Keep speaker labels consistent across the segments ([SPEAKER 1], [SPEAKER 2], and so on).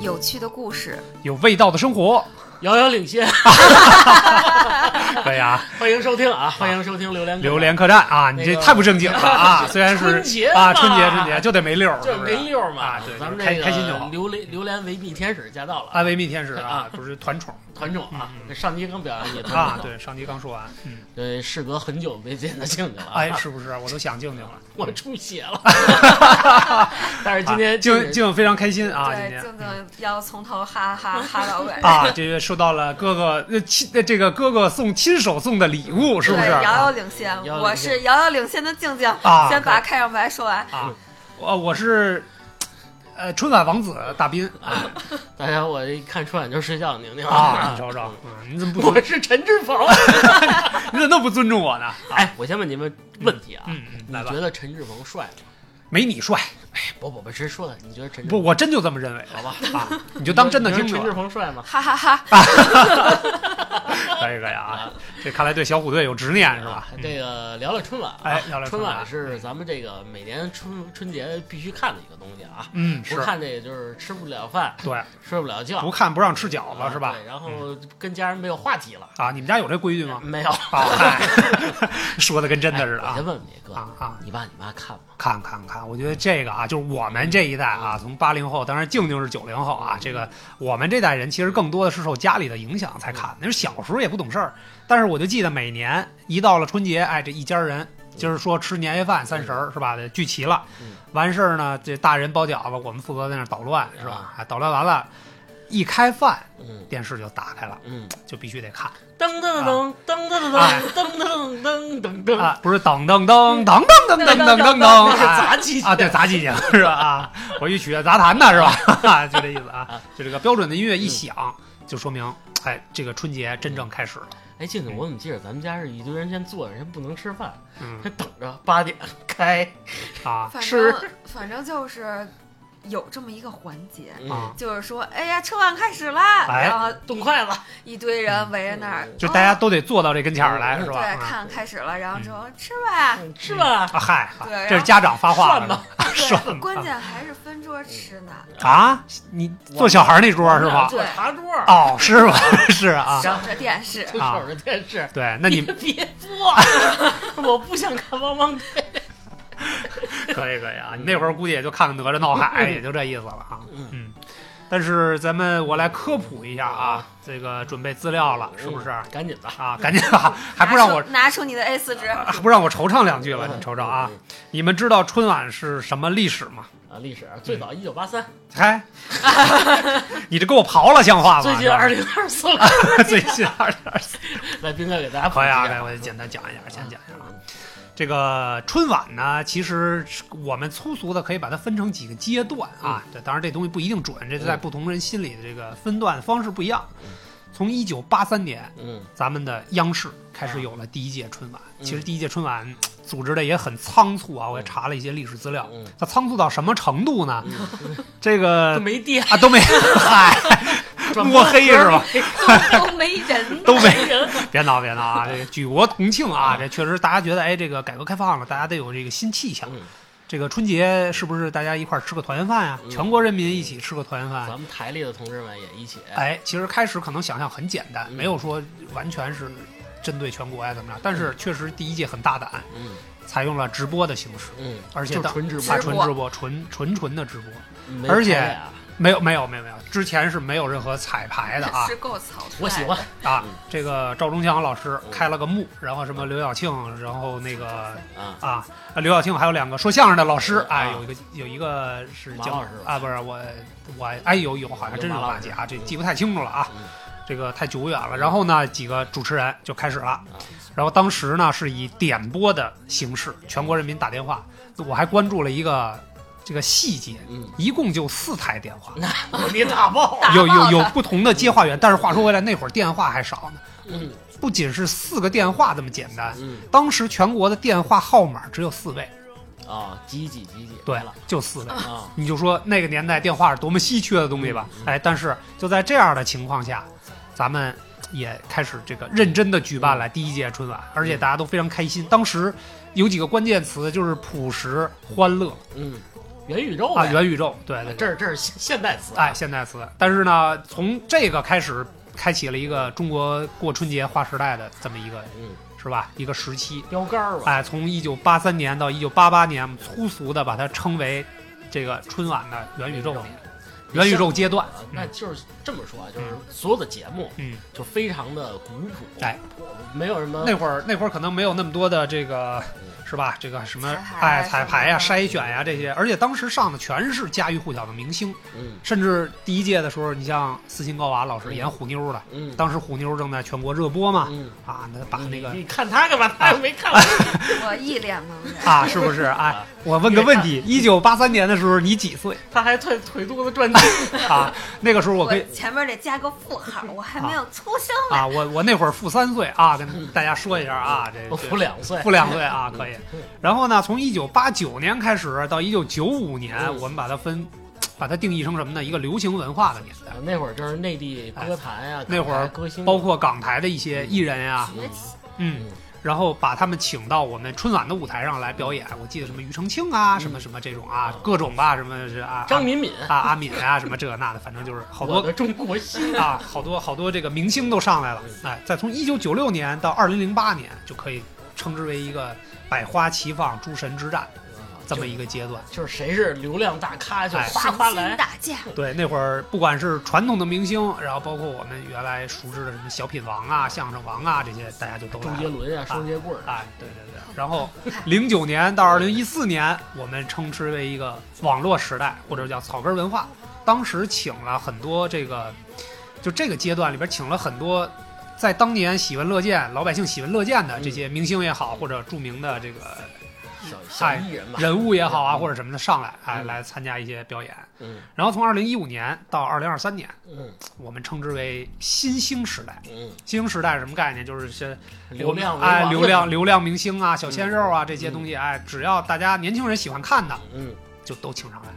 [SPEAKER 1] 有趣的故事，
[SPEAKER 2] 有味道的生 活，
[SPEAKER 3] 遥遥 领先。
[SPEAKER 2] 可以啊，
[SPEAKER 3] 欢迎收听啊，欢迎收听榴莲
[SPEAKER 2] 榴莲客栈啊，你
[SPEAKER 3] 那
[SPEAKER 2] 这
[SPEAKER 3] 个
[SPEAKER 2] 太不正经了啊！虽然是
[SPEAKER 3] 春节
[SPEAKER 2] 啊，
[SPEAKER 3] 嘛
[SPEAKER 2] 春节春节就得没溜儿，
[SPEAKER 3] 就是
[SPEAKER 2] 不
[SPEAKER 3] 没溜儿嘛
[SPEAKER 2] 啊，对
[SPEAKER 3] 咱们
[SPEAKER 2] 开
[SPEAKER 3] 这个
[SPEAKER 2] 开心就好
[SPEAKER 3] 榴莲榴莲维密天使驾到了啊，
[SPEAKER 2] 安维密天使啊
[SPEAKER 3] 啊，
[SPEAKER 2] 不是团宠
[SPEAKER 3] 团宠啊
[SPEAKER 2] 嗯嗯，
[SPEAKER 3] 这上期刚表扬你
[SPEAKER 2] 啊，，对，上集刚说完，嗯，
[SPEAKER 3] 对，事隔很久没见到静静了啊，
[SPEAKER 2] 哎，是不是？我都想静静了，
[SPEAKER 3] 我出血 了， 但是今
[SPEAKER 2] 啊
[SPEAKER 3] 天
[SPEAKER 2] 静
[SPEAKER 3] 是
[SPEAKER 2] 静静非常开心啊，今
[SPEAKER 1] 对，
[SPEAKER 2] 天
[SPEAKER 1] 静静要从头哈哈哈到尾，
[SPEAKER 2] 啊，这个收到了哥哥呃亲呃这个哥哥送亲手送的礼物，是不
[SPEAKER 1] 对，
[SPEAKER 2] 是？
[SPEAKER 1] 遥
[SPEAKER 2] 啊
[SPEAKER 1] 遥领先。
[SPEAKER 3] 遥遥领先
[SPEAKER 1] 我是遥遥领先的静静，
[SPEAKER 2] 啊
[SPEAKER 1] 先把开场白说完。
[SPEAKER 2] 啊，我我是呃春晚王子大斌
[SPEAKER 3] 啊，大家我一看春晚就睡觉，宁宁
[SPEAKER 2] 啊， 哎你瞅瞅，嗯你怎么不尊
[SPEAKER 3] 我是陈志 鹏。
[SPEAKER 2] 你怎么那么尊重我呢？
[SPEAKER 3] 哎，我先问你们问题啊，
[SPEAKER 2] 嗯，嗯
[SPEAKER 3] 你
[SPEAKER 2] 来吧
[SPEAKER 3] 觉，得陈志鹏帅吗？
[SPEAKER 2] 没你帅，
[SPEAKER 3] 不不不，直说的，你觉得陈志
[SPEAKER 2] 不，
[SPEAKER 3] 鹏
[SPEAKER 2] 我真就这么认为，
[SPEAKER 3] 好吧？
[SPEAKER 2] 啊，你就当真的
[SPEAKER 3] 你觉得
[SPEAKER 2] 听
[SPEAKER 3] 陈志
[SPEAKER 2] 着，
[SPEAKER 3] 鹏帅吗？
[SPEAKER 1] 哈哈哈！
[SPEAKER 2] 啊可以可以啊，这看来对小虎队有执念是吧？嗯
[SPEAKER 3] 这个聊聊春晚啊，
[SPEAKER 2] 啊哎聊聊春
[SPEAKER 3] 春
[SPEAKER 2] 晚
[SPEAKER 3] 是咱们这个每年春春节必须看的一个东西啊。
[SPEAKER 2] 嗯，
[SPEAKER 3] 不
[SPEAKER 2] 是，
[SPEAKER 3] 看这个就是吃不了饭，
[SPEAKER 2] 对，
[SPEAKER 3] 睡不了觉，
[SPEAKER 2] 不看不让吃饺
[SPEAKER 3] 啊
[SPEAKER 2] 子是吧嗯
[SPEAKER 3] 对，？然后跟家人没有话题了，
[SPEAKER 2] 啊，你们家有这规矩 吗？
[SPEAKER 3] 没有。
[SPEAKER 2] 啊，嗨 说的跟真的似的
[SPEAKER 3] 哎我
[SPEAKER 2] 啊
[SPEAKER 3] 先问问你哥，
[SPEAKER 2] 啊啊！
[SPEAKER 3] 你爸你妈看吗？
[SPEAKER 2] 看看看，我觉得这个啊，就是我们这一代啊，从八零后，当然静静是九零后啊，这个我们这代人其实更多的是受家里的影响才看，那时候小时候也不懂事儿，但是我就记得每年一到了春节，哎，这一家人。今儿说吃年夜饭，三十儿是吧？得聚齐了
[SPEAKER 3] 嗯，
[SPEAKER 2] 完事儿呢，这大人包饺子，我们负责在那儿捣乱是吧？啊，捣乱完了，一开饭，
[SPEAKER 3] 嗯
[SPEAKER 2] 电视就打开了，
[SPEAKER 3] 嗯，
[SPEAKER 2] 就必须得看
[SPEAKER 3] 噔噔噔噔噔
[SPEAKER 2] 哎
[SPEAKER 3] 噔噔噔噔噔 噔，
[SPEAKER 2] 啊！不是噔噔噔噔噔噔噔噔噔噔，
[SPEAKER 3] 那是
[SPEAKER 2] 哎
[SPEAKER 3] 杂技
[SPEAKER 2] 啊，对，砸几下 是吧？啊，我一曲杂谈呢是吧？ 就这意思啊，嗯就这个标准的音乐一响，就说明，哎，这个春节真正开始了。
[SPEAKER 3] 哎，静静，我怎么记着咱们家是一堆人先坐着，先不能吃饭，
[SPEAKER 2] 嗯
[SPEAKER 3] 先等着八点开。
[SPEAKER 2] 啊
[SPEAKER 1] 反
[SPEAKER 3] 是
[SPEAKER 1] 正反正就是有这么一个环节，
[SPEAKER 2] 啊，
[SPEAKER 1] 就是说，哎呀，春晚开始啦，
[SPEAKER 2] 哎嗯
[SPEAKER 1] 然后
[SPEAKER 3] 动嗯筷子，
[SPEAKER 1] 一堆人围着那儿，
[SPEAKER 2] 就大家
[SPEAKER 1] 哦
[SPEAKER 2] 都得坐到这跟前儿来是
[SPEAKER 1] 对
[SPEAKER 2] 吧？啊
[SPEAKER 1] 看开始了，然后说吃吧，
[SPEAKER 3] 嗯吃吧。
[SPEAKER 2] 啊嗨，
[SPEAKER 1] 对
[SPEAKER 2] 啊
[SPEAKER 1] 然后
[SPEAKER 2] 这是家长发话
[SPEAKER 3] 涮
[SPEAKER 2] 了
[SPEAKER 3] 吧，
[SPEAKER 2] 涮
[SPEAKER 1] 对，
[SPEAKER 2] 吧
[SPEAKER 1] 关键还是分桌吃呢。
[SPEAKER 2] 啊，你坐小孩那桌是吧？
[SPEAKER 3] 坐茶桌，
[SPEAKER 2] 哦，是吧？ 是啊，
[SPEAKER 1] 守着电视，
[SPEAKER 3] 就守着电视。
[SPEAKER 2] 对，那你
[SPEAKER 3] 别 别播， 我不想看汪汪队。
[SPEAKER 2] 可以可以啊，你那会儿估计也就看看哪吒闹 海，也就这意思了啊。
[SPEAKER 3] 嗯
[SPEAKER 2] 嗯，但是咱们我来科普一下啊，这个准备资料了， 是不是？
[SPEAKER 3] 嗯赶紧吧，
[SPEAKER 2] 啊，赶紧 啊，还不让我啊
[SPEAKER 1] 拿出拿出你的 A 四纸，
[SPEAKER 2] 还不让我惆怅两句
[SPEAKER 3] 嗯
[SPEAKER 2] 了，你瞅瞅啊！你们知道春晚是什么历史吗？
[SPEAKER 3] 啊！历史最
[SPEAKER 2] 嗯
[SPEAKER 3] 早一九八三，
[SPEAKER 2] 嗨， 你这给我刨了，像话吗？
[SPEAKER 3] 最近
[SPEAKER 2] 是吧
[SPEAKER 3] 二零二四了。
[SPEAKER 2] 最近二零二四，
[SPEAKER 3] 来，斌哥给大家普
[SPEAKER 2] 可以啊，
[SPEAKER 3] 及
[SPEAKER 2] 可以，我
[SPEAKER 3] 一
[SPEAKER 2] 就
[SPEAKER 3] 下
[SPEAKER 2] 简单讲一下，先讲一下啊。这个春晚呢，其实是我们粗俗的可以把它分成几个阶段啊。
[SPEAKER 3] 嗯
[SPEAKER 2] 这当然这东西不一定准，这在不同人心里的这个分段方式不一样。从一九八三年，
[SPEAKER 3] 嗯
[SPEAKER 2] 咱们的央视开始有了第一届春晚。
[SPEAKER 3] 嗯
[SPEAKER 2] 其实第一届春晚嘖组织的也很仓促啊，我也查了一些历史资料
[SPEAKER 3] 嗯，
[SPEAKER 2] 它仓促到什么程度呢？这个
[SPEAKER 3] 都没电，
[SPEAKER 2] 啊都没嗨
[SPEAKER 3] 转
[SPEAKER 2] 摸
[SPEAKER 3] 播
[SPEAKER 2] 黑是 吧？
[SPEAKER 1] 都都没人。
[SPEAKER 2] 都没
[SPEAKER 3] 人。
[SPEAKER 2] 别闹别闹啊！这个举国同庆啊，这确实大家觉得，哎，这个改革开放了，大家得有这个新气象。
[SPEAKER 3] 嗯
[SPEAKER 2] 这个春节是不是大家一块儿吃个团圆饭呀、
[SPEAKER 3] 嗯
[SPEAKER 2] 全国人民一起吃个团圆饭。
[SPEAKER 3] 咱们台里的同志们也一起，
[SPEAKER 2] 哎，其实开始可能想象很简单，
[SPEAKER 3] 嗯
[SPEAKER 2] 没有说完全是针对全国呀怎么着，但是确实第一届很大胆，
[SPEAKER 3] 嗯
[SPEAKER 2] 采用了直播的形式，
[SPEAKER 3] 嗯，
[SPEAKER 2] 而且
[SPEAKER 3] 就
[SPEAKER 2] 当
[SPEAKER 3] 纯直播
[SPEAKER 2] 啊
[SPEAKER 1] 直
[SPEAKER 2] 纯
[SPEAKER 1] 播
[SPEAKER 2] 直播，纯纯纯的直播，
[SPEAKER 3] 没有
[SPEAKER 2] 而且
[SPEAKER 3] 排练啊
[SPEAKER 2] 没有没有没有没有，之前是没有任何彩排的啊
[SPEAKER 1] 是够草率。
[SPEAKER 3] 我喜欢。
[SPEAKER 2] 啊
[SPEAKER 3] 嗯！
[SPEAKER 2] 这个赵忠祥老师
[SPEAKER 3] 嗯
[SPEAKER 2] 开了个幕，然后什么刘晓庆，然后那个啊，
[SPEAKER 3] 啊，
[SPEAKER 2] 刘晓庆还有两个说相声的老师，哎，
[SPEAKER 3] 啊
[SPEAKER 2] 有一个有一个是
[SPEAKER 3] 马
[SPEAKER 2] 叫
[SPEAKER 3] 老师吧
[SPEAKER 2] 啊，不是我我哎有有好像真是
[SPEAKER 3] 有马老
[SPEAKER 2] 马
[SPEAKER 3] 师
[SPEAKER 2] 姐啊，这
[SPEAKER 3] 嗯
[SPEAKER 2] 记不太清楚了啊
[SPEAKER 3] 嗯，
[SPEAKER 2] 这个太久远了。然后呢，几个主持人就开始了，
[SPEAKER 3] 啊
[SPEAKER 2] 然后当时呢是以点播的形式，全国人民打电话，我还关注了一个这个细节，
[SPEAKER 3] 嗯，
[SPEAKER 2] 一共就四台电 话。
[SPEAKER 3] 你打爆了，
[SPEAKER 1] 打
[SPEAKER 2] 有有
[SPEAKER 1] 爆
[SPEAKER 2] 有
[SPEAKER 1] 了
[SPEAKER 2] 不同的接话员，但是话说回来，那会儿电话还少呢，
[SPEAKER 3] 嗯
[SPEAKER 2] 不仅是四个电话这么简单，
[SPEAKER 3] 嗯
[SPEAKER 2] 当时全国的电话号码只有四位，
[SPEAKER 3] 啊，几几几几
[SPEAKER 2] 对
[SPEAKER 3] 来了，
[SPEAKER 2] 就四位。
[SPEAKER 3] 啊，
[SPEAKER 2] 你就说那个年代电话是多么稀缺的东西吧。
[SPEAKER 3] 嗯嗯
[SPEAKER 2] 哎，但是就在这样的情况下，咱们也开始这个认真的举
[SPEAKER 3] 嗯
[SPEAKER 2] 办了第一届春晚，而且大家都非常开心。当时有几个关键词就是朴实、欢乐、
[SPEAKER 3] 嗯元宇宙
[SPEAKER 2] 啊，
[SPEAKER 3] 呗
[SPEAKER 2] 元宇宙，对对对，
[SPEAKER 3] 这是这是现现代词，
[SPEAKER 2] 哎，现代词。但是呢，从这个开始，开启了一个中国过春节划时代的这么一个，
[SPEAKER 3] 嗯，
[SPEAKER 2] 是吧？一个时期。
[SPEAKER 3] 标杆儿吧，
[SPEAKER 2] 哎，从一九八三年到一九八八年，我们粗俗的把它称为这个春晚的元宇宙年、元宇宙阶段。
[SPEAKER 3] 啊
[SPEAKER 2] 嗯
[SPEAKER 3] 那就是这么说啊，就是所有的节目
[SPEAKER 2] 嗯，
[SPEAKER 3] 就非常的古朴，
[SPEAKER 2] 哎，
[SPEAKER 3] 没有什么
[SPEAKER 2] 那会儿那会儿可能没有那么多的这个，是吧？这个什么哎彩排呀、筛选呀这些，而且当时上的全是家喻户晓的明星，
[SPEAKER 3] 嗯
[SPEAKER 2] 甚至第一届的时候，你像斯琴高娃老师演虎妞的，
[SPEAKER 3] 嗯
[SPEAKER 2] 当时虎妞正在全国热播嘛，
[SPEAKER 3] 嗯，
[SPEAKER 2] 啊，那把那个
[SPEAKER 3] 你你看他干嘛？他又没 看过，
[SPEAKER 1] 我一脸茫然。
[SPEAKER 2] 啊，是不是？哎，我问个问题：一九八三年的时候你几岁
[SPEAKER 3] 他还腿腿肚子转筋，
[SPEAKER 2] 啊？那个时候我
[SPEAKER 1] 我
[SPEAKER 2] 可以
[SPEAKER 1] 前面得加个负号，我还没有出生呢。
[SPEAKER 2] 啊，我我那会儿负三岁啊，跟大家说一下啊，这
[SPEAKER 3] 我服两岁
[SPEAKER 2] 负，两岁啊，可以。然后呢，从一九八九年开始到一九九五年，
[SPEAKER 3] 嗯
[SPEAKER 2] 我们把它分，把它定义成什么呢？一个流行文化的年代，
[SPEAKER 3] 啊那会儿就是内地歌坛啊，
[SPEAKER 2] 哎那会儿
[SPEAKER 3] 歌星
[SPEAKER 2] 包括港台的一些艺人呀、
[SPEAKER 1] 崛起
[SPEAKER 2] 嗯。然后把他们请到我们春晚的舞台上来表演，我记得什么庾澄庆啊，什么什么这种啊，各种吧，什么是啊，
[SPEAKER 3] 嗯张敏敏，
[SPEAKER 2] 啊阿敏啊，什么这个那的，反正就是好多
[SPEAKER 3] 我的中国心，
[SPEAKER 2] 啊，好多好多这个明星都上来了，哎，再从一九九六年到二零零八年，就可以称之为一个百花齐放、诸神之战这么一个阶段。
[SPEAKER 3] 就是谁是流量大咖就
[SPEAKER 2] 哎
[SPEAKER 3] 哗哗
[SPEAKER 1] 神仙
[SPEAKER 3] 来，
[SPEAKER 1] 打架，
[SPEAKER 2] 对，那会儿不管是传统的明星，然后包括我们原来熟知的什么小品王啊、相声王啊这些，大家就都
[SPEAKER 3] 周
[SPEAKER 2] 来
[SPEAKER 3] 杰
[SPEAKER 2] 了。
[SPEAKER 3] 伦啊，双截棍儿，
[SPEAKER 2] 哎，对对对。然后零九年到二零一四年，我们称之为一个网络时代，或者叫草根文化。当时请了很多这个，就这个阶段里边请了很多，在当年喜闻乐见、老百姓喜闻乐见的这些明星也好，或者著名的这个
[SPEAKER 3] 小小艺人吧，
[SPEAKER 2] 哎人物也好啊，或者什么的上来，哎，来参加一些表演。
[SPEAKER 3] 嗯
[SPEAKER 2] 然后从二零一五年到二零二三年，
[SPEAKER 3] 嗯
[SPEAKER 2] 我们称之为新兴时代。
[SPEAKER 3] 嗯，
[SPEAKER 2] 新兴时代是什么概念？就是先
[SPEAKER 3] 流量为
[SPEAKER 2] 哎，
[SPEAKER 3] 王
[SPEAKER 2] 流量，流量明星啊，小鲜肉啊，这些东西哎，只要大家年轻人喜欢看的，
[SPEAKER 3] 嗯，
[SPEAKER 2] 就都请上来。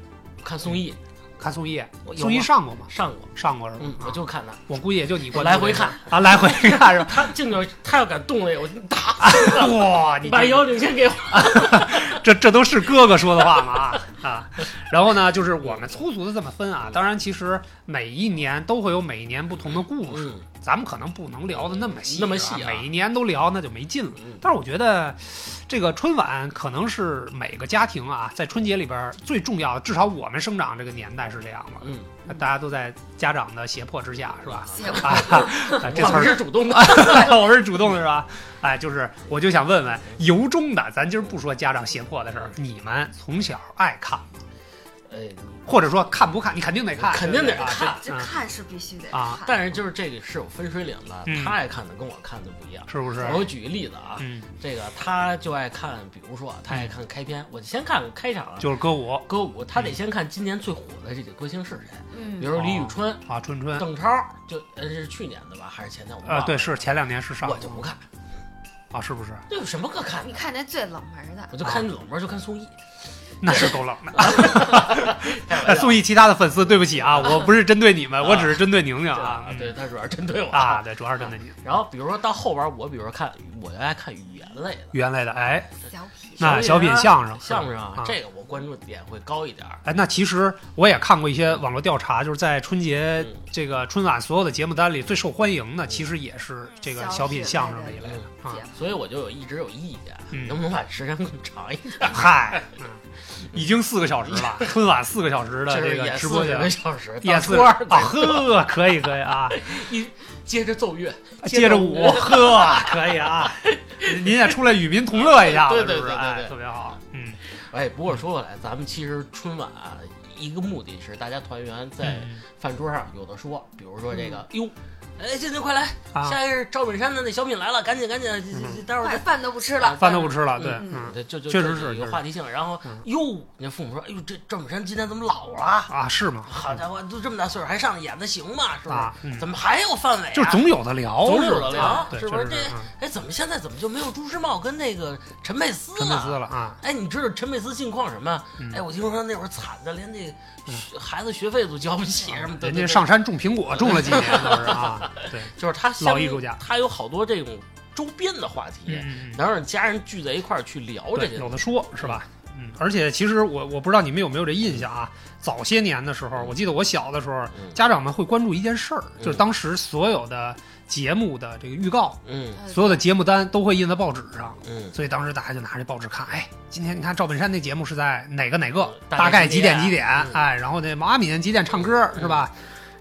[SPEAKER 3] 看宋轶
[SPEAKER 2] 看宋轶
[SPEAKER 3] 我，有
[SPEAKER 2] 宋轶
[SPEAKER 3] 吗
[SPEAKER 2] 上过吗？
[SPEAKER 3] 上过，
[SPEAKER 2] 上过是吧？
[SPEAKER 3] 嗯，我
[SPEAKER 2] 啊
[SPEAKER 3] 就看他，
[SPEAKER 2] 我估计也就你
[SPEAKER 3] 我
[SPEAKER 2] 关注
[SPEAKER 3] 来回
[SPEAKER 2] 这
[SPEAKER 3] 看
[SPEAKER 2] 个，啊，来回看是吧？
[SPEAKER 3] 他进去他要敢动那个，我就打
[SPEAKER 2] 哇，你
[SPEAKER 3] 把
[SPEAKER 2] 这
[SPEAKER 3] 腰领先给我，
[SPEAKER 2] 这这都是哥哥说的话嘛啊啊！然后呢，就是我们粗俗的这么分啊，当然其实每一年都会有每一年不同的故事，
[SPEAKER 3] 嗯
[SPEAKER 2] 咱们可能不能聊的那么细，
[SPEAKER 3] 那么细
[SPEAKER 2] 啊
[SPEAKER 3] 啊
[SPEAKER 2] 每一年都聊那就没劲了。
[SPEAKER 3] 嗯
[SPEAKER 2] 但是我觉得，这个春晚可能是每个家庭啊，在春节里边最重要的，至少我们生长这个年代是这样的，
[SPEAKER 3] 嗯，
[SPEAKER 2] 大家都在家长的胁迫之下，是 吧？
[SPEAKER 1] 结果
[SPEAKER 2] 啊，啊这词
[SPEAKER 3] 我
[SPEAKER 2] 儿
[SPEAKER 3] 是主动的，
[SPEAKER 2] 我是主动的是吧？哎，就是我就想问问，由衷的，咱今儿不说家长胁迫的事儿，你们从小爱看，
[SPEAKER 3] 哎，
[SPEAKER 2] 或者说看不看？你肯定得看，
[SPEAKER 3] 肯定得
[SPEAKER 2] 对不对
[SPEAKER 3] 看
[SPEAKER 2] 啊
[SPEAKER 1] 这看是必须得
[SPEAKER 2] 啊
[SPEAKER 1] 看。
[SPEAKER 3] 但是就是这个是有分水岭的，
[SPEAKER 2] 嗯
[SPEAKER 3] 他爱看的跟我看的不一样。
[SPEAKER 2] 这是不是？
[SPEAKER 3] 我举个例子啊，
[SPEAKER 2] 嗯，
[SPEAKER 3] 这个他就爱看，比如说啊他爱看开篇，我就先看开场啊
[SPEAKER 2] 就是嗯歌舞
[SPEAKER 3] 歌舞，他得先看今年最火的这几个歌星是谁，比
[SPEAKER 1] 嗯，
[SPEAKER 3] 如李宇春、
[SPEAKER 2] 啊，春春，
[SPEAKER 3] 邓超，就呃这是去年的吧，还是前年？我忘
[SPEAKER 2] 呃
[SPEAKER 3] 了，
[SPEAKER 2] 对，是前两年是上
[SPEAKER 3] 嗯我就不看，
[SPEAKER 2] 啊，是不 是？
[SPEAKER 3] 这有什么可看
[SPEAKER 1] 你
[SPEAKER 3] 的？
[SPEAKER 1] 看那最冷门的，
[SPEAKER 3] 我就
[SPEAKER 2] 啊
[SPEAKER 3] 看冷门，就看宋轶。
[SPEAKER 2] 那是够冷的。
[SPEAKER 3] 开 玩
[SPEAKER 2] 哎，
[SPEAKER 3] 笑
[SPEAKER 2] 宋轶其他的粉丝，对不起啊，我不是针对你们，
[SPEAKER 3] 啊
[SPEAKER 2] 我只是针对宁宁
[SPEAKER 3] 对
[SPEAKER 2] 啊
[SPEAKER 3] 啊，，对，他主要是针对我
[SPEAKER 2] 嗯啊，。对，主要是针对你
[SPEAKER 3] 然后比如说到后边，我比如说看，我就爱看语言类的，
[SPEAKER 2] 原来的哎，
[SPEAKER 1] 小痞，
[SPEAKER 2] 那小品
[SPEAKER 3] 啊
[SPEAKER 2] 相声
[SPEAKER 3] 相声
[SPEAKER 2] 啊
[SPEAKER 3] 啊，这个我关注点会高一点儿。
[SPEAKER 2] 哎，那其实我也看过一些网络调查，就是在春节
[SPEAKER 3] 嗯
[SPEAKER 2] 这个春晚所有的节目单里最受欢迎的，其实也是这个小品相声这一类的啊。
[SPEAKER 1] 姐
[SPEAKER 3] 所以我就有一直有意见，
[SPEAKER 2] 嗯
[SPEAKER 3] 能不能把时间更长一点？
[SPEAKER 2] 嗨，嗯已经四个小时了，春晚四个小时的
[SPEAKER 3] 就是
[SPEAKER 2] 这个
[SPEAKER 3] 演
[SPEAKER 2] 直
[SPEAKER 3] 四
[SPEAKER 2] 播节目
[SPEAKER 3] 个。小时，
[SPEAKER 2] 也
[SPEAKER 3] 到
[SPEAKER 2] 是
[SPEAKER 3] 初 二
[SPEAKER 2] 啊，呵，可以可以啊，
[SPEAKER 3] 接着奏乐，
[SPEAKER 2] 接着舞，呵，可以啊，您也出来与民同乐一下子，
[SPEAKER 3] 对
[SPEAKER 2] 是
[SPEAKER 3] 对
[SPEAKER 2] 不是？
[SPEAKER 3] 对对
[SPEAKER 2] 哎，
[SPEAKER 3] 对
[SPEAKER 2] 特别好，嗯，
[SPEAKER 3] 哎，不过说回来，咱们其实春晚啊、一个目的是大家团圆在
[SPEAKER 2] 嗯
[SPEAKER 3] 饭桌上有的说，比如说这个哟。哎，静静快来！
[SPEAKER 2] 啊，嗯
[SPEAKER 3] 下一个是赵本山的那小品来了，赶紧赶紧，这这待会儿
[SPEAKER 1] 快
[SPEAKER 3] 再
[SPEAKER 1] 饭都不吃了，
[SPEAKER 2] 饭都不吃了，对，
[SPEAKER 1] 嗯
[SPEAKER 2] 嗯
[SPEAKER 3] 对，就就
[SPEAKER 2] 确实
[SPEAKER 3] 这
[SPEAKER 2] 是
[SPEAKER 3] 有一
[SPEAKER 2] 确实
[SPEAKER 3] 个话题性。然后
[SPEAKER 2] 嗯
[SPEAKER 3] 哟，那父母说：“哎呦，这赵本山今天怎么老了？
[SPEAKER 2] 啊，是吗？
[SPEAKER 3] 好家伙，都这么大岁数还上来演的行吗？是不
[SPEAKER 2] 啊
[SPEAKER 3] 是？
[SPEAKER 2] 嗯
[SPEAKER 3] 怎么还有范伟啊？
[SPEAKER 2] 就是总有的聊，
[SPEAKER 3] 总有的
[SPEAKER 2] 是吧
[SPEAKER 3] 聊
[SPEAKER 2] 啊对，
[SPEAKER 3] 是
[SPEAKER 2] 确
[SPEAKER 3] 不是
[SPEAKER 2] 实
[SPEAKER 3] 这
[SPEAKER 2] 是嗯
[SPEAKER 3] 哎，怎么现在怎么就没有朱时茂跟那个陈佩斯
[SPEAKER 2] 陈佩斯了啊，
[SPEAKER 3] 哎，你知道陈佩斯近况什么？
[SPEAKER 2] 嗯
[SPEAKER 3] 哎，我听说那会儿惨的，连那学孩子学费都交不起，什么的。
[SPEAKER 2] 啊人
[SPEAKER 3] 对
[SPEAKER 2] 家上，山种苹果种了几年，都是 啊，对，
[SPEAKER 3] 对就是他
[SPEAKER 2] 老艺术家
[SPEAKER 3] 他有好多这种周边的话题，
[SPEAKER 2] 嗯，
[SPEAKER 3] 能让家人聚在一块儿去聊这
[SPEAKER 2] 对，
[SPEAKER 3] 些。
[SPEAKER 2] 有的说是吧？嗯，而且其实我我不知道你们有没有这印象啊，早些年的时候，我记得我小的时候，
[SPEAKER 3] 嗯
[SPEAKER 2] 家长们会关注一件事儿，
[SPEAKER 3] 嗯
[SPEAKER 2] 就是当时所有的节目的这个预告，
[SPEAKER 3] 嗯
[SPEAKER 1] 呃
[SPEAKER 2] 所有的节目单都会印在报纸上。
[SPEAKER 3] 嗯，
[SPEAKER 2] 所以当时大家就拿着报纸看，哎，今天你看赵本山那节目是在哪个哪个，
[SPEAKER 3] 大
[SPEAKER 2] 大概
[SPEAKER 3] 概
[SPEAKER 2] 几
[SPEAKER 3] 几
[SPEAKER 2] 点
[SPEAKER 3] 点
[SPEAKER 2] 几点，
[SPEAKER 3] 嗯
[SPEAKER 2] 哎，然后那毛阿敏几点唱歌
[SPEAKER 3] 嗯
[SPEAKER 2] 是吧？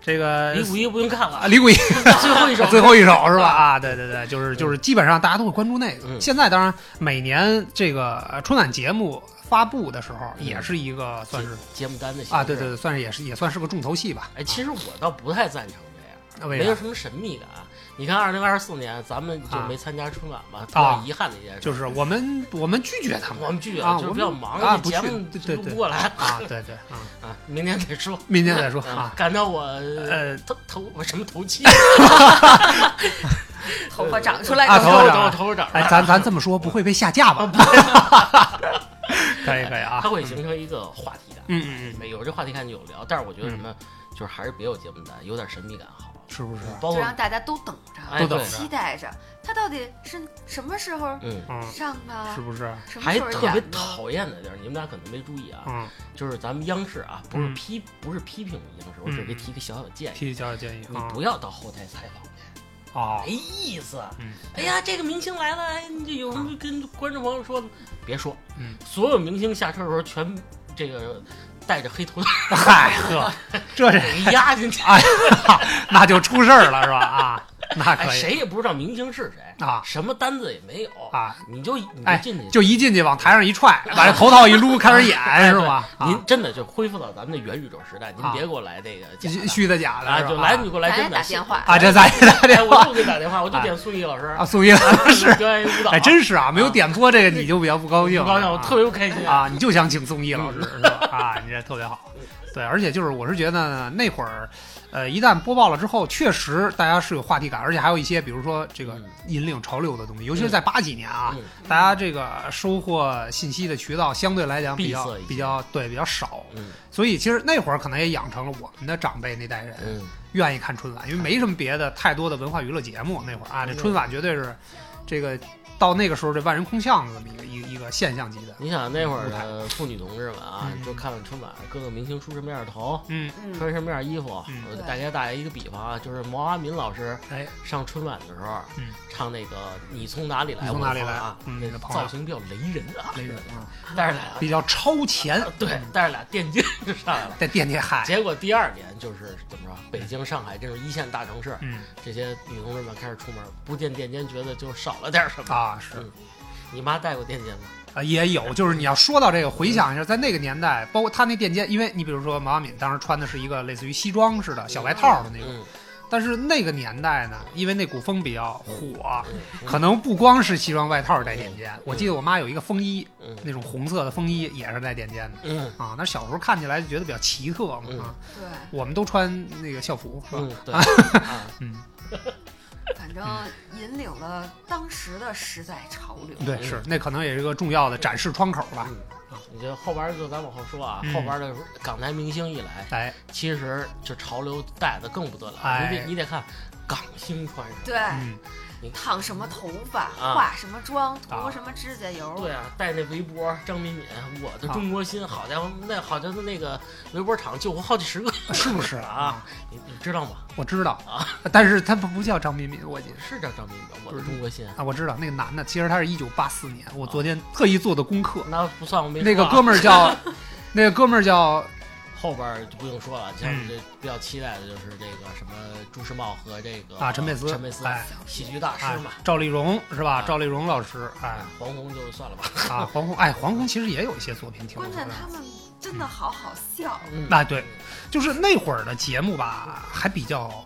[SPEAKER 2] 这个
[SPEAKER 3] 李谷一不用看
[SPEAKER 2] 啊，
[SPEAKER 3] 了，
[SPEAKER 2] 李谷一，
[SPEAKER 3] 最后一首
[SPEAKER 2] 最后一 首是吧？啊，对对对，就是就是，基本上大家都会关注那个。
[SPEAKER 3] 嗯
[SPEAKER 2] 现在当然每年这个呃春晚节目发布的时候，
[SPEAKER 3] 嗯
[SPEAKER 2] 也是一个算是
[SPEAKER 3] 节目单的形式
[SPEAKER 2] 啊，对对，对，算是也是也算是个重头戏吧。
[SPEAKER 3] 哎，其实我倒不太赞成这样。
[SPEAKER 2] 啊为
[SPEAKER 3] 没
[SPEAKER 2] 啥啊
[SPEAKER 3] 有什么神秘感。啊你看，二零二四年咱们就没参加春晚嘛，比较遗憾的一件事。
[SPEAKER 2] 就是我们我们拒绝他
[SPEAKER 3] 我
[SPEAKER 2] 们
[SPEAKER 3] 们拒绝，
[SPEAKER 2] 啊
[SPEAKER 3] 就是
[SPEAKER 2] 我们
[SPEAKER 3] 比较忙，
[SPEAKER 2] 啊
[SPEAKER 3] 这节目
[SPEAKER 2] 不去对对
[SPEAKER 3] 录
[SPEAKER 2] 对
[SPEAKER 3] 不过来
[SPEAKER 2] 啊，对对 啊，
[SPEAKER 3] 啊。明天再说，
[SPEAKER 2] 明天再说
[SPEAKER 3] 嗯
[SPEAKER 2] 啊。
[SPEAKER 3] 感到我
[SPEAKER 2] 呃
[SPEAKER 3] 头头我什么头气，
[SPEAKER 1] 头发长出来
[SPEAKER 2] 啊
[SPEAKER 1] 的时
[SPEAKER 2] 头
[SPEAKER 1] 候
[SPEAKER 2] 发长
[SPEAKER 3] 长头长，
[SPEAKER 2] 哎，咱咱这么说不会被下架
[SPEAKER 3] 哦
[SPEAKER 2] 吧？ 可以可以啊
[SPEAKER 3] 它，会形成一个话题感。
[SPEAKER 2] 嗯嗯嗯，
[SPEAKER 3] 没有这话题感就有聊，但是我觉得什么，就是还是别有节目单，有点神秘感好。
[SPEAKER 2] 是不是？
[SPEAKER 3] 包
[SPEAKER 1] 就
[SPEAKER 3] 括
[SPEAKER 1] 让大家都等
[SPEAKER 3] 哎
[SPEAKER 1] 着，
[SPEAKER 2] 都等
[SPEAKER 3] 对
[SPEAKER 1] 期待着，他到底是什么时候
[SPEAKER 3] 嗯，
[SPEAKER 2] 嗯，
[SPEAKER 1] 上啊
[SPEAKER 2] 是？不是？
[SPEAKER 1] 什么
[SPEAKER 3] 还
[SPEAKER 1] 时候
[SPEAKER 3] 特别
[SPEAKER 1] 演呢？
[SPEAKER 3] 讨厌的地儿，你们俩可能没注意啊，
[SPEAKER 2] 嗯，
[SPEAKER 3] 就是咱们央视啊，不是
[SPEAKER 2] 嗯
[SPEAKER 3] 批不是批评央视，我只是给提个小小建议，
[SPEAKER 2] 提交点建议
[SPEAKER 3] 你
[SPEAKER 2] 啊
[SPEAKER 3] 不要到后台采访去。
[SPEAKER 2] 啊
[SPEAKER 3] 没意思。
[SPEAKER 2] 嗯
[SPEAKER 3] 哎呀，这个明星来了，哎你这有什么跟观众朋友说的？别说，
[SPEAKER 2] 嗯，
[SPEAKER 3] 所有明星下车的时候全这个戴着黑头带
[SPEAKER 2] 嗨呵，这是
[SPEAKER 3] 给压 进去，
[SPEAKER 2] 哎，那就出事儿了是吧？啊，那
[SPEAKER 3] 哎，
[SPEAKER 2] 可以
[SPEAKER 3] 谁也不知道明星是谁
[SPEAKER 2] 啊
[SPEAKER 3] 什么单子也没有，
[SPEAKER 2] 啊，
[SPEAKER 3] 你就你
[SPEAKER 2] 哎
[SPEAKER 3] 就进去。
[SPEAKER 2] 就一进去往台上一踹，把这头套一撸，开 始演是吧？啊
[SPEAKER 3] 哎您，真的就恢复到咱们的元宇宙时代，您
[SPEAKER 2] 啊
[SPEAKER 3] 别给我来这个假
[SPEAKER 2] 虚
[SPEAKER 3] 的
[SPEAKER 2] 虚的假
[SPEAKER 3] 啊，
[SPEAKER 2] 的是
[SPEAKER 3] 就
[SPEAKER 2] 吧？
[SPEAKER 3] 来你给我来
[SPEAKER 1] 咱
[SPEAKER 3] 真
[SPEAKER 1] 也
[SPEAKER 3] 的
[SPEAKER 1] 打电话
[SPEAKER 2] 啊，这咱打
[SPEAKER 3] 哎，
[SPEAKER 2] 电
[SPEAKER 3] 我
[SPEAKER 2] 话
[SPEAKER 3] 就给你打电话，我就
[SPEAKER 2] 啊
[SPEAKER 3] 点宋轶老师
[SPEAKER 2] 啊，宋英 老师，
[SPEAKER 3] 表演舞蹈，
[SPEAKER 2] 哎，真是啊，没有点播这个你就比较不高兴，
[SPEAKER 3] 不高兴，我
[SPEAKER 2] 啊
[SPEAKER 3] 特别不开 心。
[SPEAKER 2] 啊，你就想请宋轶老师
[SPEAKER 3] 嗯
[SPEAKER 2] 是吧？啊，你这特别好。对，而且就是我是觉得呢那会儿，呃，一旦播报了之后，确实大家是有话题感，而且还有一些比如说这个
[SPEAKER 3] 嗯
[SPEAKER 2] 引领潮流的东西，尤其是在八几年啊，
[SPEAKER 3] 嗯
[SPEAKER 2] 大家这个收获信息的渠道相对来讲比
[SPEAKER 3] 闭
[SPEAKER 2] 较
[SPEAKER 3] 塞一些
[SPEAKER 2] 比较对比较少，
[SPEAKER 3] 嗯
[SPEAKER 2] 所以其实那会儿可能也养成了我们的长辈那代人
[SPEAKER 3] 嗯，
[SPEAKER 2] 愿意看春晚，因为没什么别的太多的文化娱乐节目。那会儿啊，
[SPEAKER 3] 嗯
[SPEAKER 2] 这春晚绝对是这个到那个时候这万人空巷的这么一个一个一个现象级的，
[SPEAKER 3] 你想那会儿的妇女同志们啊，
[SPEAKER 2] 嗯
[SPEAKER 3] 就看看春晚，各个明星梳什么样的头，
[SPEAKER 2] 嗯，
[SPEAKER 1] 嗯，
[SPEAKER 3] 穿什么样的衣服。
[SPEAKER 2] 嗯
[SPEAKER 3] 我大概打一个比方啊，就是毛阿敏老师
[SPEAKER 2] 哎。
[SPEAKER 3] 上春晚的时候，
[SPEAKER 2] 嗯
[SPEAKER 3] 唱那个《你从哪里来》，
[SPEAKER 2] 你从哪里来
[SPEAKER 3] 我的朋友啊，
[SPEAKER 2] 嗯
[SPEAKER 3] 那
[SPEAKER 2] 你的
[SPEAKER 3] 个
[SPEAKER 2] 朋友
[SPEAKER 3] 造型比较雷人啊，
[SPEAKER 2] 雷人啊，
[SPEAKER 3] 但是俩
[SPEAKER 2] 比嗯较超前，
[SPEAKER 3] 对，但是俩电竞就上来了。
[SPEAKER 2] 在电梯嗨，
[SPEAKER 3] 结果第二年就是怎么说，北京、上海这种一线大城市，
[SPEAKER 2] 嗯
[SPEAKER 3] 这些女同志们开始出门不垫垫肩，觉得就少了点什么。
[SPEAKER 2] 啊是
[SPEAKER 3] 嗯你妈带过垫肩吗？
[SPEAKER 2] 啊也有，就是你要说到这个，回想一下，在那个年代，包括他那垫肩，因为你比如说毛阿敏当时穿的是一个类似于西装似的小外套的那种，
[SPEAKER 3] 嗯，
[SPEAKER 2] 但是那个年代呢，因为那股风比较火，
[SPEAKER 3] 嗯
[SPEAKER 2] 可能不光是西装外套带垫肩，我记得我妈有一个风衣，
[SPEAKER 3] 嗯
[SPEAKER 2] 那种红色的风衣也是带垫肩的
[SPEAKER 3] 嗯
[SPEAKER 2] 啊，那小时候看起来就觉得比较奇特嘛，
[SPEAKER 3] 嗯
[SPEAKER 2] 啊
[SPEAKER 1] 对，
[SPEAKER 2] 我们都穿那个校服 是吧？
[SPEAKER 3] 嗯，对啊，
[SPEAKER 2] 嗯，
[SPEAKER 1] 反正引领了当时的时代潮流。
[SPEAKER 2] 嗯
[SPEAKER 3] 嗯
[SPEAKER 2] 对，是那可能也是个重要的展示窗口吧，
[SPEAKER 3] 你这后边儿就咱往后说啊，
[SPEAKER 2] 嗯
[SPEAKER 3] 后边儿的港台明星一来，
[SPEAKER 2] 哎。
[SPEAKER 3] 其实就潮流带的更不得了，
[SPEAKER 2] 哎
[SPEAKER 3] 你得你得看港星穿什么。
[SPEAKER 1] 对，
[SPEAKER 2] 嗯，
[SPEAKER 1] 烫什么头发，
[SPEAKER 3] 啊
[SPEAKER 1] 化什么妆，
[SPEAKER 2] 啊
[SPEAKER 1] 涂什么指甲油，
[SPEAKER 3] 对啊，带那围脖，张敏敏，我的中国心，
[SPEAKER 2] 啊
[SPEAKER 3] 好家伙，那好像那个围脖厂救活好几十个，
[SPEAKER 2] 是不是
[SPEAKER 3] 啊？你你知道吗？
[SPEAKER 2] 我知道
[SPEAKER 3] 啊，
[SPEAKER 2] 但是他不不叫张敏敏，我记得
[SPEAKER 3] 是叫张敏敏，我
[SPEAKER 2] 不
[SPEAKER 3] 的
[SPEAKER 2] 是
[SPEAKER 3] 中国心，
[SPEAKER 2] 啊，我知道那个男的，其实他是一九八四年，我昨天特意做的功课，
[SPEAKER 3] 那不算我啊没说啊
[SPEAKER 2] 那个哥们儿叫， 那个哥们儿叫
[SPEAKER 3] 后边儿就不用说了，像
[SPEAKER 2] 嗯
[SPEAKER 3] 这比较期待的就是这个什么朱时茂和这个
[SPEAKER 2] 啊陈佩斯
[SPEAKER 3] 呃陈佩斯
[SPEAKER 2] 哎
[SPEAKER 3] 喜剧大师
[SPEAKER 2] 哎
[SPEAKER 3] 嘛，
[SPEAKER 2] 赵丽蓉是吧
[SPEAKER 3] 啊？
[SPEAKER 2] 赵丽蓉老师，哎
[SPEAKER 3] 黄宏就算了吧，
[SPEAKER 2] 啊，黄宏，哎黄宏其实也有一些作品挺不
[SPEAKER 1] 关
[SPEAKER 2] 错
[SPEAKER 1] 键
[SPEAKER 2] 的，
[SPEAKER 1] 他们真的好好
[SPEAKER 2] 啊
[SPEAKER 1] 笑。
[SPEAKER 3] 嗯
[SPEAKER 2] 那对，就是那会儿的节目吧，还比较。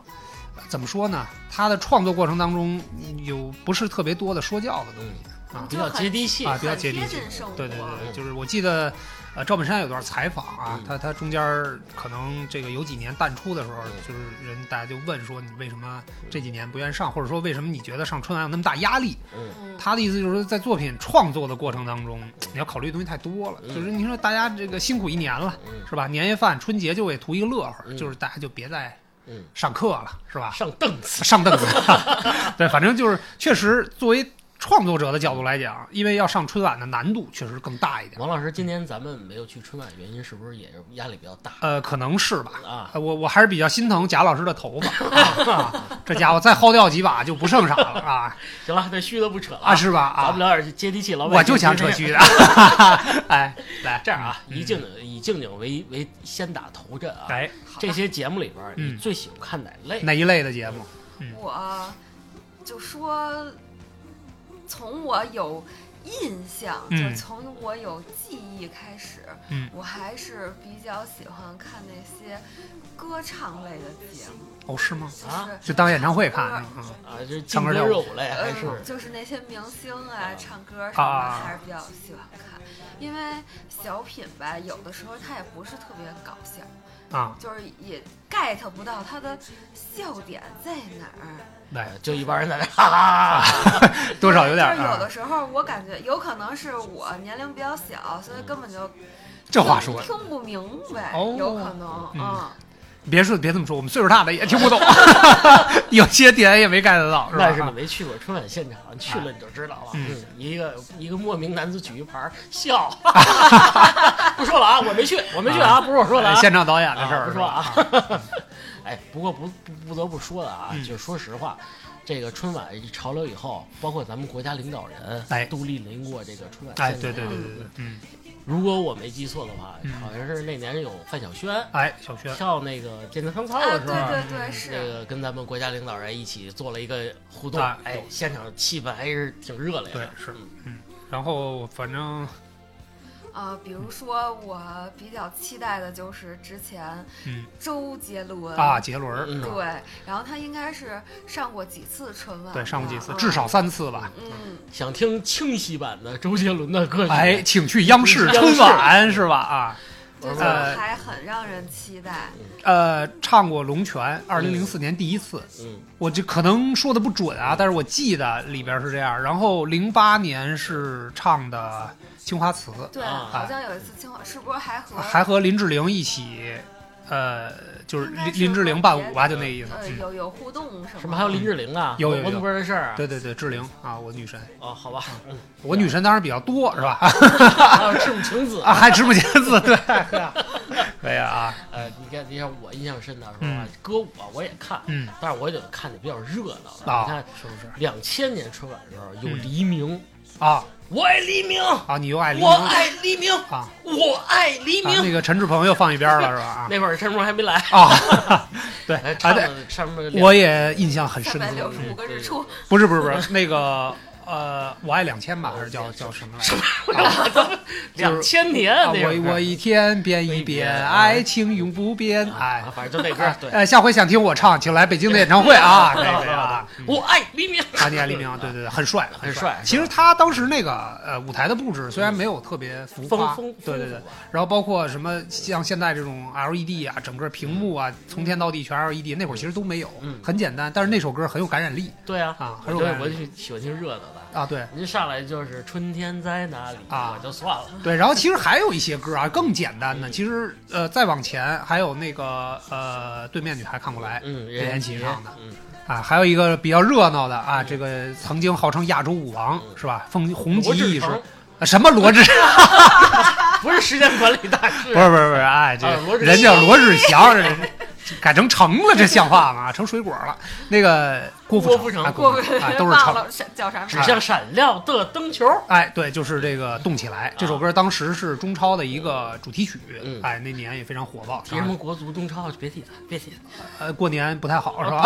[SPEAKER 2] 呃怎么说呢？他的创作过程当中嗯有不是特别多的说教的东西啊，
[SPEAKER 3] 嗯比较接地气
[SPEAKER 2] 啊
[SPEAKER 1] 很
[SPEAKER 2] 比较接地气
[SPEAKER 1] 贴近生活。
[SPEAKER 2] 对对对，
[SPEAKER 3] 嗯
[SPEAKER 2] 就是我记得，呃，赵本山有段采访啊，
[SPEAKER 3] 嗯
[SPEAKER 2] 他他中间儿可能这个有几年淡出的时候
[SPEAKER 3] 嗯，
[SPEAKER 2] 就是人大家就问说你为什么这几年不愿意上，或者说为什么你觉得上春晚有那么大压力？
[SPEAKER 3] 嗯
[SPEAKER 1] 嗯，
[SPEAKER 2] 他的意思就是说在作品创作的过程当中，你要考虑的东西太多了，
[SPEAKER 3] 嗯
[SPEAKER 2] 就是你说大家这个辛苦一年了。
[SPEAKER 3] 嗯
[SPEAKER 2] 是吧？年夜饭、春节就为图一个乐呵，
[SPEAKER 3] 嗯
[SPEAKER 2] 就是大家就别再
[SPEAKER 3] 嗯，
[SPEAKER 2] 上课了，是吧？
[SPEAKER 3] 上凳子，
[SPEAKER 2] 上凳子，对，反正就是确实作为创作者的角度来讲，因为要上春晚的难度确实更大一点。
[SPEAKER 3] 王老师，今年咱们没有去春晚，原因是不是也是压力比较大
[SPEAKER 2] 呃，可能是吧。
[SPEAKER 3] 啊？
[SPEAKER 2] 呃我我还是比较心疼贾老师的头发，啊、这家伙再薅掉几把就不剩啥了啊
[SPEAKER 3] 行了，这虚的不扯了
[SPEAKER 2] 啊是吧
[SPEAKER 3] 咱们
[SPEAKER 2] 啊？
[SPEAKER 3] 聊点接地气，老百
[SPEAKER 2] 我
[SPEAKER 3] 姓
[SPEAKER 2] 就想
[SPEAKER 3] 今
[SPEAKER 2] 扯
[SPEAKER 3] 天
[SPEAKER 2] 虚的，哎，来
[SPEAKER 3] 这样啊，
[SPEAKER 2] 嗯
[SPEAKER 3] 以静以静静为为先打头阵啊。
[SPEAKER 2] 哎
[SPEAKER 3] 这些节目里边儿，
[SPEAKER 2] 嗯
[SPEAKER 3] 你最喜欢看哪类？
[SPEAKER 2] 哪一类的节目？
[SPEAKER 1] 我就说，从我有印象，
[SPEAKER 2] 嗯
[SPEAKER 1] 就是从我有记忆开始，
[SPEAKER 2] 嗯
[SPEAKER 1] 我还是比较喜欢看那些歌唱类的节目，
[SPEAKER 2] 哦，是吗？
[SPEAKER 1] 就是、
[SPEAKER 3] 啊
[SPEAKER 2] 就当演唱会看嗯是吗？
[SPEAKER 3] 啊，这劲
[SPEAKER 2] 唱歌
[SPEAKER 3] 歌
[SPEAKER 2] 跳舞
[SPEAKER 3] 热舞类还
[SPEAKER 1] 呃
[SPEAKER 3] 是？，
[SPEAKER 1] 就是那些明星啊
[SPEAKER 3] 啊，
[SPEAKER 1] 唱歌什么
[SPEAKER 2] 嗯啊
[SPEAKER 1] 的，还是比较喜欢看，因为小品吧，有的时候它也不是特别搞笑，
[SPEAKER 2] 嗯啊，
[SPEAKER 1] 就是也 get 不到它的笑点在哪儿。
[SPEAKER 2] 来，
[SPEAKER 3] 呃就一帮人在那哈哈哈哈。
[SPEAKER 2] 多少有点
[SPEAKER 1] 就
[SPEAKER 2] 儿
[SPEAKER 1] 是有
[SPEAKER 2] 啊
[SPEAKER 1] 的，时候我感觉有可能是我年龄比较小，所以根本就
[SPEAKER 2] 这话说的。
[SPEAKER 1] 听不明白，
[SPEAKER 2] 哦
[SPEAKER 1] 有可能，
[SPEAKER 2] 嗯
[SPEAKER 1] 嗯，
[SPEAKER 2] 别说别这么说，我们岁数大的也听不 懂，有些点也没 get 到，是吧？
[SPEAKER 3] 但是你没去过春晚现场，去了你就知道了。
[SPEAKER 2] 嗯
[SPEAKER 3] 一个一个莫名男子举一牌儿笑，不说了啊，我没去，我没去啊，不是我说的
[SPEAKER 2] 哎
[SPEAKER 3] 啊。
[SPEAKER 2] 现场导演的事
[SPEAKER 3] 啊
[SPEAKER 2] 儿
[SPEAKER 3] 不
[SPEAKER 2] 是
[SPEAKER 3] 说
[SPEAKER 2] 吧？
[SPEAKER 3] 啊，哎，不过不不不得不说的啊，
[SPEAKER 2] 嗯
[SPEAKER 3] 就是说实话，这个春晚潮流以后，包括咱们国家领导人，
[SPEAKER 2] 哎
[SPEAKER 3] 都莅临过这个春晚。
[SPEAKER 2] 哎，对对对对对，嗯，
[SPEAKER 3] 如果我没记错的话
[SPEAKER 2] 嗯，
[SPEAKER 3] 好像是那年有范晓萱
[SPEAKER 2] 哎，小轩，
[SPEAKER 3] 跳那个健康操
[SPEAKER 1] 啊，
[SPEAKER 3] 的
[SPEAKER 1] 对
[SPEAKER 3] 时候。
[SPEAKER 1] 对对，
[SPEAKER 3] 那
[SPEAKER 1] 是，
[SPEAKER 3] 个跟咱们国家领导人一起做了一个互动
[SPEAKER 2] 啊，
[SPEAKER 3] 哎，现场气氛还是挺热烈的。
[SPEAKER 2] 对是
[SPEAKER 3] 嗯
[SPEAKER 2] 然后反正
[SPEAKER 1] 呃，比如说我比较期待的就是之前
[SPEAKER 2] 嗯
[SPEAKER 1] 周杰伦
[SPEAKER 2] 啊，，杰伦儿
[SPEAKER 3] 嗯
[SPEAKER 2] 是吧？
[SPEAKER 1] 对，然后他应该是上过几次春晚，
[SPEAKER 2] 对，上过几次
[SPEAKER 1] 嗯，
[SPEAKER 2] 至少，三次吧。
[SPEAKER 1] 嗯，
[SPEAKER 3] 想听清晰版的周杰伦的歌曲，
[SPEAKER 2] 哎，请去央视
[SPEAKER 3] 嗯央视
[SPEAKER 2] 春晚是吧？啊，
[SPEAKER 1] 这就
[SPEAKER 2] 呃
[SPEAKER 1] 还很让人期待，
[SPEAKER 2] 呃，唱过《龙泉》，二零零四年第一次，
[SPEAKER 3] 嗯，
[SPEAKER 2] 我这可能说的不准啊，但是我记得里边是这样。然后零八年是唱的《青花瓷》，
[SPEAKER 1] 对，
[SPEAKER 3] 啊
[SPEAKER 1] 好像有一次清华是不是还和
[SPEAKER 2] 啊还和林志玲一起，呃，就是
[SPEAKER 1] 应该
[SPEAKER 2] 林
[SPEAKER 1] 是
[SPEAKER 2] 林志玲伴舞吧，就那意思。
[SPEAKER 1] 呃
[SPEAKER 2] 嗯
[SPEAKER 1] 有有互动什么的，
[SPEAKER 3] 什么还有林志玲啊，
[SPEAKER 2] 有有有
[SPEAKER 3] 我怎么不知道这事儿啊？
[SPEAKER 2] 对对对，志玲啊，我女神，
[SPEAKER 3] 哦，好吧，嗯
[SPEAKER 2] 我女神当然比较多是吧？
[SPEAKER 3] 还有赤木晴子
[SPEAKER 2] 啊，还直不接字，对， 对呀啊，
[SPEAKER 3] 呃，你看，你看我印象深的，说实话，歌舞啊我也看，
[SPEAKER 2] 嗯
[SPEAKER 3] 但是我也得看的比较热闹的。你
[SPEAKER 2] 啊
[SPEAKER 3] 看，，
[SPEAKER 2] 是不是
[SPEAKER 3] 两千年春晚的时候有
[SPEAKER 2] 嗯
[SPEAKER 3] 黎明，
[SPEAKER 2] 啊
[SPEAKER 3] 我爱黎明，
[SPEAKER 2] 啊？你又爱林
[SPEAKER 3] 我爱黎明，
[SPEAKER 2] 啊？
[SPEAKER 3] 我爱 黎
[SPEAKER 2] 啊，那
[SPEAKER 3] 明。
[SPEAKER 2] 个陈志朋又放一边儿了是吧？啊
[SPEAKER 3] 那会儿陈木还没来，
[SPEAKER 2] 啊，对
[SPEAKER 3] 哎
[SPEAKER 2] 啊
[SPEAKER 3] 唱
[SPEAKER 2] 对，
[SPEAKER 3] 的上面
[SPEAKER 2] 我也印象很深
[SPEAKER 1] 三百
[SPEAKER 2] 刻
[SPEAKER 1] 六，十五个日
[SPEAKER 3] 嗯
[SPEAKER 1] 出，
[SPEAKER 2] 不是不是不是那个呃，我爱两千吧，还是叫叫什么来着？
[SPEAKER 3] 两千年
[SPEAKER 2] 啊，
[SPEAKER 3] 那会儿
[SPEAKER 2] 我我一天变一变，爱情永不变，哎
[SPEAKER 3] 啊，。反正就那歌，对，
[SPEAKER 2] 呃，下回想听我唱，请来北京的演唱会 啊！对对啊，嗯
[SPEAKER 3] 我爱黎明，
[SPEAKER 2] 啊，你看黎明，对对对，很帅，
[SPEAKER 3] 很帅
[SPEAKER 2] 帅。其实他当时那个呃舞台的布置虽然没有特别浮
[SPEAKER 3] 嗯风
[SPEAKER 2] 夸，
[SPEAKER 3] 风，啊
[SPEAKER 2] 对对对
[SPEAKER 3] 风，
[SPEAKER 2] 然后包括什么像现在这种 LED 啊，整个屏幕啊，从天到地全 LED，那会儿其实都没有
[SPEAKER 3] 嗯，
[SPEAKER 2] 很简单，但是那首歌很有感染力
[SPEAKER 3] 对啊，
[SPEAKER 2] 啊，
[SPEAKER 3] 我
[SPEAKER 2] 很有
[SPEAKER 3] 就
[SPEAKER 2] 感染
[SPEAKER 3] 我
[SPEAKER 2] 力
[SPEAKER 3] 就喜欢听热闹的。
[SPEAKER 2] 啊， 对
[SPEAKER 3] 您上来就是春天在哪里，
[SPEAKER 2] 啊
[SPEAKER 3] 我就算了。
[SPEAKER 2] 对。然后其实还有一些歌啊更简单的，
[SPEAKER 3] 嗯
[SPEAKER 2] 其实呃再往前还有那个呃对面女孩看过来，
[SPEAKER 3] 嗯，任
[SPEAKER 2] 任贤齐唱的
[SPEAKER 3] 嗯，
[SPEAKER 2] 啊，还有一个比较热闹的啊，
[SPEAKER 3] 嗯
[SPEAKER 2] 这个曾经号称亚洲舞王
[SPEAKER 3] 嗯
[SPEAKER 2] 是吧？风红极
[SPEAKER 3] 罗志
[SPEAKER 2] 一时，
[SPEAKER 3] 诚
[SPEAKER 2] 啊什么罗志？
[SPEAKER 3] 不是时间管理大 师，
[SPEAKER 2] 不是不是不是，哎，这
[SPEAKER 3] 啊罗志
[SPEAKER 2] 人家罗志祥，人改成成了，这像话吗？成水果了。那个郭
[SPEAKER 3] 郭
[SPEAKER 2] 富
[SPEAKER 3] 富
[SPEAKER 2] 城，
[SPEAKER 3] 城
[SPEAKER 2] 啊
[SPEAKER 1] 过
[SPEAKER 2] 郭
[SPEAKER 1] 不
[SPEAKER 2] 富城，哎，都是
[SPEAKER 1] 忘
[SPEAKER 2] 成。
[SPEAKER 1] 了是叫啥名
[SPEAKER 3] 指向闪亮的灯球。
[SPEAKER 2] 哎，对，就是这个《动起来》这首歌，当时是中超的一个主题曲
[SPEAKER 3] 嗯，
[SPEAKER 2] 哎，那年也非常火爆。啊
[SPEAKER 3] 提什么国足中超，别提了，别提了，
[SPEAKER 2] 呃，过年不太好是吧？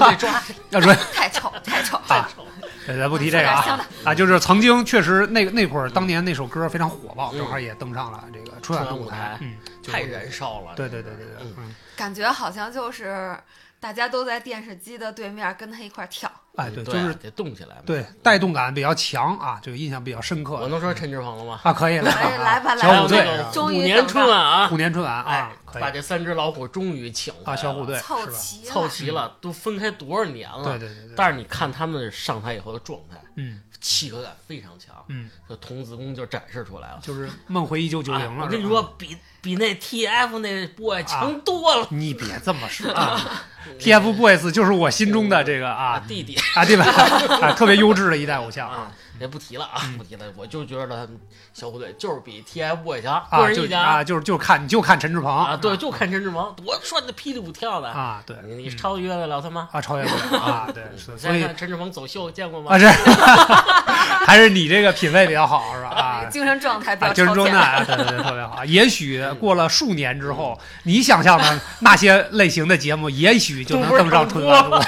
[SPEAKER 3] 吧？被抓
[SPEAKER 2] 要说
[SPEAKER 1] 太丑太丑，
[SPEAKER 2] 啊
[SPEAKER 3] 太丑了。
[SPEAKER 2] 对咱不提这个
[SPEAKER 1] 说点香
[SPEAKER 2] 啊
[SPEAKER 1] 的
[SPEAKER 2] 啊，就是曾经确实那那会儿，当年那首歌非常火爆，正好也登上了这个春晚的舞台
[SPEAKER 3] 春晚舞台，
[SPEAKER 2] 嗯，就是
[SPEAKER 3] 太燃烧了。
[SPEAKER 2] 对对对对对
[SPEAKER 3] 嗯，
[SPEAKER 2] 嗯，
[SPEAKER 1] 感觉好像就是大家都在电视机的对面跟他一块儿跳。
[SPEAKER 2] 哎，对，
[SPEAKER 3] 对
[SPEAKER 2] 就
[SPEAKER 3] 啊，
[SPEAKER 2] 是
[SPEAKER 3] 得动起来嘛。
[SPEAKER 2] 对带动感比较强啊，这个印象比较深刻。
[SPEAKER 3] 我能说陈志朋了吗？
[SPEAKER 2] 啊，可以了，
[SPEAKER 1] 哎 来吧来吧
[SPEAKER 2] 啊小虎
[SPEAKER 1] 对
[SPEAKER 2] 队是
[SPEAKER 3] 还有那个
[SPEAKER 2] 吧
[SPEAKER 1] 终于
[SPEAKER 3] 五年春晚啊，
[SPEAKER 2] 虎年春晚啊
[SPEAKER 3] 哎，，
[SPEAKER 2] 可
[SPEAKER 3] 把
[SPEAKER 2] 以
[SPEAKER 3] 这三只老虎终于请回
[SPEAKER 2] 啊，
[SPEAKER 3] 来了
[SPEAKER 2] 小虎队
[SPEAKER 1] 凑
[SPEAKER 2] 是吧？
[SPEAKER 1] 齐
[SPEAKER 3] 凑
[SPEAKER 1] 了，
[SPEAKER 3] 齐了，都分开多少年了？
[SPEAKER 2] 对对对对，
[SPEAKER 3] 但是你看他们上台以后的状态，
[SPEAKER 2] 嗯
[SPEAKER 3] 契合感非常强，
[SPEAKER 2] 嗯，
[SPEAKER 3] 这童子功就展示出来了。
[SPEAKER 2] 就是梦回一九九零
[SPEAKER 3] 哎
[SPEAKER 2] 了。
[SPEAKER 3] 我跟你
[SPEAKER 2] 是吧啊
[SPEAKER 3] 说，，比比那 TF 那波强多了
[SPEAKER 2] 嗯 你别这么说啊，TFBOYS 就是我心中的这个
[SPEAKER 3] 啊
[SPEAKER 2] 啊，
[SPEAKER 3] 弟弟
[SPEAKER 2] 啊，对吧？ 啊，特别优质的一代偶像
[SPEAKER 3] 啊，也不提了啊，
[SPEAKER 2] 嗯
[SPEAKER 3] 不提了。我就觉得他们小虎队就是比 TFBOYS 强，个
[SPEAKER 2] 啊，
[SPEAKER 3] 人
[SPEAKER 2] 就
[SPEAKER 3] 意见
[SPEAKER 2] 啊，就是就看你就看陈志
[SPEAKER 3] 啊，
[SPEAKER 2] 鹏，
[SPEAKER 3] 对，就看陈志鹏，我说你的霹雳舞跳的，
[SPEAKER 2] 啊，对，
[SPEAKER 3] 你你
[SPEAKER 2] 嗯
[SPEAKER 3] 超越得了他吗？
[SPEAKER 2] 啊，超越不了啊，对，所
[SPEAKER 3] 你
[SPEAKER 2] 所
[SPEAKER 3] 现
[SPEAKER 2] 以
[SPEAKER 3] 在看陈志鹏走秀见过吗
[SPEAKER 2] 啊，？这 还是你这个品味比较好是吧？ 啊。
[SPEAKER 1] 精神状态比
[SPEAKER 2] 啊，
[SPEAKER 1] 较
[SPEAKER 2] 精神
[SPEAKER 1] 超
[SPEAKER 2] 状
[SPEAKER 1] 前
[SPEAKER 2] 态。啊，对对对，特别好。也许过了数年之后，你想象的那些类型的节目，也许就能登上春晚 了。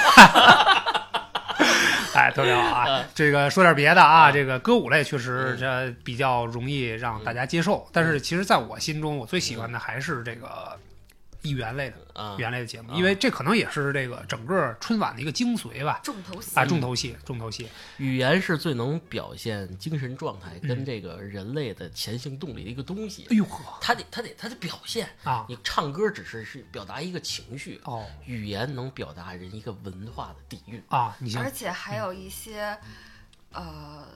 [SPEAKER 2] 哎，特别好啊
[SPEAKER 3] 嗯！
[SPEAKER 2] 这个说点别的啊，
[SPEAKER 3] 嗯
[SPEAKER 2] 这个歌舞类确实
[SPEAKER 3] 嗯
[SPEAKER 2] 这比较容易让大家接受，但是其实在我心中，我最喜欢的还是这个艺员类的
[SPEAKER 3] 啊
[SPEAKER 2] 艺，员类的节目，
[SPEAKER 3] 嗯嗯
[SPEAKER 2] 因为这可能也是这个整个春晚的一个精髓吧。
[SPEAKER 1] 重头戏
[SPEAKER 2] 啊，
[SPEAKER 3] 嗯
[SPEAKER 2] 重头戏，重头戏
[SPEAKER 3] 语言是最能表现精神状态
[SPEAKER 2] 嗯
[SPEAKER 3] 跟这个人类的前行动力的一个东西。
[SPEAKER 2] 哎呦呵
[SPEAKER 3] 他得他得他得表现，
[SPEAKER 2] 啊，
[SPEAKER 3] 你唱歌只是是表达一个情绪，啊
[SPEAKER 2] 哦
[SPEAKER 3] 语言能表达人一个文化的底蕴。
[SPEAKER 2] 啊，你
[SPEAKER 3] 哎
[SPEAKER 2] 像
[SPEAKER 1] 而且还有一些
[SPEAKER 2] 嗯
[SPEAKER 1] 呃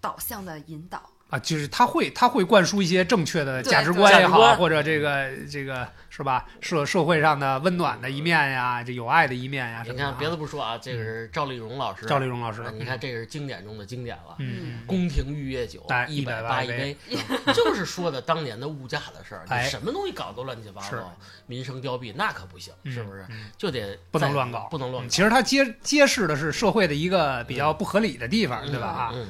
[SPEAKER 1] 导向的引导。
[SPEAKER 2] 啊，就是他会他会灌输一些正确的
[SPEAKER 1] 对
[SPEAKER 2] 价值观也
[SPEAKER 3] 价值
[SPEAKER 2] 好，
[SPEAKER 3] 观
[SPEAKER 2] 或者这个这个是吧社社会上的温暖的一面呀，这有爱的一面呀什
[SPEAKER 3] 你
[SPEAKER 2] 么的啊。
[SPEAKER 3] 看，别的不说啊，这个是赵丽蓉老师，
[SPEAKER 2] 赵丽蓉老师
[SPEAKER 3] 啊，你看这个是经典中的经典了，
[SPEAKER 2] 嗯，嗯，
[SPEAKER 3] 宫廷玉液酒
[SPEAKER 2] 哎，
[SPEAKER 3] 一
[SPEAKER 2] 180
[SPEAKER 3] 八一
[SPEAKER 2] 杯
[SPEAKER 3] 杯，嗯就是说的当年的物价的事儿，
[SPEAKER 2] 哎
[SPEAKER 3] 你什么东西搞都乱七八
[SPEAKER 2] 是
[SPEAKER 3] 糟，民生凋敝那可不行，
[SPEAKER 2] 嗯
[SPEAKER 3] 是不是？？
[SPEAKER 2] 嗯
[SPEAKER 3] 就得
[SPEAKER 2] 不能
[SPEAKER 3] 在
[SPEAKER 2] 乱搞
[SPEAKER 3] 不能乱
[SPEAKER 2] 嗯
[SPEAKER 3] 搞，
[SPEAKER 2] 其实他揭揭示的是社会的一个比较不合理的地方，
[SPEAKER 3] 嗯
[SPEAKER 2] 对吧？啊，
[SPEAKER 3] 嗯，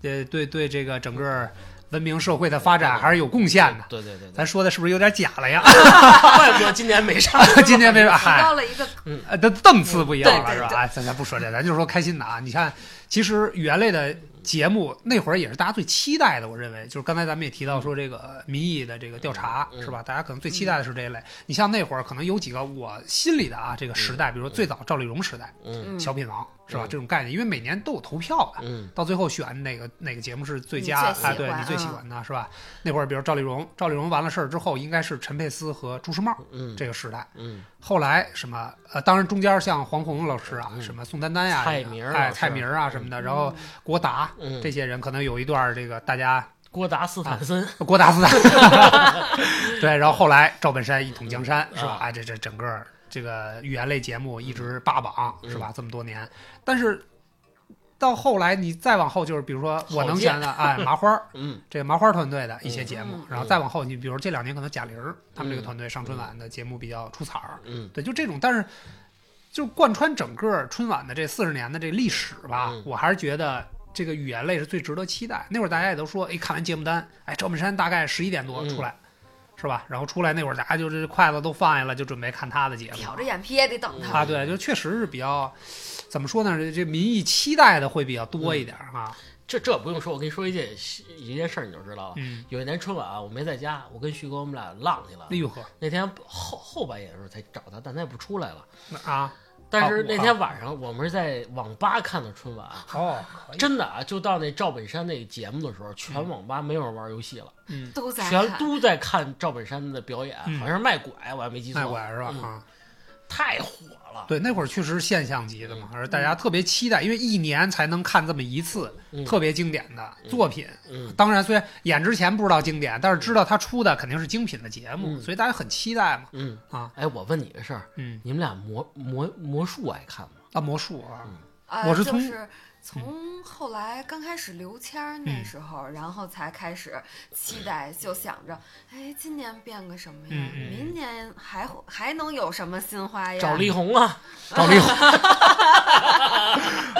[SPEAKER 2] 对对对，这个整个文明社会的发展还是有贡献的。
[SPEAKER 3] 对对对对，
[SPEAKER 2] 咱说的是不是有点假了呀？
[SPEAKER 3] 怪不得今年没
[SPEAKER 1] 啊
[SPEAKER 3] 上。
[SPEAKER 2] 今天为 啥？
[SPEAKER 1] 提
[SPEAKER 2] 嗨，
[SPEAKER 1] 到了一个
[SPEAKER 2] 呃，它档次不一样了，
[SPEAKER 1] 对
[SPEAKER 2] 是
[SPEAKER 1] 对
[SPEAKER 2] 吧？
[SPEAKER 1] 对
[SPEAKER 2] 哎，咱咱不说这，咱就说开心的啊。你看，其实语言类的节目那会儿也是大家最期待的，我认为就是刚才咱们也提到说这个民意的这个调查、
[SPEAKER 3] 嗯嗯
[SPEAKER 2] 是吧？大家可能最期待的是这一
[SPEAKER 1] 嗯
[SPEAKER 2] 类。你像那会儿可能有几个我心里的啊这个时代，比如说最早赵丽蓉时代、
[SPEAKER 3] 嗯
[SPEAKER 1] 嗯
[SPEAKER 2] 小品王是吧、
[SPEAKER 3] 嗯
[SPEAKER 2] 这种概念，因为每年都有投票的。
[SPEAKER 3] 嗯
[SPEAKER 2] 到最后选哪个哪个节目是最佳
[SPEAKER 1] 你最喜
[SPEAKER 2] 啊？
[SPEAKER 1] 欢
[SPEAKER 2] 对你最喜
[SPEAKER 1] 嗯
[SPEAKER 2] 欢的是吧？那会儿，比如赵丽蓉，赵丽蓉完了事儿之后，应该是陈佩斯和朱时茂
[SPEAKER 3] 嗯，
[SPEAKER 2] 这个时代。
[SPEAKER 3] 嗯
[SPEAKER 2] 后来什么呃，当然中间像黄宏老师啊，
[SPEAKER 3] 嗯
[SPEAKER 2] 什么宋丹丹呀、
[SPEAKER 3] 蔡
[SPEAKER 2] 这个
[SPEAKER 3] 明儿
[SPEAKER 2] 哎
[SPEAKER 3] 老师
[SPEAKER 2] 蔡明儿啊什么的，然后郭达
[SPEAKER 3] 嗯，
[SPEAKER 2] 这些人可能有一段儿这个大家呃
[SPEAKER 3] 郭达斯坦森
[SPEAKER 2] 郭达斯坦， 对，然后后来赵本山一统江山是吧？
[SPEAKER 3] 啊
[SPEAKER 2] 哎，这这整个这个语言类节目一直霸榜
[SPEAKER 3] 嗯
[SPEAKER 2] 是吧？这么多年，但是到后来你再往后就是比如说我能想的哎麻花儿
[SPEAKER 3] 嗯
[SPEAKER 2] 这个麻花团队的一些节目
[SPEAKER 1] 嗯，
[SPEAKER 2] 然后再往后你比如这两年可能贾玲儿他们这个团队上春
[SPEAKER 3] 嗯
[SPEAKER 2] 晚的节目比较出彩儿。
[SPEAKER 3] 嗯
[SPEAKER 2] 对，就这种，但是就贯穿整个春晚的这四十年的这历史吧，
[SPEAKER 3] 嗯
[SPEAKER 2] 我还是觉得这个语言类是最值得期待。那会儿大家也都说，哎，看完节目单，哎，赵本山大概十一点多出来。是吧？然后出来那会儿，大家就是筷子都放下了，就准备看他的节目
[SPEAKER 1] 挑着眼皮也得等他。
[SPEAKER 2] 啊。对，就确实是比较，怎么说呢？这这民意期待的会比较多一点儿啊哈。
[SPEAKER 3] 这这不用说，我跟你说一件一件事儿你就知道了。
[SPEAKER 2] 嗯，
[SPEAKER 3] 有一年春晚啊，我没在家，我跟旭哥我们俩浪去了
[SPEAKER 2] 哎。呦呵，
[SPEAKER 3] 那天后后半夜的时候才找他，但他也不出来了。
[SPEAKER 2] 那啊，
[SPEAKER 3] 但是那天晚上我们是在网吧看的春晚，
[SPEAKER 2] 哦，可以，
[SPEAKER 3] 真的啊，就到那赵本山那节目的时候，全网吧没有人玩游戏了，
[SPEAKER 2] 嗯，
[SPEAKER 1] 都在
[SPEAKER 3] 全
[SPEAKER 1] 看
[SPEAKER 3] 都在看赵本山的表演
[SPEAKER 2] 嗯，
[SPEAKER 3] 好像是卖拐，我还没记
[SPEAKER 2] 卖
[SPEAKER 3] 错，
[SPEAKER 2] 拐是吧？
[SPEAKER 3] 嗯
[SPEAKER 2] 啊，
[SPEAKER 3] 太火了。
[SPEAKER 2] 对，那会儿确实是现象级的嘛，而大家特别期待，因为一年才能看这么一次
[SPEAKER 3] 嗯
[SPEAKER 2] 特别经典的作品。
[SPEAKER 3] 嗯，
[SPEAKER 2] 当然，虽然演之前不知道经典，但是知道他出的肯定是精品的节目，
[SPEAKER 3] 嗯
[SPEAKER 2] 所以大家很期待嘛。
[SPEAKER 3] 嗯
[SPEAKER 2] 啊，
[SPEAKER 3] 哎，我问你个事儿，
[SPEAKER 2] 嗯，
[SPEAKER 3] 你们俩魔魔魔术爱看吗？
[SPEAKER 2] 啊，魔术啊，
[SPEAKER 1] 啊，
[SPEAKER 2] 我是
[SPEAKER 1] 就
[SPEAKER 2] 从嗯
[SPEAKER 1] 是从后来刚开始刘谦儿那时候，然后才开始期待，就想着，哎，今年变个什么呀？
[SPEAKER 2] 嗯嗯嗯
[SPEAKER 1] 明年还会还能有什么新花样？
[SPEAKER 3] 赵丽宏啊，
[SPEAKER 2] 赵丽宏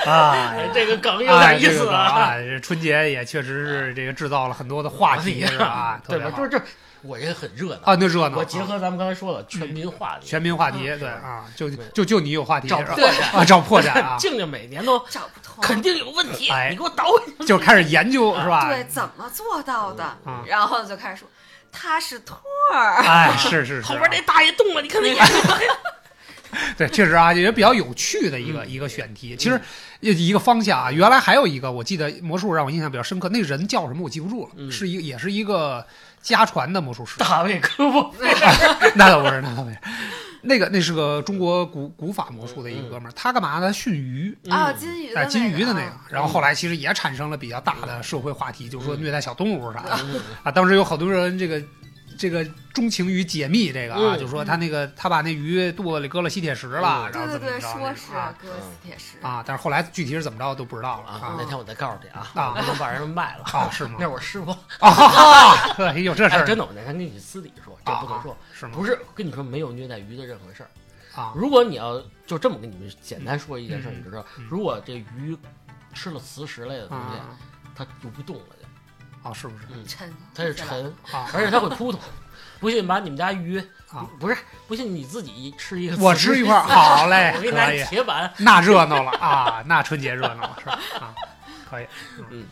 [SPEAKER 2] 啊。
[SPEAKER 3] 哎，这个梗有
[SPEAKER 2] 哎
[SPEAKER 3] 点意
[SPEAKER 2] 这
[SPEAKER 3] 思
[SPEAKER 2] 个
[SPEAKER 3] 啊。
[SPEAKER 2] 啊！这春节也确实是这个制造了很多的话题，是吧？特
[SPEAKER 3] 对
[SPEAKER 2] 别
[SPEAKER 3] 吧？
[SPEAKER 2] 好
[SPEAKER 3] 就是就是，我这很热闹。
[SPEAKER 2] 啊，那热闹啊。
[SPEAKER 3] 我结合咱们刚才说的全民话题，
[SPEAKER 2] 全民话题，
[SPEAKER 1] 嗯
[SPEAKER 2] 对啊，就
[SPEAKER 3] 对
[SPEAKER 2] 就就你有话题，
[SPEAKER 3] 找
[SPEAKER 2] 是吧
[SPEAKER 3] 破
[SPEAKER 2] 啊，找破绽 啊，
[SPEAKER 3] 静静每年都
[SPEAKER 1] 找不通，
[SPEAKER 3] 肯定有问题
[SPEAKER 2] 哎，
[SPEAKER 3] 你给我倒回去。
[SPEAKER 2] 就开始研究，是吧？
[SPEAKER 1] 对怎么做到的？
[SPEAKER 2] 啊嗯
[SPEAKER 1] 然后就开始说他是托儿，
[SPEAKER 2] 哎，是是是，
[SPEAKER 3] 后边那大爷动了，你看啊那眼睛。
[SPEAKER 2] 对，确实啊，也比较有趣的一个、
[SPEAKER 3] 嗯
[SPEAKER 2] 一个选题。其实也一个方向啊，原来还有一个，我记得魔术让我印象比较深刻，那人叫什么我记不住了，
[SPEAKER 3] 嗯
[SPEAKER 2] 是一个也是一个家传的魔术师，
[SPEAKER 3] 大卫科波，
[SPEAKER 2] 那倒不是，那倒不是。那个那是个中国古古法魔术的一个哥们儿，他干嘛呢？驯鱼，
[SPEAKER 3] 嗯
[SPEAKER 1] 啊，金鱼的
[SPEAKER 2] 啊，
[SPEAKER 1] 那个，
[SPEAKER 2] 金鱼的那个
[SPEAKER 1] 啊。嗯
[SPEAKER 2] 然后后来其实也
[SPEAKER 3] 嗯
[SPEAKER 2] 产生了比较大的社会话题，就是说虐待小动物啥的啊。当时有好多人这个这个钟情于解密这个啊，
[SPEAKER 3] 嗯
[SPEAKER 2] 就说他那个他把那鱼肚子里搁了吸铁石了，
[SPEAKER 3] 嗯
[SPEAKER 2] 然
[SPEAKER 1] 对
[SPEAKER 2] 后
[SPEAKER 1] 对
[SPEAKER 2] 怎么
[SPEAKER 1] 对，
[SPEAKER 2] 着那
[SPEAKER 1] 说
[SPEAKER 2] 个
[SPEAKER 1] 是
[SPEAKER 2] 啊
[SPEAKER 1] 哥斯铁石，
[SPEAKER 2] 啊，但是后来具体是怎么着都不知道了
[SPEAKER 3] 啊
[SPEAKER 2] 啊。
[SPEAKER 1] 嗯
[SPEAKER 3] 那天我再告诉你啊，
[SPEAKER 2] 啊
[SPEAKER 3] 我不能把人卖了。
[SPEAKER 2] 啊，是吗
[SPEAKER 3] 那？是我师傅，
[SPEAKER 2] 啊，对，有这事
[SPEAKER 3] 哎，
[SPEAKER 2] 儿
[SPEAKER 3] 真的，我那天跟你私底下说，这不能说，
[SPEAKER 2] 是吗？
[SPEAKER 3] 不是跟你说没有虐待鱼的任何事儿。
[SPEAKER 2] 啊，
[SPEAKER 3] 如果你要就这么跟你们简单说一件事儿，
[SPEAKER 2] 嗯
[SPEAKER 3] 你就知道
[SPEAKER 2] 嗯，
[SPEAKER 3] 如果这鱼吃了磁石类的东西，
[SPEAKER 2] 啊
[SPEAKER 3] 它就不动了，
[SPEAKER 2] 啊，是不是
[SPEAKER 3] 嗯，
[SPEAKER 1] 沉，
[SPEAKER 3] 它是沉，
[SPEAKER 2] 啊？
[SPEAKER 3] 而且它会 扑腾。不信，把你们家鱼
[SPEAKER 2] 啊
[SPEAKER 3] 不是不信，你自己吃一个，
[SPEAKER 2] 我吃一块儿，，好嘞，
[SPEAKER 3] 我
[SPEAKER 2] 可
[SPEAKER 3] 给你拿
[SPEAKER 2] 以
[SPEAKER 3] 一，铁板，
[SPEAKER 2] 那热闹了啊，那春节热闹了是吧？啊，可以，
[SPEAKER 3] 嗯。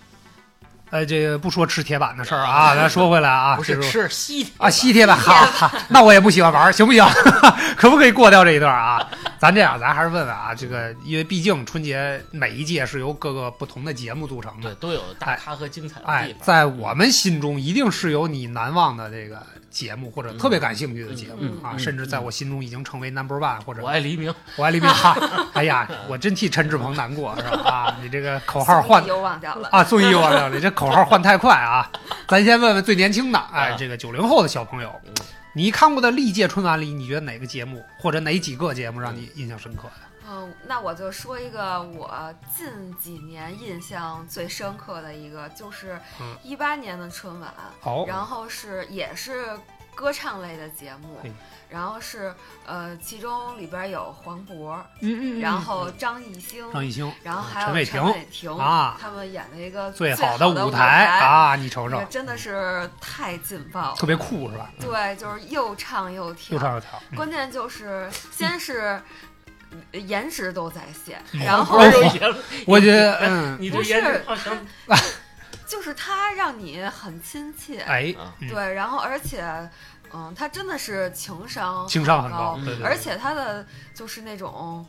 [SPEAKER 2] 呃，这个不说吃铁板的事儿啊，咱说回来啊，
[SPEAKER 3] 不
[SPEAKER 2] 这
[SPEAKER 3] 是
[SPEAKER 2] 是
[SPEAKER 3] 吃吸铁
[SPEAKER 2] 啊，吸铁板，好，好那我也不喜欢玩儿，行不行？ 可不可以过掉这一段啊？咱这样，咱还是问问啊，这个因为毕竟春节每一届是由各个不同的节目组成
[SPEAKER 3] 对
[SPEAKER 2] 的，
[SPEAKER 3] 都有大咖和精彩的
[SPEAKER 2] 哎
[SPEAKER 3] 地，方。
[SPEAKER 2] 在我们心中一定是有你难忘的这个节目，或者特别感兴趣的节目、
[SPEAKER 1] 嗯嗯
[SPEAKER 2] 啊，
[SPEAKER 3] 嗯
[SPEAKER 2] 甚至在我心中已经成为 number one 或者
[SPEAKER 3] 我爱黎明，
[SPEAKER 2] 我爱 黎明哈。哎呀，我真替陈志鹏难过是 吧？啊，你这个口号换
[SPEAKER 1] 又忘掉了，
[SPEAKER 2] 啊，综艺我了，你这口号换太快啊！咱先问问最年轻的，哎，
[SPEAKER 1] 嗯
[SPEAKER 3] 啊
[SPEAKER 2] 这个九零后的小朋友
[SPEAKER 3] 嗯，
[SPEAKER 2] 你看过的历届春晚里，你觉得哪个节目或者哪几个节目让你印象深刻的？
[SPEAKER 1] 嗯，那我就说一个我近几年印象最深刻的一个，就是
[SPEAKER 2] 嗯哦
[SPEAKER 1] 一八年的春晚，
[SPEAKER 2] 好，
[SPEAKER 1] 然后是也是歌唱类的节目
[SPEAKER 2] 嘿，
[SPEAKER 1] 然后是呃，其中里边有黄渤，
[SPEAKER 2] 嗯
[SPEAKER 1] 然后张艺兴，
[SPEAKER 2] 张艺兴啊
[SPEAKER 1] 然后还有
[SPEAKER 2] 陈
[SPEAKER 1] 陈
[SPEAKER 2] 伟
[SPEAKER 1] 伟
[SPEAKER 2] 霆
[SPEAKER 1] 霆
[SPEAKER 2] 啊
[SPEAKER 1] 他们演的一个
[SPEAKER 2] 最
[SPEAKER 1] 好
[SPEAKER 2] 好的
[SPEAKER 1] 舞
[SPEAKER 2] 舞台
[SPEAKER 1] 啊，
[SPEAKER 2] 啊，你瞅
[SPEAKER 1] 那
[SPEAKER 2] 瞅
[SPEAKER 1] 个，真的是太劲爆了
[SPEAKER 2] 特，别酷是吧？
[SPEAKER 1] 对，就是又唱又跳
[SPEAKER 2] 又，唱又跳，嗯
[SPEAKER 1] 关键就是先是呃颜值都在线，
[SPEAKER 2] 嗯
[SPEAKER 1] 然后
[SPEAKER 3] 我有颜，
[SPEAKER 2] 我觉得，嗯，
[SPEAKER 3] 你
[SPEAKER 1] 不
[SPEAKER 3] 这
[SPEAKER 1] 是
[SPEAKER 3] 颜值好像
[SPEAKER 1] 就是他让你很亲切，
[SPEAKER 2] 哎，嗯
[SPEAKER 1] 对，然后而且，嗯，他真的是情商
[SPEAKER 2] 情商很
[SPEAKER 1] 高
[SPEAKER 2] 高，，对对对
[SPEAKER 1] 哦而且他的就是那种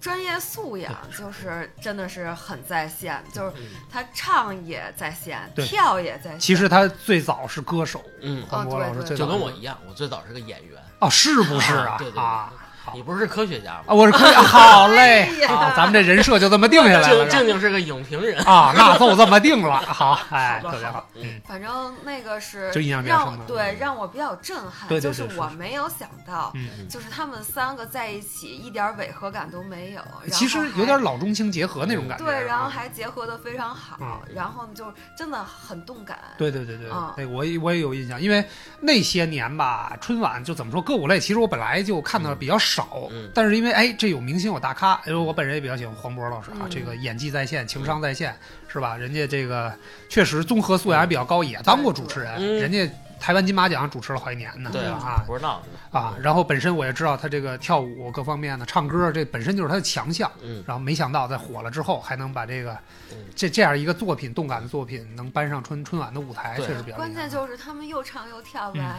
[SPEAKER 1] 专业素养，就是真的是很在线，就是他唱也在线，
[SPEAKER 2] 对
[SPEAKER 1] 跳也在线，
[SPEAKER 2] 其实他最早是歌手，
[SPEAKER 3] 嗯，
[SPEAKER 2] 黄渤老师
[SPEAKER 1] 哦对
[SPEAKER 2] 最
[SPEAKER 1] 对
[SPEAKER 2] 早
[SPEAKER 3] 就跟我
[SPEAKER 2] 是
[SPEAKER 3] 一样，我最早是个演员，
[SPEAKER 2] 哦，是不是
[SPEAKER 3] 啊
[SPEAKER 2] 啊
[SPEAKER 3] 对对？对
[SPEAKER 2] 啊好
[SPEAKER 3] 你不是科学家
[SPEAKER 2] 啊，
[SPEAKER 3] 吗？
[SPEAKER 2] 我是可以，好嘞
[SPEAKER 1] 哎，呀
[SPEAKER 2] 好，咱们这人设就这么定下来
[SPEAKER 3] 静
[SPEAKER 2] 哦了是吧
[SPEAKER 3] 静静是个影评人，
[SPEAKER 2] 啊，那就这么定了，好，哎，
[SPEAKER 3] 好吧
[SPEAKER 2] 特别
[SPEAKER 3] 好
[SPEAKER 2] 好，嗯，
[SPEAKER 1] 反正那个是
[SPEAKER 2] 就印象比较
[SPEAKER 1] 让
[SPEAKER 2] 深
[SPEAKER 1] 我
[SPEAKER 2] 刻，
[SPEAKER 1] 对让我比较震撼，
[SPEAKER 2] 对对
[SPEAKER 1] 就
[SPEAKER 2] 对
[SPEAKER 1] 是
[SPEAKER 2] 是
[SPEAKER 1] 我
[SPEAKER 2] 是
[SPEAKER 1] 没有想到。
[SPEAKER 2] 嗯。
[SPEAKER 1] 就是他们三个在一起，一点违和感都没有。然
[SPEAKER 2] 其实
[SPEAKER 1] 后还
[SPEAKER 2] 有点老中青结合那种感觉，
[SPEAKER 1] 对，然后
[SPEAKER 2] 啊
[SPEAKER 1] 还结合的非常好，
[SPEAKER 2] 嗯
[SPEAKER 1] 然后就真的很动感。
[SPEAKER 2] 对对对对，
[SPEAKER 1] 嗯
[SPEAKER 2] 对我也我也有印象，因为那些年吧，春晚就怎么说歌舞类，其实我本来就看的比较少，
[SPEAKER 3] 嗯嗯
[SPEAKER 2] 但是因为哎这有明星有大咖，因为我本人也比较喜欢黄渤老师啊，
[SPEAKER 1] 嗯
[SPEAKER 2] 这个演技在线，情
[SPEAKER 3] 嗯
[SPEAKER 2] 商在线，是吧？人家这个确实综合素养也比较高，也当过主持人，
[SPEAKER 3] 嗯
[SPEAKER 2] 人家台湾金马奖主持了好几年呢，
[SPEAKER 3] 对
[SPEAKER 2] 啊。
[SPEAKER 3] 不知道
[SPEAKER 2] 啊，然后本身我也知道他这个跳舞各方面的，唱歌这本身就是他的强项，
[SPEAKER 3] 嗯，
[SPEAKER 2] 然后没想到在火了之后还能把这个
[SPEAKER 3] 嗯
[SPEAKER 2] 这这样一个作品动感的作品能搬上春春晚的舞台，
[SPEAKER 3] 对
[SPEAKER 2] 确实比较
[SPEAKER 1] 关
[SPEAKER 2] 厉害嗯
[SPEAKER 1] 键。就是他们又唱又跳吧，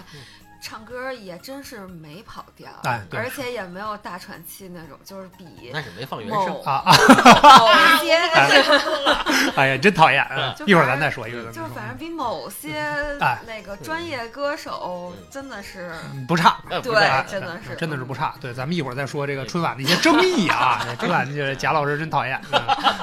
[SPEAKER 1] 唱歌也真是没跑调，
[SPEAKER 2] 哎对
[SPEAKER 1] 而且也没有大喘气那种，就是比
[SPEAKER 3] 那是没放原声
[SPEAKER 1] 某
[SPEAKER 2] 啊啊！
[SPEAKER 1] 某些
[SPEAKER 2] 哎呀，真讨厌啊！
[SPEAKER 1] 就
[SPEAKER 2] 一会儿
[SPEAKER 1] 反
[SPEAKER 2] 咱
[SPEAKER 1] 而
[SPEAKER 2] 再说，一会儿 咱
[SPEAKER 1] 就是反
[SPEAKER 2] 再
[SPEAKER 1] 正比某些
[SPEAKER 2] 哎
[SPEAKER 1] 那个专业歌手真的是
[SPEAKER 2] 说，嗯不差，嗯
[SPEAKER 3] 哎，不
[SPEAKER 1] 对
[SPEAKER 3] 知道
[SPEAKER 1] 真的是嗯
[SPEAKER 2] 真的是不差。对，咱们一会儿再说这个春晚的一些争议 啊。这春晚就是贾老师真讨厌嗯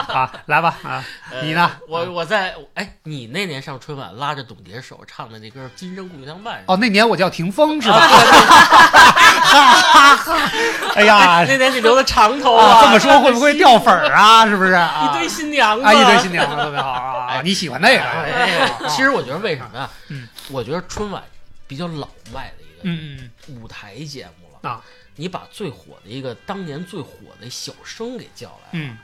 [SPEAKER 2] 啊！来吧啊，
[SPEAKER 3] 呃
[SPEAKER 2] 你呢
[SPEAKER 3] 我我在哎，你那年上春晚拉着董洁手唱的那歌《今生故乡伴》是吧
[SPEAKER 2] 哦，那年我叫霆锋是吧？
[SPEAKER 3] 啊
[SPEAKER 2] 哈哈哈！ 哎呀
[SPEAKER 3] 哎，那年你留的长头
[SPEAKER 2] 啊，这么说会不会掉粉儿啊？是不是啊？
[SPEAKER 3] 一堆新娘子，
[SPEAKER 2] 啊，一堆新娘子特别好啊！你喜欢那个？
[SPEAKER 3] 哎，其实我觉得为什么呀？
[SPEAKER 2] 嗯，
[SPEAKER 3] 我觉得春晚比较老迈的一
[SPEAKER 2] 嗯嗯
[SPEAKER 3] 个舞台节目了。
[SPEAKER 2] 啊，
[SPEAKER 3] 你把最火的一个当年最火的小生给叫来，
[SPEAKER 2] 嗯，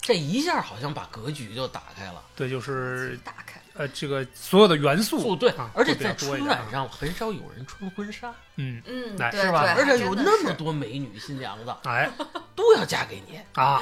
[SPEAKER 3] 这一下好像把格局就打开了。
[SPEAKER 2] 对，就是
[SPEAKER 1] 大开。
[SPEAKER 2] 呃，这个所有的元素
[SPEAKER 3] 不对
[SPEAKER 2] 啊，
[SPEAKER 3] 而且
[SPEAKER 2] 会比较
[SPEAKER 3] 在
[SPEAKER 2] 多一
[SPEAKER 3] 春
[SPEAKER 2] 点啊
[SPEAKER 3] 晚上很少有人穿婚纱，
[SPEAKER 2] 嗯，
[SPEAKER 1] 嗯，
[SPEAKER 2] 哎
[SPEAKER 1] 对
[SPEAKER 2] 是
[SPEAKER 1] 对，
[SPEAKER 2] 吧
[SPEAKER 3] 而且有
[SPEAKER 1] 真的
[SPEAKER 3] 那么
[SPEAKER 1] 是
[SPEAKER 3] 多美女新娘子
[SPEAKER 2] 哎
[SPEAKER 3] 都要嫁给你，
[SPEAKER 2] 啊，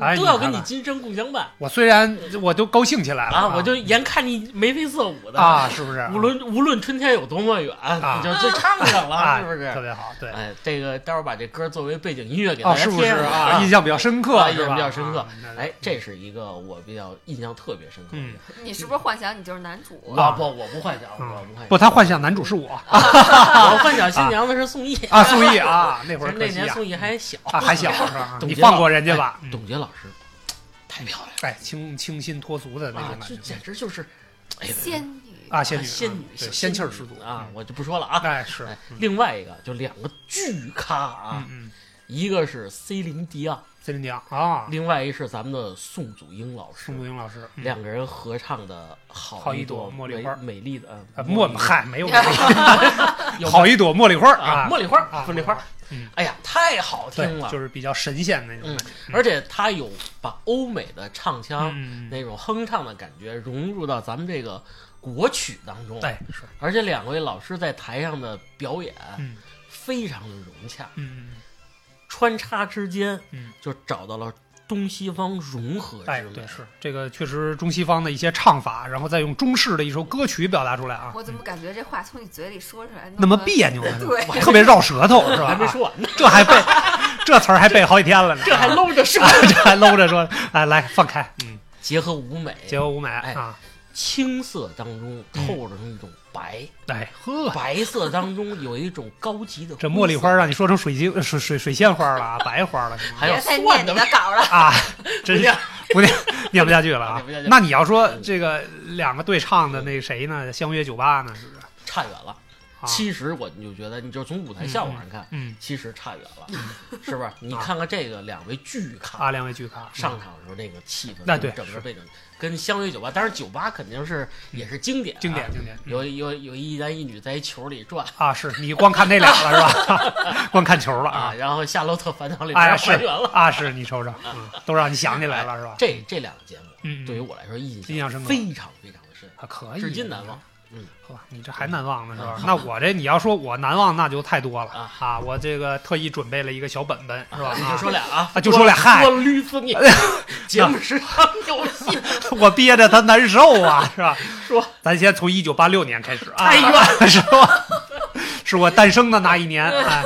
[SPEAKER 2] 哎，
[SPEAKER 3] 都要
[SPEAKER 2] 看
[SPEAKER 3] 跟你
[SPEAKER 2] 看
[SPEAKER 3] 今生共相伴
[SPEAKER 2] 我虽然我都高兴起来了
[SPEAKER 3] 啊！我就眼看你眉飞色舞的，
[SPEAKER 2] 啊，是不是？
[SPEAKER 3] 无论无论春天有多么远，你就就唱上了，
[SPEAKER 2] 啊，
[SPEAKER 3] 是不
[SPEAKER 2] 特
[SPEAKER 3] 是？
[SPEAKER 2] 别好，对
[SPEAKER 3] 哎，这个待会儿把这歌作为背景音乐给大
[SPEAKER 2] 啊，
[SPEAKER 3] 家
[SPEAKER 2] 是
[SPEAKER 3] 听
[SPEAKER 2] 不是啊？印象比较深刻
[SPEAKER 3] 啊，印
[SPEAKER 2] 是吧？
[SPEAKER 3] 象比较深刻
[SPEAKER 2] 啊。
[SPEAKER 3] 哎，，这是一个我比较印象特别深刻的一个。
[SPEAKER 1] 你是不是幻想你就是男主？
[SPEAKER 3] 啊不，我不幻想，
[SPEAKER 2] 嗯
[SPEAKER 3] 我不幻想，
[SPEAKER 2] 不，他幻想男主是我
[SPEAKER 3] 我幻想新娘子是宋轶，
[SPEAKER 2] 啊，宋轶啊，那会
[SPEAKER 3] 那
[SPEAKER 2] 儿可惜
[SPEAKER 3] 年
[SPEAKER 2] 啊
[SPEAKER 3] 宋轶还小，
[SPEAKER 2] 啊，还小是吧？
[SPEAKER 3] 董
[SPEAKER 2] 你
[SPEAKER 3] 洁
[SPEAKER 2] 放
[SPEAKER 3] 老
[SPEAKER 2] 过人家吧嗯
[SPEAKER 3] 哎，董洁老师太漂亮了
[SPEAKER 2] 哎，清清新脱俗的那
[SPEAKER 3] 啊
[SPEAKER 2] 种，感
[SPEAKER 3] 这
[SPEAKER 2] 觉
[SPEAKER 3] 简直就是哎呀
[SPEAKER 1] 仙女
[SPEAKER 2] 啊，仙女，
[SPEAKER 3] 仙
[SPEAKER 2] 嗯
[SPEAKER 3] 女
[SPEAKER 2] 对，
[SPEAKER 3] 小
[SPEAKER 2] 仙气儿
[SPEAKER 3] 仙
[SPEAKER 2] 十足嗯
[SPEAKER 3] 啊，，我就不说了啊。
[SPEAKER 2] 哎是，
[SPEAKER 3] 哎
[SPEAKER 2] 嗯
[SPEAKER 3] 另外一个就两个巨咖啊，
[SPEAKER 2] 嗯嗯，
[SPEAKER 3] 一个是 C 林迪昂，
[SPEAKER 2] 森林迪昂啊，
[SPEAKER 3] 另外一个是咱们的宋祖英老师
[SPEAKER 2] 宋，祖英老师，嗯
[SPEAKER 3] 两个人合唱的
[SPEAKER 2] 好
[SPEAKER 3] 好
[SPEAKER 2] 一
[SPEAKER 3] 一
[SPEAKER 2] 朵茉莉
[SPEAKER 3] 美
[SPEAKER 2] 花
[SPEAKER 3] 美丽的
[SPEAKER 2] 啊
[SPEAKER 3] 呃
[SPEAKER 2] 茉
[SPEAKER 3] 莉
[SPEAKER 2] 嗨没有
[SPEAKER 3] 有
[SPEAKER 2] 好一朵茉莉花儿
[SPEAKER 3] 啊，茉莉花
[SPEAKER 2] 啊茉
[SPEAKER 3] 茉莉花
[SPEAKER 2] 莉花，嗯
[SPEAKER 3] 哎呀，太好听
[SPEAKER 2] 对，
[SPEAKER 3] 了
[SPEAKER 2] 就，是比较神仙那种
[SPEAKER 3] 嗯
[SPEAKER 2] 感觉，
[SPEAKER 3] 而且他有把欧美的唱腔
[SPEAKER 2] 嗯，
[SPEAKER 3] 那种哼唱的感觉融入到咱们这个国曲当中，
[SPEAKER 2] 对是，
[SPEAKER 3] 而且两位老师在台上的表演
[SPEAKER 2] 嗯
[SPEAKER 3] 非常的融洽，
[SPEAKER 2] 嗯
[SPEAKER 3] 穿插之间
[SPEAKER 2] 嗯，
[SPEAKER 3] 就找到了东西方融合
[SPEAKER 2] 哎
[SPEAKER 3] 之美
[SPEAKER 2] 对。是这个确实中西方的一些唱法，然后再用中式的一首歌曲表达出来啊，
[SPEAKER 1] 我怎么感觉这话从你嘴里说出来
[SPEAKER 2] 那么别扭呢？
[SPEAKER 1] 对，
[SPEAKER 2] 特别绕舌头是
[SPEAKER 3] 我
[SPEAKER 2] 吧？啊
[SPEAKER 3] 还没 说完呢，
[SPEAKER 2] 这还背这词儿还背好几天了呢，
[SPEAKER 3] 这还
[SPEAKER 2] 啊
[SPEAKER 3] 搂着说。
[SPEAKER 2] 这还搂着说，哎来放开，嗯，
[SPEAKER 3] 结合舞美，
[SPEAKER 2] 结合舞嗯美
[SPEAKER 3] 哎
[SPEAKER 2] 啊，
[SPEAKER 3] 青色当中透着一种白，
[SPEAKER 2] 哎呵。
[SPEAKER 3] 白色当中有一种高级的。
[SPEAKER 2] 这茉莉花，让你说成水晶、水水水仙花了啊，白花了，是吗
[SPEAKER 3] 还有
[SPEAKER 1] 别再
[SPEAKER 3] 蒜
[SPEAKER 1] 念你
[SPEAKER 3] 的
[SPEAKER 1] 的稿了。
[SPEAKER 2] 啊，真
[SPEAKER 3] 味
[SPEAKER 2] 是
[SPEAKER 3] 道，
[SPEAKER 2] 不念念不下去了 啊
[SPEAKER 3] 念不下！去
[SPEAKER 2] 那你要说这个两个对唱的那谁呢？相约酒吧呢？是不是？
[SPEAKER 3] 差远了。
[SPEAKER 2] 啊，
[SPEAKER 3] 其实我就觉得，你就从舞台效果上看，
[SPEAKER 2] 嗯啊
[SPEAKER 3] 其实差远了， 是不是？你看看这个两位巨咖
[SPEAKER 2] 啊，两位巨咖
[SPEAKER 3] 上场的时候那个气氛，
[SPEAKER 2] 那对
[SPEAKER 3] 整
[SPEAKER 2] 是嗯
[SPEAKER 3] 个背景跟相约酒吧，当然酒吧肯定是也是经典，啊
[SPEAKER 2] 经典。经典
[SPEAKER 3] 有有有一男一女在一球里转
[SPEAKER 2] 啊，是你光看那俩了 是吧？ 光看球了
[SPEAKER 3] 啊，
[SPEAKER 2] 啊
[SPEAKER 3] 然后《夏洛特烦恼》里
[SPEAKER 2] 哎
[SPEAKER 3] 边
[SPEAKER 2] 是
[SPEAKER 3] 还原了。哎
[SPEAKER 2] 啊！是你瞅瞅，嗯都让你想起来了是吧？
[SPEAKER 3] 这这两个节目
[SPEAKER 2] 嗯，嗯
[SPEAKER 3] 对于我来说印
[SPEAKER 2] 印象深刻
[SPEAKER 3] 非常非常的深，
[SPEAKER 2] 啊可以，
[SPEAKER 3] 至今难忘。
[SPEAKER 2] 呵，你这还难忘呢是吧
[SPEAKER 3] 嗯？
[SPEAKER 2] 那我这你要说我难忘，那就太多了
[SPEAKER 3] 啊
[SPEAKER 2] 啊！我这个特意准备了一个小本本是吧？
[SPEAKER 3] 你
[SPEAKER 2] 啊
[SPEAKER 3] 就说俩啊
[SPEAKER 2] 啊，就说俩
[SPEAKER 3] 多
[SPEAKER 2] 嗨哎
[SPEAKER 3] 多捋死你！ 节目时长有限，
[SPEAKER 2] 我憋着他难受啊，是吧？
[SPEAKER 3] 说，
[SPEAKER 2] 咱先从一九八六年开始啊，
[SPEAKER 3] 太远
[SPEAKER 2] 是吧？是我诞生的那一年，哎，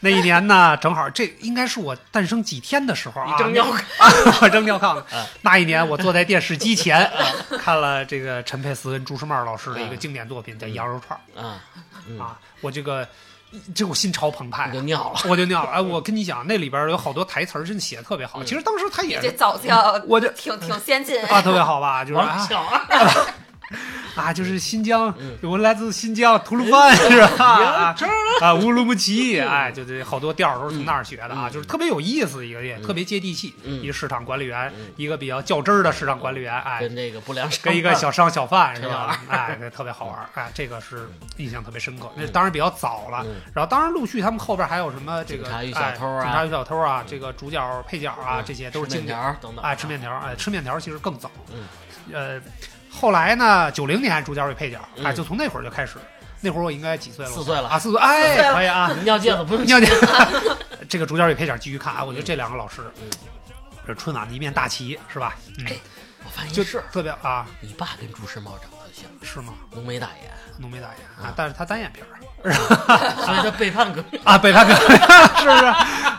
[SPEAKER 2] 那一年呢，正好这应该是我诞生几天的时候啊
[SPEAKER 3] 你，正要
[SPEAKER 2] 我正尿炕呢
[SPEAKER 3] 嗯。
[SPEAKER 2] 那一年，我坐在电视机前 看了这个陈佩斯跟朱时茂老师的一个
[SPEAKER 3] 嗯
[SPEAKER 2] 经典作品，叫《羊肉串
[SPEAKER 3] 啊，》嗯
[SPEAKER 2] 啊，我这个这我心潮澎湃啊
[SPEAKER 3] 你就。尿了。
[SPEAKER 2] 我就尿了，哎，我跟你讲，那里边有好多台词儿真的写的特别好。
[SPEAKER 3] 嗯
[SPEAKER 2] 其实当时他
[SPEAKER 1] 你
[SPEAKER 2] 也
[SPEAKER 1] 这
[SPEAKER 2] 是，
[SPEAKER 1] 早 教
[SPEAKER 2] 我这
[SPEAKER 1] 挺挺先进，哎
[SPEAKER 2] 啊，特别好吧，就是啊
[SPEAKER 3] 王，小二，
[SPEAKER 2] 啊，就是新疆
[SPEAKER 3] 嗯，哎
[SPEAKER 2] 我来自新疆吐鲁番是吧？啊
[SPEAKER 3] 这
[SPEAKER 2] 啊，乌鲁木齐，哎，就这好多调儿都是从那儿学的啊，
[SPEAKER 3] 嗯
[SPEAKER 2] 就是特别有意思，一个也
[SPEAKER 3] 嗯
[SPEAKER 2] 特别接地气，
[SPEAKER 3] 嗯
[SPEAKER 2] 一个市场管理员
[SPEAKER 3] 嗯，
[SPEAKER 2] 一个比较较真儿的市场管理员，哎，
[SPEAKER 3] 跟这个不良商
[SPEAKER 2] 跟一个
[SPEAKER 3] 贩
[SPEAKER 2] 小商小贩是
[SPEAKER 3] 陈小
[SPEAKER 2] 吧？哎，这特别好玩儿，哎，这个是印象特别深刻，那当然比较早了。
[SPEAKER 3] 嗯
[SPEAKER 2] 然后当然陆续他们后边还有什么这个
[SPEAKER 3] 警察与小偷啊嗯
[SPEAKER 2] 哎警察与小偷啊，这个主角配角啊，这些都是
[SPEAKER 3] 吃
[SPEAKER 2] 经
[SPEAKER 3] 面条
[SPEAKER 2] 典。
[SPEAKER 3] 儿等等
[SPEAKER 2] 哎，吃面条，哎，吃面条其实更早。
[SPEAKER 3] 嗯，
[SPEAKER 2] 呃，后来呢，九零年主角与配角，哎，
[SPEAKER 3] 嗯
[SPEAKER 2] 就从那会儿就开始。那会儿我应该几岁了？
[SPEAKER 3] 四岁了
[SPEAKER 2] 啊，四岁，哎，可以 啊。
[SPEAKER 3] 尿介子不用
[SPEAKER 2] 尿尿，这个主角与配角继续看啊，我觉得这两个老师
[SPEAKER 3] 嗯，
[SPEAKER 2] 这春晚的一面大旗是吧？嗯，
[SPEAKER 3] 我发现
[SPEAKER 2] 就
[SPEAKER 3] 就是
[SPEAKER 2] 特别啊，
[SPEAKER 3] 你爸跟朱时茂长得像，
[SPEAKER 2] 是吗？
[SPEAKER 3] 浓眉大眼，
[SPEAKER 2] 浓眉大眼啊
[SPEAKER 3] 啊，
[SPEAKER 2] 但是他单眼皮儿
[SPEAKER 3] 所以他背叛革命。
[SPEAKER 2] 啊，北派哥 是不是？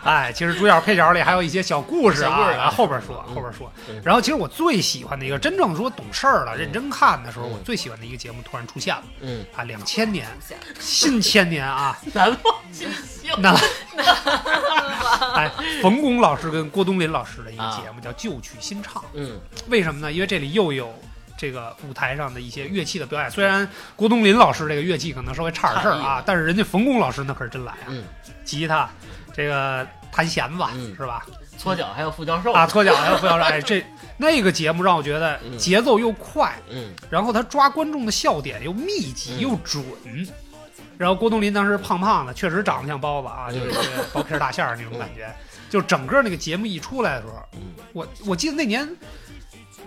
[SPEAKER 2] 哎，其实主角配角里还有一些小故事
[SPEAKER 3] 小故
[SPEAKER 2] 啊，
[SPEAKER 3] 事
[SPEAKER 2] 然
[SPEAKER 3] 啊
[SPEAKER 2] 后后边说，后边说
[SPEAKER 3] 嗯。
[SPEAKER 2] 然后其实我最喜欢的一个，真正说懂事儿了、认真看的时候，
[SPEAKER 3] 嗯
[SPEAKER 2] 我最喜欢的一个节目突然出现了
[SPEAKER 3] 嗯，
[SPEAKER 2] 啊，两千年
[SPEAKER 1] 出现了
[SPEAKER 2] 新千年啊，
[SPEAKER 3] 难嗯忘今 宵。
[SPEAKER 2] 那哎，冯巩老师跟郭冬临老师的一
[SPEAKER 3] 啊
[SPEAKER 2] 个节目叫《旧曲新唱》，
[SPEAKER 3] 嗯，
[SPEAKER 2] 为什么呢？因为这里又有。这个舞台上的一些乐器的表演，虽然郭冬临老师这个乐器可能稍微差点事儿
[SPEAKER 3] 差一
[SPEAKER 2] 啊
[SPEAKER 3] 点，
[SPEAKER 2] 但是人家冯巩老师那可是真来啊，
[SPEAKER 3] 嗯，
[SPEAKER 2] 吉他，这个弹弦子、
[SPEAKER 3] 嗯
[SPEAKER 2] 是吧？
[SPEAKER 3] 搓脚还有副教授
[SPEAKER 2] 啊，。搓脚还有不要说，哎，这那个节目让我觉得
[SPEAKER 3] 嗯
[SPEAKER 2] 节奏又快，
[SPEAKER 3] 嗯，
[SPEAKER 2] 然后他抓观众的笑点又密集
[SPEAKER 3] 嗯
[SPEAKER 2] 又准。然后郭冬临当时胖胖的，确实长得像包子啊，
[SPEAKER 3] 嗯
[SPEAKER 2] 就是这个薄皮儿大馅儿那种感觉。就整个那个节目一出来的时候
[SPEAKER 3] 嗯，
[SPEAKER 2] 我我记得那年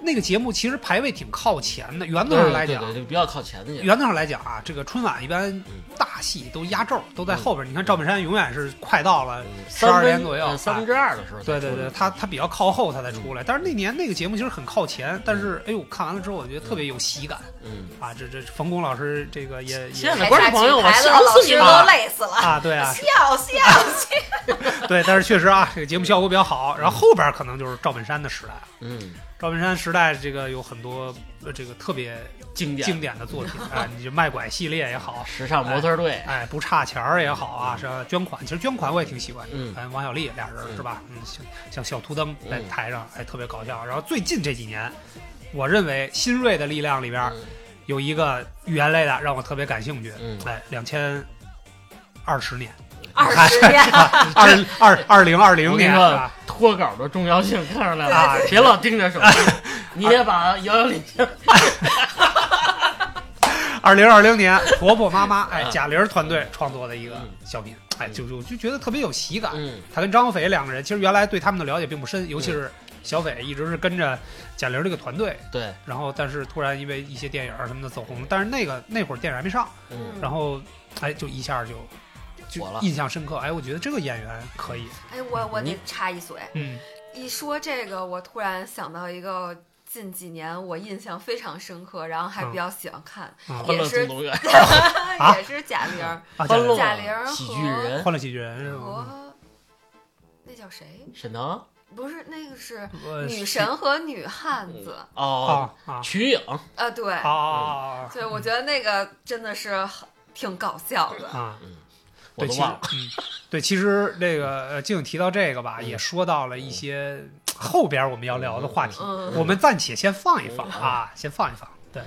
[SPEAKER 2] 那个节目其实排位挺靠前的，原则上来
[SPEAKER 3] 对
[SPEAKER 2] 讲
[SPEAKER 3] 对，对，比较靠前的也。
[SPEAKER 2] 原则上来讲啊，这个春晚一般大戏都压轴，都在后边。你看赵本山永远是快到了
[SPEAKER 3] 嗯
[SPEAKER 2] 十二
[SPEAKER 3] 三分
[SPEAKER 2] 点左右，
[SPEAKER 3] 呃三
[SPEAKER 2] 哎
[SPEAKER 3] 分之二的时候
[SPEAKER 2] 对
[SPEAKER 3] 才出来。
[SPEAKER 2] 对对，他他比较靠后，他才出来。但是那年那个节目其实很靠前，但是哎呦，看完了之后我觉得特别有喜感
[SPEAKER 3] 嗯，
[SPEAKER 2] 啊！这这冯巩老师这个也也
[SPEAKER 3] 现在
[SPEAKER 1] 台
[SPEAKER 3] 观
[SPEAKER 1] 下
[SPEAKER 3] 众朋友
[SPEAKER 1] 举
[SPEAKER 3] 我
[SPEAKER 1] 牌子
[SPEAKER 3] 笑
[SPEAKER 1] 的老
[SPEAKER 3] 死你
[SPEAKER 1] 师
[SPEAKER 2] 了
[SPEAKER 1] 都累死了，
[SPEAKER 2] 啊， 对啊，
[SPEAKER 1] 笑笑笑。
[SPEAKER 2] 对，但是确实啊，这个节目效果比较好。然后后边可能就是赵本山的时代，
[SPEAKER 3] 嗯，
[SPEAKER 2] 赵本山时代这个有很多呃这个特别
[SPEAKER 3] 经典
[SPEAKER 2] 经典的作品啊，你这卖拐系列也好，
[SPEAKER 3] 时尚模特队。
[SPEAKER 2] 哎，不差钱儿也好啊，是吧捐款，其实捐款我也挺喜欢的。
[SPEAKER 3] 嗯
[SPEAKER 2] 哎，王小利俩人儿
[SPEAKER 3] 嗯
[SPEAKER 2] 是吧？嗯，像像小秃灯在
[SPEAKER 3] 嗯
[SPEAKER 2] 台上，哎，特别搞笑。然后最近这几年，我认为新锐的力量里边儿
[SPEAKER 3] 嗯
[SPEAKER 2] 有一个语言类的让我特别感兴趣，
[SPEAKER 3] 嗯
[SPEAKER 2] 哎，两千二十年，
[SPEAKER 1] 二十年，
[SPEAKER 2] 二二二零二零
[SPEAKER 3] 我跟你
[SPEAKER 2] 年
[SPEAKER 3] 说
[SPEAKER 2] 啊
[SPEAKER 3] 脱稿的重要性看出来了，
[SPEAKER 2] 啊
[SPEAKER 3] 别老盯着手机， 你也把幺幺零
[SPEAKER 2] 二零二零年，婆婆妈 妈，哎，
[SPEAKER 3] 嗯
[SPEAKER 2] 贾玲团队创作的一个
[SPEAKER 3] 嗯
[SPEAKER 2] 小品，哎，
[SPEAKER 3] 嗯
[SPEAKER 2] 就就就觉得特别有喜感。
[SPEAKER 3] 嗯
[SPEAKER 2] 他跟张斐两个人，其实原来对他们的了解并不深，尤其是小斐一直是跟着贾玲这个团队，
[SPEAKER 3] 对，
[SPEAKER 2] 然后但是突然因为一些电影儿什么的走红了，但是那个那会儿电影还没上，
[SPEAKER 3] 嗯
[SPEAKER 2] 然后哎就一下就就
[SPEAKER 3] 火了
[SPEAKER 2] 印象深刻。哎，我觉得这个演员可以，
[SPEAKER 1] 哎，我我得
[SPEAKER 3] 你
[SPEAKER 1] 插一嘴，
[SPEAKER 2] 嗯
[SPEAKER 1] 一说这个，我突然想到一个近几年我印象非常深刻，然后还比较喜嗯欢看，
[SPEAKER 2] 啊
[SPEAKER 3] 欢乐 总动员，
[SPEAKER 2] 啊
[SPEAKER 1] 也是贾玲儿
[SPEAKER 2] 啊，
[SPEAKER 3] 欢乐
[SPEAKER 1] 贾
[SPEAKER 2] 贾
[SPEAKER 1] 玲儿和
[SPEAKER 3] 喜剧人
[SPEAKER 2] 玲欢乐喜剧人是吗？
[SPEAKER 1] 和那叫谁？
[SPEAKER 3] 沈腾
[SPEAKER 1] 不是，那个是
[SPEAKER 2] 呃
[SPEAKER 1] 女神和女汉子。
[SPEAKER 3] 哦，
[SPEAKER 2] 啊啊
[SPEAKER 3] 瞿颖
[SPEAKER 1] 呃，对
[SPEAKER 2] 啊，啊
[SPEAKER 1] 对，我觉得那个真的是很挺搞笑的
[SPEAKER 2] 啊。啊！
[SPEAKER 3] 我
[SPEAKER 2] 对，
[SPEAKER 3] 都
[SPEAKER 2] 其实
[SPEAKER 3] 忘了，
[SPEAKER 2] 嗯，对，其实这个呃，静提到这个吧，
[SPEAKER 3] 嗯
[SPEAKER 2] 也说到了一些后边我们要聊的话题，
[SPEAKER 1] 嗯
[SPEAKER 2] 我们暂且先放一放
[SPEAKER 3] 嗯
[SPEAKER 2] 啊，先放一放。对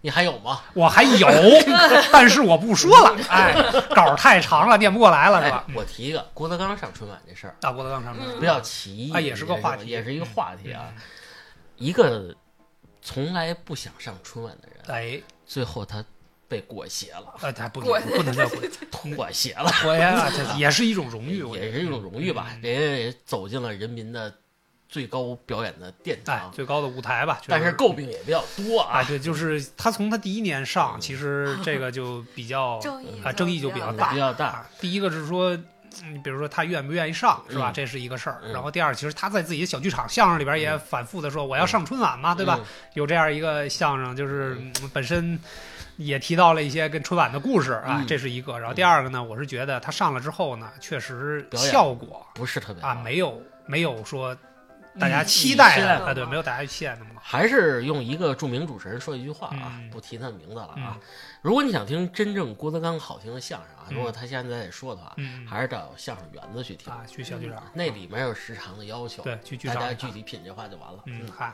[SPEAKER 3] 你还有吗？
[SPEAKER 2] 我还有， 但是我不说了，哎，稿儿太长了，念不过来了是吧
[SPEAKER 3] 哎？，我提一个郭德纲上春晚这事儿，
[SPEAKER 2] 大郭德纲上面，
[SPEAKER 1] 嗯
[SPEAKER 3] 比较奇异
[SPEAKER 2] 啊也是个话题嗯
[SPEAKER 3] 也是一个话题啊。一个从来不想上春晚的人，
[SPEAKER 2] 哎，
[SPEAKER 3] 最后他被裹挟了，
[SPEAKER 2] 呃，他不
[SPEAKER 1] 我
[SPEAKER 2] 不能叫滚，
[SPEAKER 3] 妥协了，
[SPEAKER 2] 我呀，这也是一种荣誉，我觉得嗯
[SPEAKER 3] 也是一种荣誉吧。人家也走进了人民的最高表演的殿
[SPEAKER 2] 哎
[SPEAKER 3] 堂，，
[SPEAKER 2] 最高的舞台吧。确实
[SPEAKER 3] 但是诟病也比较多
[SPEAKER 2] 啊，
[SPEAKER 3] 啊，嗯
[SPEAKER 2] 对，就是他从他第一年上，其实这个就比较
[SPEAKER 1] 争议
[SPEAKER 2] 啊争议就比较大
[SPEAKER 3] 比较大。
[SPEAKER 2] 啊，第一个是说，嗯，比如说他愿不愿意上，是吧？
[SPEAKER 3] 嗯
[SPEAKER 2] 这是一个事儿。
[SPEAKER 3] 嗯
[SPEAKER 2] 然后第二，其实他在自己的小剧场相声里边也
[SPEAKER 3] 嗯
[SPEAKER 2] 反复的说，我要上春晚嘛，对吧？有这样一个相声，就是嗯本身也提到了一些跟春晚的故事啊，
[SPEAKER 3] 嗯
[SPEAKER 2] 这是一个。然后第二个呢，我是觉得他上了之后呢，确实
[SPEAKER 3] 表演
[SPEAKER 2] 效果
[SPEAKER 3] 不是特别
[SPEAKER 2] 啊
[SPEAKER 3] 好
[SPEAKER 2] 没有没有说大
[SPEAKER 3] 嗯
[SPEAKER 2] 家期
[SPEAKER 3] 嗯
[SPEAKER 2] 待
[SPEAKER 3] 期
[SPEAKER 2] 的
[SPEAKER 3] 待
[SPEAKER 2] 啊，对，没有大家期待那么高。
[SPEAKER 3] 还是用一个著名主持人说一句话啊，
[SPEAKER 2] 嗯
[SPEAKER 3] 不提他名字了啊。如果你想听真正郭德纲好听的相声啊，
[SPEAKER 2] 嗯
[SPEAKER 3] 如果他现在说的话，
[SPEAKER 2] 嗯
[SPEAKER 3] 还是找相声园子去听，
[SPEAKER 2] 啊，去小剧场，
[SPEAKER 3] 那里面有时长的要求，
[SPEAKER 2] 对，去剧
[SPEAKER 3] 大
[SPEAKER 2] 场
[SPEAKER 3] 家
[SPEAKER 2] 看，
[SPEAKER 3] 具体品这话就完了。
[SPEAKER 2] 嗯，嗨。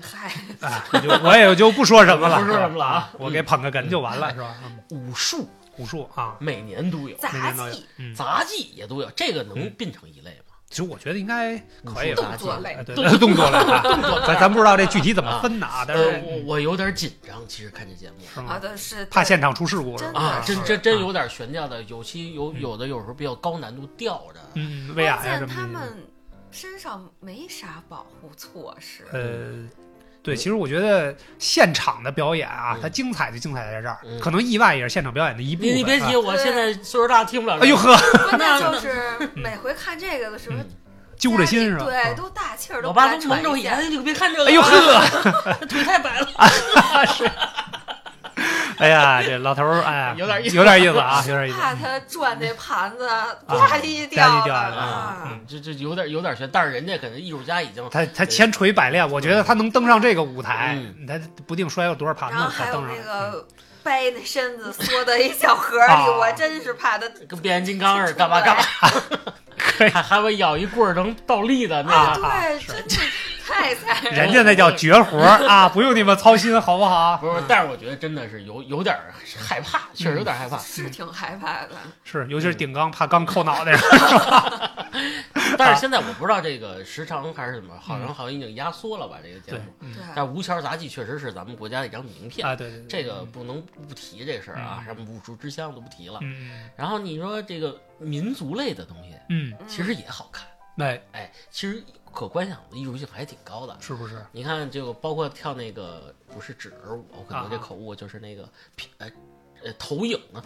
[SPEAKER 1] 嗨，
[SPEAKER 2] 啊，我就我也就不说什么了，
[SPEAKER 3] 不说什么了啊
[SPEAKER 2] 是吧我给捧个哏就完了，是吧？嗯
[SPEAKER 3] 武术
[SPEAKER 2] 武术啊，
[SPEAKER 3] 每年都有，
[SPEAKER 1] 杂
[SPEAKER 2] 年都有
[SPEAKER 1] 技
[SPEAKER 2] 嗯，
[SPEAKER 3] 杂技也都有，这个能并成一类吗？
[SPEAKER 2] 其实我觉得应该可以
[SPEAKER 3] 武
[SPEAKER 2] 吧，
[SPEAKER 3] 术杂
[SPEAKER 1] 动
[SPEAKER 3] 技
[SPEAKER 1] 作类
[SPEAKER 2] 哎对，对动作类啊，咱咱不知道这具体怎么分的啊，但
[SPEAKER 3] 呃，
[SPEAKER 2] 是
[SPEAKER 3] 我我有点紧张，其实看这节目
[SPEAKER 2] 是
[SPEAKER 1] 啊，
[SPEAKER 2] 吗？
[SPEAKER 1] 都是
[SPEAKER 2] 嗯怕现场出事故是吧？
[SPEAKER 3] 啊，真真真有点悬吊的，有期有
[SPEAKER 2] 嗯
[SPEAKER 3] 有的有时候比较高难度吊着，
[SPEAKER 2] 嗯，威亚
[SPEAKER 1] 关
[SPEAKER 2] 呀什
[SPEAKER 1] 键
[SPEAKER 2] 么
[SPEAKER 1] 他
[SPEAKER 2] 的，
[SPEAKER 1] 们身上没啥保护措施。
[SPEAKER 2] 呃。对，其实我觉得现场的表演啊，
[SPEAKER 3] 嗯
[SPEAKER 2] 它精彩就精彩在这儿，
[SPEAKER 3] 嗯
[SPEAKER 2] 可能意外也是现场表演的一部分。
[SPEAKER 3] 你你别提，
[SPEAKER 2] 啊，
[SPEAKER 3] 我现在岁数大听不了这个。
[SPEAKER 2] 哎呦呵，
[SPEAKER 1] 关键 就是每回看这个的时候，
[SPEAKER 2] 嗯揪着心是吧？
[SPEAKER 1] 对，
[SPEAKER 2] 嗯
[SPEAKER 1] 都大气儿，
[SPEAKER 3] 我
[SPEAKER 1] 不
[SPEAKER 3] 爸
[SPEAKER 1] 敢
[SPEAKER 3] 都蒙
[SPEAKER 1] 喘
[SPEAKER 3] 着我
[SPEAKER 1] 一下。
[SPEAKER 3] 眼，你就别看这个。
[SPEAKER 2] 哎呦，呵， 啊
[SPEAKER 3] 腿太白了。
[SPEAKER 2] 哎呀，这老头儿，哎，
[SPEAKER 3] 有点意思
[SPEAKER 2] 有点意思啊，有点啊意思。
[SPEAKER 1] 怕他转那盘子，啪叽掉
[SPEAKER 2] 啪叽掉
[SPEAKER 1] 了
[SPEAKER 2] 了
[SPEAKER 1] 啊
[SPEAKER 2] 嗯！
[SPEAKER 3] 这这有点有点悬，但是人家可能艺术家已经
[SPEAKER 2] 他他千锤百炼，我觉得他能登上这个舞台，
[SPEAKER 3] 嗯
[SPEAKER 2] 他不定摔了多少盘
[SPEAKER 1] 然后
[SPEAKER 2] 子
[SPEAKER 1] 还
[SPEAKER 2] 才
[SPEAKER 1] 有
[SPEAKER 2] 登上嗯
[SPEAKER 1] 那
[SPEAKER 2] 来。
[SPEAKER 1] 个掰那身子缩到一小盒里，
[SPEAKER 2] 啊
[SPEAKER 1] 我真是 怕他
[SPEAKER 3] 跟变形金刚似的，干嘛干嘛，
[SPEAKER 2] 可以
[SPEAKER 3] 还还会咬一棍儿能倒立的
[SPEAKER 2] 啊
[SPEAKER 3] 那个。
[SPEAKER 2] 啊
[SPEAKER 1] 对，
[SPEAKER 2] 是
[SPEAKER 1] 真是 太残忍了。
[SPEAKER 2] 人家那叫绝活儿啊，不用你们操心，好不好？
[SPEAKER 3] 不是，但是我觉得真的是有有点儿害怕，确实有点害怕。
[SPEAKER 1] 是挺害怕的，
[SPEAKER 2] 是，尤其是顶缸，怕缸扣脑袋。嗯啊
[SPEAKER 3] 但是现在我不知道这个时长还是怎么，好像好像已经压缩了吧这个节
[SPEAKER 2] 对
[SPEAKER 3] 目。
[SPEAKER 2] 嗯
[SPEAKER 1] 对，
[SPEAKER 3] 但无桥杂技确实是咱们国家的一张名片，
[SPEAKER 2] 啊，对对对，
[SPEAKER 3] 这个不能不提这事儿啊
[SPEAKER 2] 嗯，
[SPEAKER 3] 什么武术之乡都不提了。
[SPEAKER 2] 嗯
[SPEAKER 3] 然后你说这个民族类的东西，
[SPEAKER 2] 嗯，
[SPEAKER 1] 嗯
[SPEAKER 3] 其实也好看，
[SPEAKER 2] 那
[SPEAKER 3] 哎，其实可观想的艺术性还挺高的。
[SPEAKER 2] 是不是
[SPEAKER 3] 你看，就包括跳那个不是纸人舞，我可
[SPEAKER 2] 啊
[SPEAKER 3] 能这口误就是那个皮呃呃投影啊，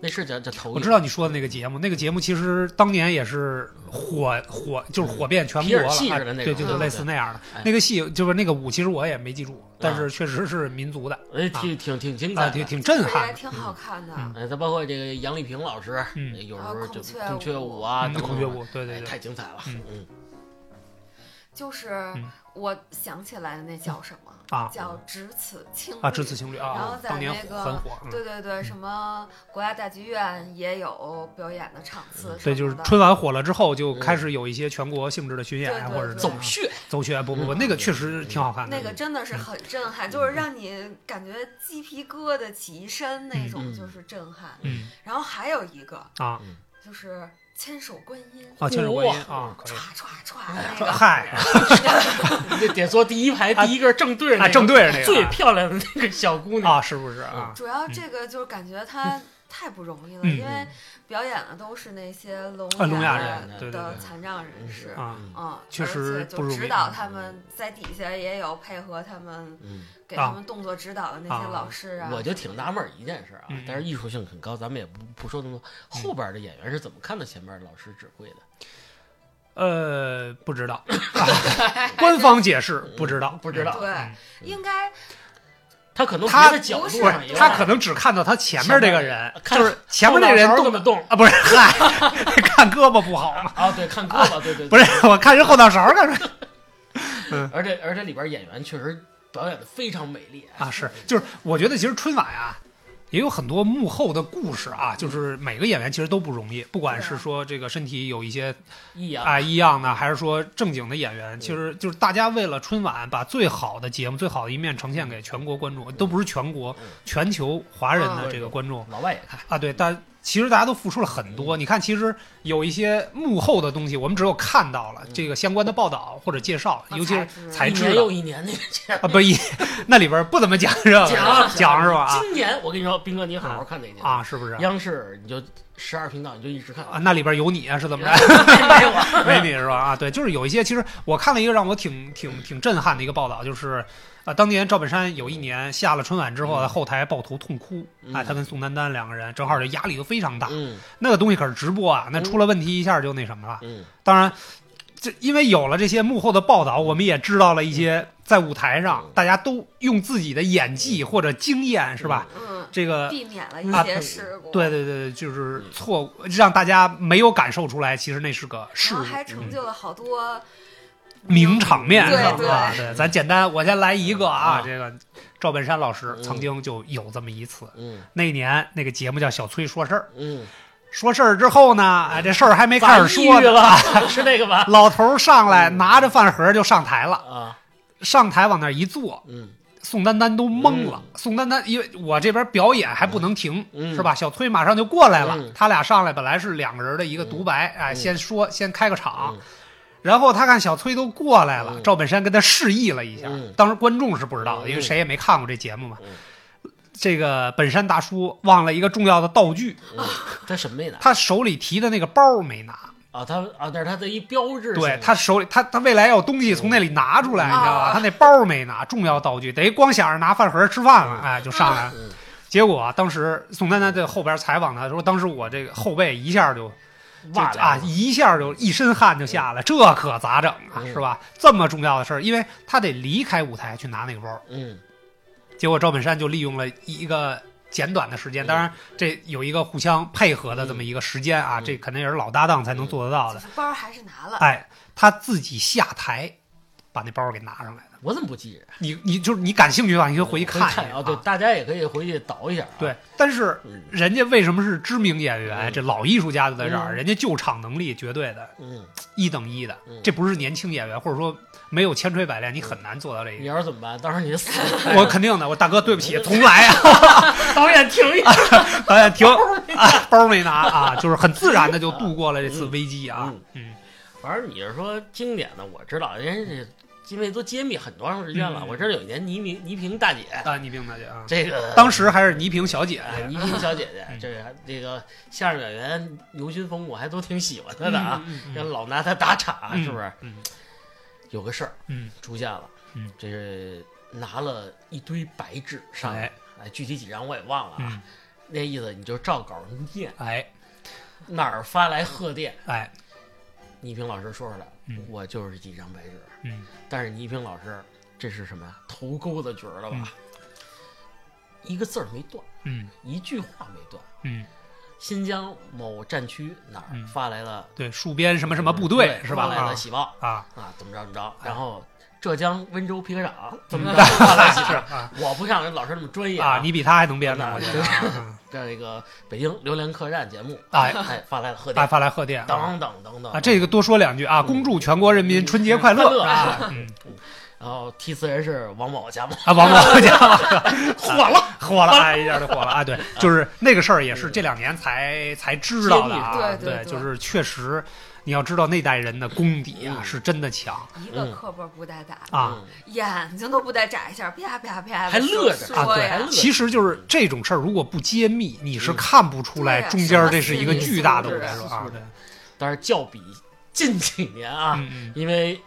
[SPEAKER 3] 那是叫叫投影。
[SPEAKER 2] 我知道你说的那个节目，那个节目其实当年也是火火，就是火遍全
[SPEAKER 3] 皮
[SPEAKER 2] 国
[SPEAKER 3] 尔
[SPEAKER 2] 了，
[SPEAKER 3] 戏
[SPEAKER 2] 哎
[SPEAKER 3] 似的那
[SPEAKER 2] 对
[SPEAKER 3] 种
[SPEAKER 2] 对对，
[SPEAKER 3] 嗯
[SPEAKER 2] 类似那样的
[SPEAKER 3] 哎
[SPEAKER 2] 那个戏，就是那个舞，其实我也没记住，但
[SPEAKER 3] 啊
[SPEAKER 2] 是确实是民族的，
[SPEAKER 3] 哎，挺挺挺精彩
[SPEAKER 2] 啊，
[SPEAKER 3] 的，
[SPEAKER 2] 挺挺震
[SPEAKER 1] 这
[SPEAKER 2] 撼
[SPEAKER 1] 还
[SPEAKER 2] 的。
[SPEAKER 1] 挺好看的。
[SPEAKER 2] 嗯
[SPEAKER 3] 哎，再包括这个杨丽萍老师，哎
[SPEAKER 2] 嗯
[SPEAKER 3] 有时
[SPEAKER 1] 啊
[SPEAKER 3] 候
[SPEAKER 1] 孔
[SPEAKER 3] 就
[SPEAKER 1] 雀
[SPEAKER 3] 雀
[SPEAKER 1] 舞
[SPEAKER 3] 舞啊，
[SPEAKER 2] 嗯
[SPEAKER 3] 等等
[SPEAKER 2] 孔雀舞对嗯
[SPEAKER 3] 哎
[SPEAKER 2] 对对
[SPEAKER 3] 太精彩了，
[SPEAKER 2] 嗯
[SPEAKER 3] 嗯
[SPEAKER 1] 就是我想起来的那叫什么？
[SPEAKER 2] 啊
[SPEAKER 1] 叫《只此青旅》
[SPEAKER 2] 啊，只此情侣
[SPEAKER 1] 然后
[SPEAKER 2] 啊，
[SPEAKER 1] 在
[SPEAKER 2] 当年
[SPEAKER 1] 那个
[SPEAKER 2] 很火，嗯
[SPEAKER 1] 对对对，什么国家大剧院也有表演的场次什么的，
[SPEAKER 2] 嗯对，就是春晚火了之后，就开
[SPEAKER 3] 嗯
[SPEAKER 2] 始有一些全国性质的巡演啊
[SPEAKER 1] 对对
[SPEAKER 2] 或者
[SPEAKER 1] 对
[SPEAKER 3] 走穴，
[SPEAKER 2] 走穴，不不不，
[SPEAKER 3] 嗯
[SPEAKER 2] 那个确实挺好看的。嗯
[SPEAKER 1] 那个真的是很震撼，就是让你感觉鸡皮疙瘩起一身那种，
[SPEAKER 3] 嗯
[SPEAKER 1] 就是震撼。
[SPEAKER 2] 嗯
[SPEAKER 1] 然后还有一个
[SPEAKER 2] 啊
[SPEAKER 1] 就是牵手观音，
[SPEAKER 2] 啊，哎千手观音啊，可以
[SPEAKER 1] 歘。歘歘那
[SPEAKER 3] 啊
[SPEAKER 1] 个，
[SPEAKER 2] 嗨
[SPEAKER 3] 你得得坐第一排
[SPEAKER 2] 啊
[SPEAKER 3] 第一个正对着那
[SPEAKER 2] 啊，
[SPEAKER 3] 个
[SPEAKER 2] 正对着那个
[SPEAKER 3] 最漂亮的那个小姑娘，
[SPEAKER 2] 啊，是不是啊？
[SPEAKER 1] 主要这个就是感觉他太不容易了，
[SPEAKER 2] 嗯
[SPEAKER 1] 因为表演的都是那些聋
[SPEAKER 2] 啊聋
[SPEAKER 1] 哑
[SPEAKER 2] 哑
[SPEAKER 3] 人
[SPEAKER 1] 的
[SPEAKER 2] 对
[SPEAKER 3] 对
[SPEAKER 1] 的
[SPEAKER 2] 对
[SPEAKER 1] 残障人士。
[SPEAKER 2] 啊
[SPEAKER 3] 嗯
[SPEAKER 1] 嗯，
[SPEAKER 2] 确实
[SPEAKER 1] 而且就
[SPEAKER 2] 不容易嗯
[SPEAKER 1] 指导他们在底下也有配合他们
[SPEAKER 3] 嗯，
[SPEAKER 1] 给
[SPEAKER 2] 啊
[SPEAKER 1] 他们动作指导的那些
[SPEAKER 2] 啊
[SPEAKER 1] 老师啊。
[SPEAKER 3] 我就挺纳闷儿一件事啊
[SPEAKER 2] 嗯，
[SPEAKER 3] 但是艺术性很高，咱们也不不说那么多。后边的演员是怎么看到前面老师指挥的？
[SPEAKER 2] 呃，不知道， 啊官方解释
[SPEAKER 3] 嗯
[SPEAKER 2] 不知道，
[SPEAKER 3] 不知道
[SPEAKER 1] 对
[SPEAKER 2] 嗯
[SPEAKER 1] 应该
[SPEAKER 3] 他可能
[SPEAKER 2] 他
[SPEAKER 3] 别的角
[SPEAKER 1] 不
[SPEAKER 3] 度
[SPEAKER 1] 是
[SPEAKER 3] 上也有
[SPEAKER 2] 他可能只看到他前面这个人，
[SPEAKER 3] 嗯看
[SPEAKER 2] 就是前面那人
[SPEAKER 3] 后脑勺
[SPEAKER 2] 动
[SPEAKER 3] 怎么动
[SPEAKER 2] 啊，不是，嗨， 看胳膊不好吗？
[SPEAKER 3] 啊，对，看胳膊，对对，对
[SPEAKER 2] 不是，我看人后脑勺干什么
[SPEAKER 3] 而且而且里边演员确实表演的非常美丽
[SPEAKER 2] 啊？是，就是我觉得其实春晚啊。也有很多幕后的故事啊，就是每个演员其实都不容易，不管是说这个身体有一些
[SPEAKER 3] 异样，
[SPEAKER 2] 啊异样的，还是说正经的演员，其实就是大家为了春晚把最好的节目、最好的一面呈现给全国观众，都不是全国
[SPEAKER 3] 嗯，
[SPEAKER 2] 全球华人的
[SPEAKER 3] 嗯
[SPEAKER 2] 这个观众
[SPEAKER 3] 老外也看，
[SPEAKER 2] 啊，对，但其实大家都付出了很多。你看，其实有一些幕后的东西，我们只有看到了
[SPEAKER 3] 嗯
[SPEAKER 2] 这个相关的报道或者介绍，
[SPEAKER 1] 啊
[SPEAKER 2] 尤其是才
[SPEAKER 1] 才
[SPEAKER 3] 一
[SPEAKER 2] 知
[SPEAKER 3] 年
[SPEAKER 2] 道
[SPEAKER 3] 又一年那个节目
[SPEAKER 2] 啊，不一 那里边不怎么讲这个
[SPEAKER 3] 讲
[SPEAKER 2] 讲是吧？啊
[SPEAKER 3] 今年我跟你说，斌哥你好好看那节目，
[SPEAKER 2] 啊，是不是？
[SPEAKER 3] 央视你就十二频道你就一直看，
[SPEAKER 2] 啊，那里边有你啊，是 怎么着？
[SPEAKER 3] 没有 啊，
[SPEAKER 2] 没你是吧？啊，对，就是有一些，其实我看了一个让我挺挺挺震撼的一个报道，就是，呃，当年赵本山有一年下了春晚之后，
[SPEAKER 3] 嗯
[SPEAKER 2] 在后台抱头痛哭，
[SPEAKER 3] 嗯
[SPEAKER 2] 哎，他跟宋丹丹两个人正好就压力都非常大，
[SPEAKER 3] 嗯
[SPEAKER 2] 那个东西可是直播啊，那
[SPEAKER 3] 嗯
[SPEAKER 2] 出了问题一下就那什么了。
[SPEAKER 3] 嗯
[SPEAKER 2] 当然，这因为有了这些幕后的报道，我们也知道了一些在舞台上
[SPEAKER 3] 嗯
[SPEAKER 2] 大家都用自己的演技或者经验，是吧？
[SPEAKER 1] 嗯，
[SPEAKER 2] 这个
[SPEAKER 1] 避免了一
[SPEAKER 2] 啊
[SPEAKER 1] 些事故。
[SPEAKER 2] 对对对，就是错误，让大家没有感受出来，其实那是个事
[SPEAKER 1] 然
[SPEAKER 2] 故嗯
[SPEAKER 1] 后。还成就了好多
[SPEAKER 2] 名场面
[SPEAKER 1] 对
[SPEAKER 2] 是
[SPEAKER 1] 对
[SPEAKER 2] 吧？啊对，咱简单，我先来一个啊，
[SPEAKER 3] 啊
[SPEAKER 2] 这个赵本山老师
[SPEAKER 3] 嗯
[SPEAKER 2] 曾经就有这么一次，
[SPEAKER 3] 嗯
[SPEAKER 2] 那年那个节目叫《小崔说事儿》，
[SPEAKER 3] 嗯，
[SPEAKER 2] 说事儿之后呢，哎，这事儿还没开始说
[SPEAKER 3] 咋抑郁
[SPEAKER 2] 呢，
[SPEAKER 3] 了， 是那个 吧？
[SPEAKER 2] 老头儿上来
[SPEAKER 3] 嗯
[SPEAKER 2] 拿着饭盒就上台了，
[SPEAKER 3] 啊，
[SPEAKER 2] 上台往那儿一坐，
[SPEAKER 3] 嗯
[SPEAKER 2] 宋丹丹都懵了。宋丹丹因为我这边表演还不能停，
[SPEAKER 3] 嗯
[SPEAKER 2] 是吧？小崔马上就过来了，
[SPEAKER 3] 嗯
[SPEAKER 2] 他俩上来本来是两个人的一个独白，哎，
[SPEAKER 3] 嗯
[SPEAKER 2] 先说先开个场。
[SPEAKER 3] 嗯
[SPEAKER 2] 然后他看小崔都过来了，
[SPEAKER 3] 嗯
[SPEAKER 2] 赵本山跟他示意了一下。
[SPEAKER 3] 嗯
[SPEAKER 2] 当时观众是不知道的，
[SPEAKER 3] 嗯
[SPEAKER 2] 因为谁也没看过这节目嘛。
[SPEAKER 3] 嗯
[SPEAKER 2] 这个本山大叔忘了一个重要的道具，
[SPEAKER 3] 嗯，他什么没拿
[SPEAKER 2] 他手里提的那个包没拿。
[SPEAKER 3] 啊？他啊，那是他嗯的一标志性的，
[SPEAKER 2] 对他手里，他他未来要有东西从那里拿出来，你知道吧？
[SPEAKER 1] 啊
[SPEAKER 2] 他那包没拿，重要道具，等于光想着拿饭盒吃饭了，哎，就上来了
[SPEAKER 3] 嗯。
[SPEAKER 2] 结果啊当时宋丹丹在后边采访他说，当时我这个后背一下就就
[SPEAKER 3] 哇
[SPEAKER 2] 啊，一下就一身汗就下来，这可咋整啊，
[SPEAKER 3] 嗯
[SPEAKER 2] 是吧？这么重要的事儿，因为他得离开舞台去拿那个包，
[SPEAKER 3] 嗯
[SPEAKER 2] 结果赵本山就利用了一个简短的时间，
[SPEAKER 3] 嗯
[SPEAKER 2] 当然这有一个互相配合的这么一个时间啊，
[SPEAKER 3] 嗯
[SPEAKER 2] 这肯定也是老搭档才能做得到
[SPEAKER 1] 就
[SPEAKER 2] 的。
[SPEAKER 1] 是包还是拿了，
[SPEAKER 2] 哎，他自己下台把那包给拿上来了。
[SPEAKER 3] 我怎么不记着？
[SPEAKER 2] 你你就是你感兴趣的话，你可以回去看一
[SPEAKER 3] 看
[SPEAKER 2] 眼
[SPEAKER 3] 啊，对，大家也可以回去倒一下啊。
[SPEAKER 2] 对，但是
[SPEAKER 3] 嗯
[SPEAKER 2] 人家为什么是知名演员？
[SPEAKER 3] 嗯
[SPEAKER 2] 这老艺术家就在这儿，
[SPEAKER 3] 嗯
[SPEAKER 2] 人家救场能力绝对的
[SPEAKER 3] 嗯，
[SPEAKER 2] 一等一的
[SPEAKER 3] 嗯，
[SPEAKER 2] 这不是年轻演员，或者说没有千锤百炼，你很难做到这一
[SPEAKER 3] 你
[SPEAKER 2] 点。
[SPEAKER 3] 要是怎么办？到时候你就死了。
[SPEAKER 2] 我肯定的，我大哥对不起，重来啊！
[SPEAKER 3] 嗯 导演停一下。
[SPEAKER 2] 导演 停啊，包没拿啊，就是很自然的就度过了这次危机啊。嗯，
[SPEAKER 3] 反正你是说经典的，我知道，人家这因为都揭秘很多长时间了。
[SPEAKER 2] 嗯
[SPEAKER 3] 我知道有一年倪萍倪萍大姐，
[SPEAKER 2] 啊，倪萍大姐啊，
[SPEAKER 3] 这个
[SPEAKER 2] 当时还是倪萍小姐，啊
[SPEAKER 3] 哎倪萍小姐姐，
[SPEAKER 2] 嗯
[SPEAKER 3] 这个这个相声演员牛群峰，我还都挺喜欢她的啊，
[SPEAKER 2] 嗯，嗯
[SPEAKER 3] 这老拿她打岔，啊
[SPEAKER 2] 嗯
[SPEAKER 3] 是不是？？
[SPEAKER 2] 嗯
[SPEAKER 3] 有个事儿
[SPEAKER 2] 嗯
[SPEAKER 3] 出现了，
[SPEAKER 2] 嗯
[SPEAKER 3] 这是拿了一堆白纸上来
[SPEAKER 2] 哎，
[SPEAKER 3] 哎，具体几张我也忘了啊。
[SPEAKER 2] 嗯，
[SPEAKER 3] 那意思你就照稿念，
[SPEAKER 2] 哎
[SPEAKER 3] 哪儿发来贺电，
[SPEAKER 2] 哎，
[SPEAKER 3] 倪萍老师说出来了，
[SPEAKER 2] 嗯
[SPEAKER 3] 我就是几张白纸。
[SPEAKER 2] 嗯
[SPEAKER 3] 但是倪萍老师，这是什么呀？头钩子角儿了吧？
[SPEAKER 2] 嗯
[SPEAKER 3] 一个字儿没断，
[SPEAKER 2] 嗯
[SPEAKER 3] 一句话没断。
[SPEAKER 2] 嗯，
[SPEAKER 3] 新疆某战区哪
[SPEAKER 2] 嗯
[SPEAKER 3] 儿发来了
[SPEAKER 2] 对，戍边什么什么部队
[SPEAKER 3] 对
[SPEAKER 2] 是吧？
[SPEAKER 3] 发来
[SPEAKER 2] 啊
[SPEAKER 3] 了喜报
[SPEAKER 2] 啊，
[SPEAKER 3] 啊，怎么着怎么着，然后浙江温州皮革厂，怎么
[SPEAKER 2] 嗯
[SPEAKER 3] 着画来喜事？
[SPEAKER 2] 啊
[SPEAKER 3] 我不像人老师那么专业
[SPEAKER 2] 啊，你比他还能编呢，
[SPEAKER 3] 那
[SPEAKER 2] 我觉
[SPEAKER 3] 对
[SPEAKER 2] 得。
[SPEAKER 3] 这个北京榴莲客栈节目，
[SPEAKER 2] 哎
[SPEAKER 3] 哎，发来了贺
[SPEAKER 2] 大
[SPEAKER 3] 电，
[SPEAKER 2] 发来贺电啊，
[SPEAKER 3] 等等等等
[SPEAKER 2] 啊这个多说两句啊，恭祝全国人民春节快乐
[SPEAKER 3] 嗯快乐
[SPEAKER 2] 啊！嗯
[SPEAKER 3] 然后题词人是王某家
[SPEAKER 2] 啊，王宝强
[SPEAKER 3] 火了，
[SPEAKER 2] 火了，哎，一下就火了啊！对，就是那个事儿也是这两年才才知道的啊，
[SPEAKER 1] 对对对
[SPEAKER 2] 就是确实。你要知道那代人的功底啊，
[SPEAKER 3] 嗯
[SPEAKER 2] 是真的强
[SPEAKER 1] 一个课本不带打，
[SPEAKER 2] 啊！
[SPEAKER 3] 嗯，
[SPEAKER 1] 眼睛都不带眨一下，啪啪啪，
[SPEAKER 3] 还乐着
[SPEAKER 1] 说
[SPEAKER 2] 啊，
[SPEAKER 1] 说
[SPEAKER 2] 对，
[SPEAKER 1] 呀
[SPEAKER 3] 乐
[SPEAKER 2] 其实就是这种事儿，如果不揭秘，你
[SPEAKER 3] 嗯
[SPEAKER 2] 是看不出来
[SPEAKER 1] 对
[SPEAKER 3] 啊
[SPEAKER 1] 呀
[SPEAKER 2] 中间儿这是一个巨大的
[SPEAKER 1] 什么
[SPEAKER 2] 舞台
[SPEAKER 1] 心
[SPEAKER 3] 理素质
[SPEAKER 2] 啊
[SPEAKER 3] 是，嗯
[SPEAKER 2] 对
[SPEAKER 3] 但是较比近几年啊，
[SPEAKER 2] 嗯
[SPEAKER 3] 因为